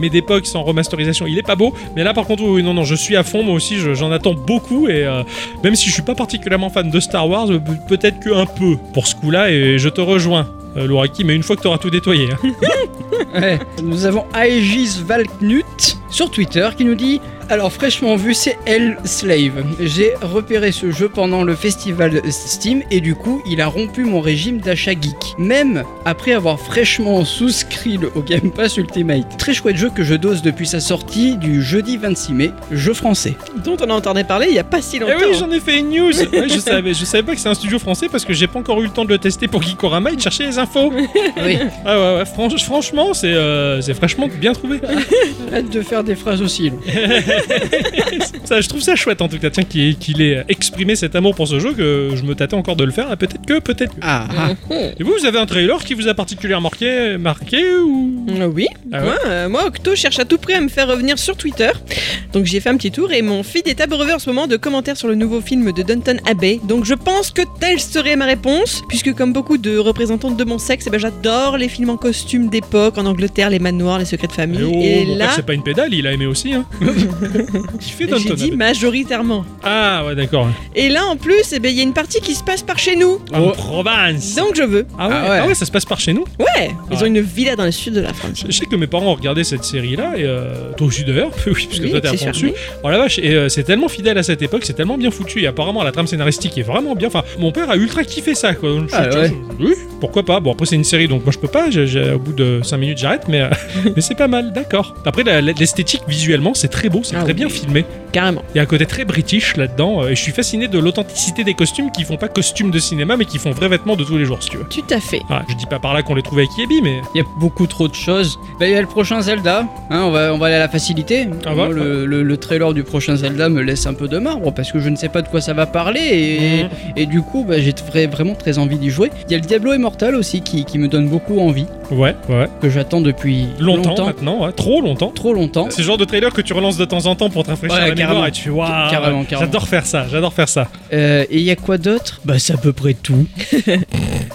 S1: mais d'époque, sans remasterisation, il est pas beau. Mais là, par contre, oui, non, non, je suis à fond. Moi aussi, je- j'en attends beaucoup et euh, même si je suis pas particulièrement fan de Star Wars, euh, pe- peut-être que un peu pour ce coup-là et je te rejoins. euh, Louraki, mais une fois que tu auras tout nettoyé. hein.
S2: Ouais. Nous avons Aegis Valknut sur Twitter qui nous dit Alors, fraîchement vu, c'est Hell Slave. J'ai repéré ce jeu pendant le festival Steam et du coup, il a rompu mon régime d'achat geek. Même après avoir fraîchement souscrit le- au Game Pass Ultimate. Très chouette jeu que je dose depuis sa sortie du jeudi 26 mai, jeu français.
S3: Dont on a entendu parler il y a pas si longtemps. hein.
S1: Eh oui, j'en ai fait une news. Ouais, je savais, je savais pas que c'est un studio français parce que j'ai pas encore eu le temps de le tester pour Gikorama et de chercher les infos.
S2: Oui.
S1: Ah ouais, ouais, franch- franchement, c'est euh, c'est franchement bien trouvé.
S2: Arrête de faire des phrases aussi longues.
S1: Ça, je trouve ça chouette en tout cas, tiens, qu'il qu'il ait exprimé cet amour pour ce jeu que je me tâtais encore de le faire. Ah, Peut-être que, peut-être. que.
S2: Ah, ah.
S1: Et vous, vous avez un trailer qui vous a particulièrement marqué, marqué ou
S3: Euh, Oui,
S1: Ah
S3: moi, euh, moi, Octo cherche à tout prix à me faire revenir sur Twitter. Donc j'ai fait un petit tour et mon feed est abreuvé en ce moment de commentaires sur le nouveau film de Dunton Abbey. Donc je pense que telle serait ma réponse, puisque comme beaucoup de représentantes de mon sexe, eh ben, j'adore les films en costume d'époque, en Angleterre, les manoirs, les secrets de famille.
S1: Eh oh,
S3: et
S1: mon père,
S3: là,
S1: c'est pas une pédale, il a aimé aussi. Hein. il fait
S3: j'ai
S1: Danton.
S3: dit majoritairement.
S1: Ah ouais, d'accord.
S3: Et là, en plus, eh ben, il y a une partie qui se passe par chez nous.
S1: En Provence.
S3: Oh. Donc je veux.
S1: Ah ouais,
S2: Ah ouais.
S1: ah ouais, ça se passe par chez nous.
S3: Ouais, ils
S1: Ouais.
S3: ont une villa dans le sud de la France.
S1: Je sais que mes parents ont regardé cette série-là, et euh, toi aussi d'ailleurs, oui, puisque
S3: Oui,
S1: toi t'es à
S3: c'est
S1: fond
S3: sûr,
S1: dessus. Oh la vache, et euh, c'est tellement fidèle à cette époque, c'est tellement bien foutu, et apparemment la trame scénaristique est vraiment bien. Enfin, mon père a ultra kiffé ça, quoi. Donc, je-
S2: Ah
S1: je-
S2: ouais.
S1: je- oui, pourquoi pas. Bon, après c'est une série, donc moi je peux pas, j'ai- j'ai- au bout de 5 minutes j'arrête, mais, euh, mais c'est pas mal, d'accord. Après, la- la- l'esthétique visuellement, c'est très beau, c'est
S3: Ah
S1: très
S3: oui.
S1: bien filmé.
S3: Carrément.
S1: Il y a un côté très british là-dedans, euh, et je suis fasciné de l'authenticité des costumes qui font pas costumes de cinéma, mais qui font vrais vêtements de tous les jours, si tu veux.
S3: Tout à fait.
S1: Ah, je dis pas par là qu'on les trouve avec Yebi, mais.
S2: Il y a beaucoup trop de choses. Bah, il y a le prochain Zelda. hein, on, va, on va aller à la facilité.
S1: Ah
S2: Moi,
S1: ouais.
S2: le, le- le trailer du prochain Zelda me laisse un peu de marbre parce que je ne sais pas de quoi ça va parler. Et,
S1: Mhm.
S2: et du coup, bah, j'ai vra- vraiment très envie d'y jouer. Il y a le Diablo Immortal aussi qui, qui me donne beaucoup envie,
S1: Ouais, ouais.
S2: que j'attends depuis
S1: Longtemps, maintenant, ouais, trop longtemps.
S2: Trop longtemps.
S1: C'est le genre de trailer que tu relances de temps en temps pour te rafraîchir
S2: Ouais,
S1: la mémoire
S2: carrément.
S1: et tu fais waouh.
S2: Carrément, carrément.
S1: J'adore faire ça, j'adore faire ça.
S2: Euh, et il y a quoi d'autre Bah, c'est à peu près tout.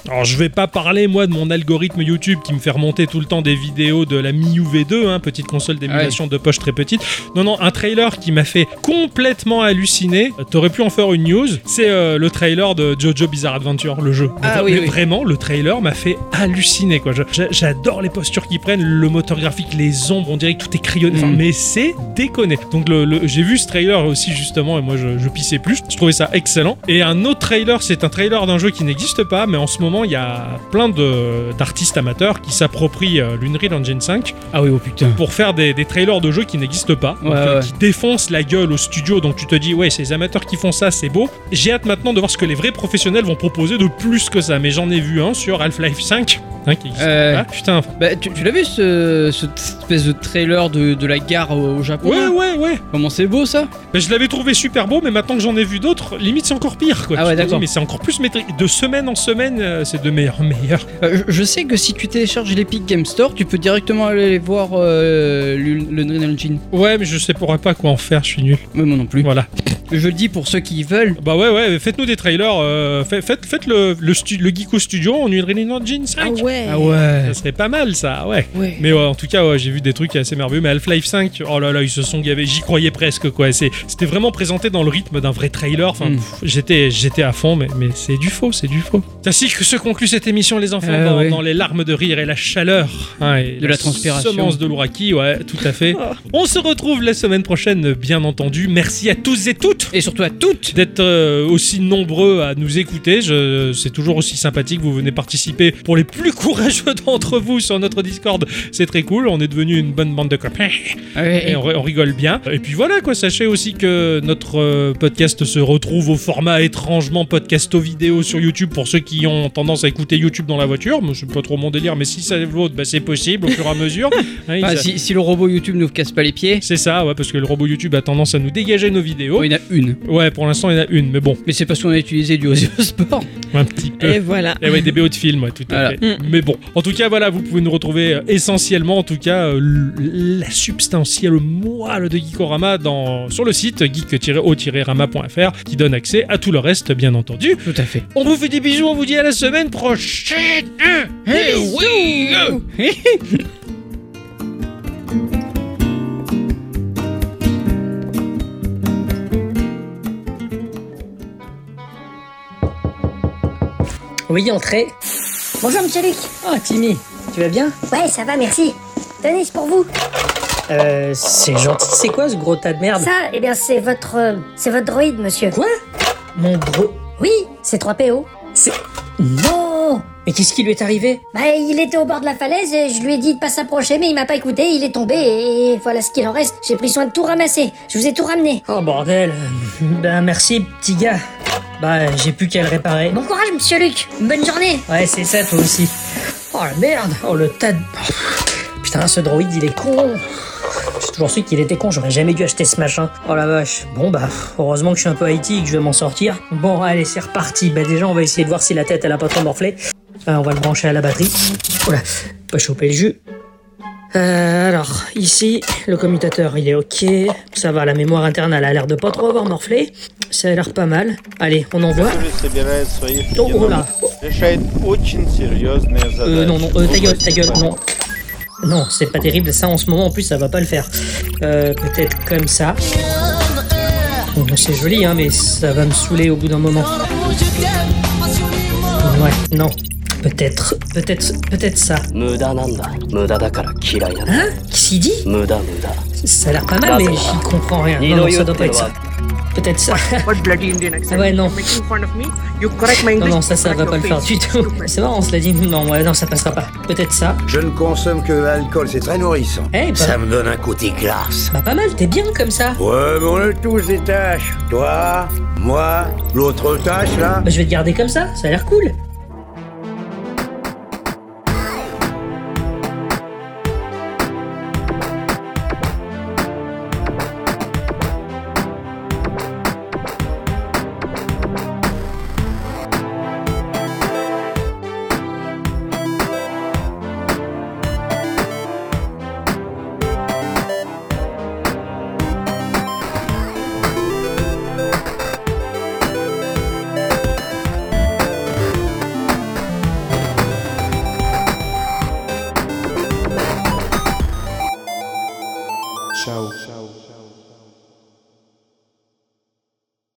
S1: Alors je vais pas parler moi de mon algorithme YouTube qui me fait remonter tout le temps des vidéos de la MIUI V2, hein, petite console d'émulation de poche très petite. Non non, un trailer qui m'a fait complètement halluciner. Euh, T'aurais pu en faire une news. C'est euh, le trailer de JoJo Bizarre Adventure, le jeu.
S2: Ah
S1: Mais
S2: oui, oui.
S1: vraiment, le trailer m'a fait halluciner quoi. Je- J'ai J'a- J'adore les postures qu'ils prennent, le moteur graphique, les ombres, on dirait que tout est crayonné. Enfin,
S2: Mm.
S1: mais c'est déconné. Donc le, le- j'ai vu ce trailer aussi justement et moi je, je pissais plus. Je trouvais ça excellent. Et un autre trailer, c'est un trailer d'un jeu qui n'existe pas, mais en ce moment il y a plein de- d'artistes amateurs qui s'approprient euh, l'Unreal Engine 5
S2: Ah oui, oh putain.
S1: pour faire des, des trailers de jeux qui n'existent pas,
S2: Ouais,
S1: donc, euh,
S2: ouais.
S1: qui défoncent la gueule au studio. Donc tu te dis, ouais, c'est les amateurs qui font ça, c'est beau. J'ai hâte maintenant de voir ce que les vrais professionnels vont proposer de plus que ça. Mais j'en ai vu un sur Half-Life 5 hein, qui existe
S2: Euh.
S1: pas. Putain. enfin,
S2: Bah, tu, tu l'as vu ce, ce- cette espèce de trailer de, de la gare au, au Japon
S1: Ouais,
S2: là
S1: ouais, ouais.
S2: Comment c'est beau ça
S1: Mais je l'avais trouvé super beau, mais maintenant que j'en ai vu d'autres, limite c'est encore pire. Quoi.
S2: Ah
S1: Tu
S2: ouais,
S1: te dis,
S2: d'accord.
S1: Mais c'est encore plus maîtrisé. De semaine en semaine, euh, c'est de meilleur en meilleur.
S2: Euh, je, je sais que si tu télécharges l'Epic Game Store, tu peux directement aller voir euh, l'Un- le Unreal Engine.
S1: Ouais, mais je sais pourrais pas quoi en faire, je suis nul.
S2: Mais moi non plus.
S1: Voilà.
S2: Je le dis pour ceux qui veulent.
S1: Bah ouais, ouais, faites-nous des trailers. euh, fait- faites faites le, le, stu- le Geeko Studio en Unreal Engine 5.
S3: ouais.
S2: Ah ouais.
S1: Ça serait pas mal ça, ouais.
S3: Ouais.
S1: Mais ouais, en tout cas, ouais, j'ai vu des trucs assez merveilleux. Mais Half-Life 5, oh là là, ils se sont gavés. J'y croyais presque, quoi. C'est- C'était vraiment présenté dans le rythme d'un vrai trailer. Enfin,
S2: Mm.
S1: pff, j'étais, j'étais à fond, mais, mais c'est du faux, c'est du faux. C'est Ainsi que se conclut cette émission, les enfants,
S2: Euh,
S1: dans,
S2: ouais.
S1: dans les larmes de rire et la chaleur. hein, et
S2: De la transpiration.
S1: Semence de l'ouraki, ouais, tout à fait. On se retrouve la semaine prochaine, bien entendu. Merci à tous et toutes
S2: Et surtout à toutes
S1: d'être euh, aussi nombreux à nous écouter. Je- C'est toujours aussi sympathique. Vous venez participer pour les plus courageux d'entre vous sur notre Discord. C'est très cool. On est devenu une bonne bande de copains
S2: Ah Ouais,
S1: et on, on rigole bien. Et puis voilà quoi, sachez aussi que notre euh, podcast se retrouve au format étrangement podcasto vidéo sur YouTube pour ceux qui ont tendance à écouter YouTube dans la voiture. Moi, c'est pas trop mon délire, mais si ça l'autre, bah, c'est possible au fur et à mesure. Hein, ils-
S2: Ah, si, si le robot YouTube nous casse pas les pieds,
S1: C'est ça, ouais, parce que le robot YouTube a tendance à nous dégager nos vidéos.
S2: bon, il y en a une.
S1: Ouais, pour l'instant, il y en a une, mais bon,
S2: Mais c'est parce qu'on a utilisé du Osio Sport.
S1: un petit peu.
S3: Et voilà.
S1: Et Eh ouais, des BO de films, ouais, tout à
S2: Voilà.
S1: fait. Mais bon, en tout cas, voilà, vous pouvez nous retrouver euh, essentiellement, en tout cas, euh, l- la substantielle moelle de Geekorama dans, sur le site geek-o-rama.fr qui donne accès à tout le reste, bien entendu.
S2: Tout à fait.
S1: On vous fait des bisous, on vous dit à la semaine prochaine!
S2: Eh oui
S7: Oui, entrez. Bonjour, monsieur Luc. Ah, Timmy, tu vas bien
S8: Ouais, ça va, merci. Tenez, c'est pour vous.
S7: Euh, c'est gentil. C'est quoi ce gros tas de merde
S8: Ça, eh bien, c'est votre. euh, c'est votre droïde, monsieur.
S7: Quoi Mon gros.
S8: Oui, c'est 3PO.
S7: C'est. Non Mais qu'est-ce qui lui est arrivé
S8: Oh, Bah, il était au bord de la falaise et je lui ai dit de pas s'approcher, mais il m'a pas écouté, il est tombé et voilà ce qu'il en reste. J'ai pris soin de tout ramasser. Je vous ai tout ramené.
S7: Oh, bordel. Ben, merci, petit gars. Bah, j'ai plus qu'à le réparer.
S8: Bon courage, monsieur Luc. Bonne journée.
S7: Ouais, c'est ça, toi aussi. Oh, la merde Oh, le tas de... Putain, ce droïde, il est con J'ai toujours su qu'il était con, j'aurais jamais dû acheter ce machin. Oh la vache. Bon bah, heureusement que je suis un peu Haïti et que je vais m'en sortir. Bon, allez, c'est reparti. Bah déjà, on va essayer de voir si la tête, elle a pas trop morflé. Euh, on va le brancher à la batterie. Oula, pas choper le jus. Euh, alors, ici, le commutateur, il est ok. Ça va, la mémoire interne, elle a l'air de pas trop avoir morflé. Ça a l'air pas mal. Allez, on envoie.
S9: собирает своих
S7: Oh, oh là
S9: решает очень серьезные задачи.
S7: Euh, non, non, euh, ta gueule, ta gueule, non. Non, c'est pas terrible, ça en ce moment en plus ça va pas le faire. Euh, peut-être comme ça. Bon, c'est joli, hein, mais ça va me saouler au bout d'un moment. Ouais, non. Peut-être, peut-être, peut-être ça. Hein Qu'est-ce qu'il dit Ça a l'air pas mal, mais j'y comprends rien. Non, non, ça doit pas être ça. Peut-être ça.
S10: What bloody Indian accent?
S7: Ah ouais, non.
S10: You're Making fun of me? You correct my
S7: Non,
S10: English.
S7: non, ça, ça
S10: correct
S7: va
S10: your
S7: pas le faire
S10: face.
S7: du tout. C'est marrant, on se l'a dit. Non, ouais, non, ça passera pas. Peut-être ça.
S11: Je ne consomme que l'alcool, c'est très nourrissant.
S7: Eh, bah-
S11: Ça me donne un côté classe.
S7: Bah, pas mal, t'es bien comme ça.
S11: Ouais, mais on a tous des tâches. Toi, moi, l'autre tâche là.
S7: Bah, je vais te garder comme ça, ça a l'air cool.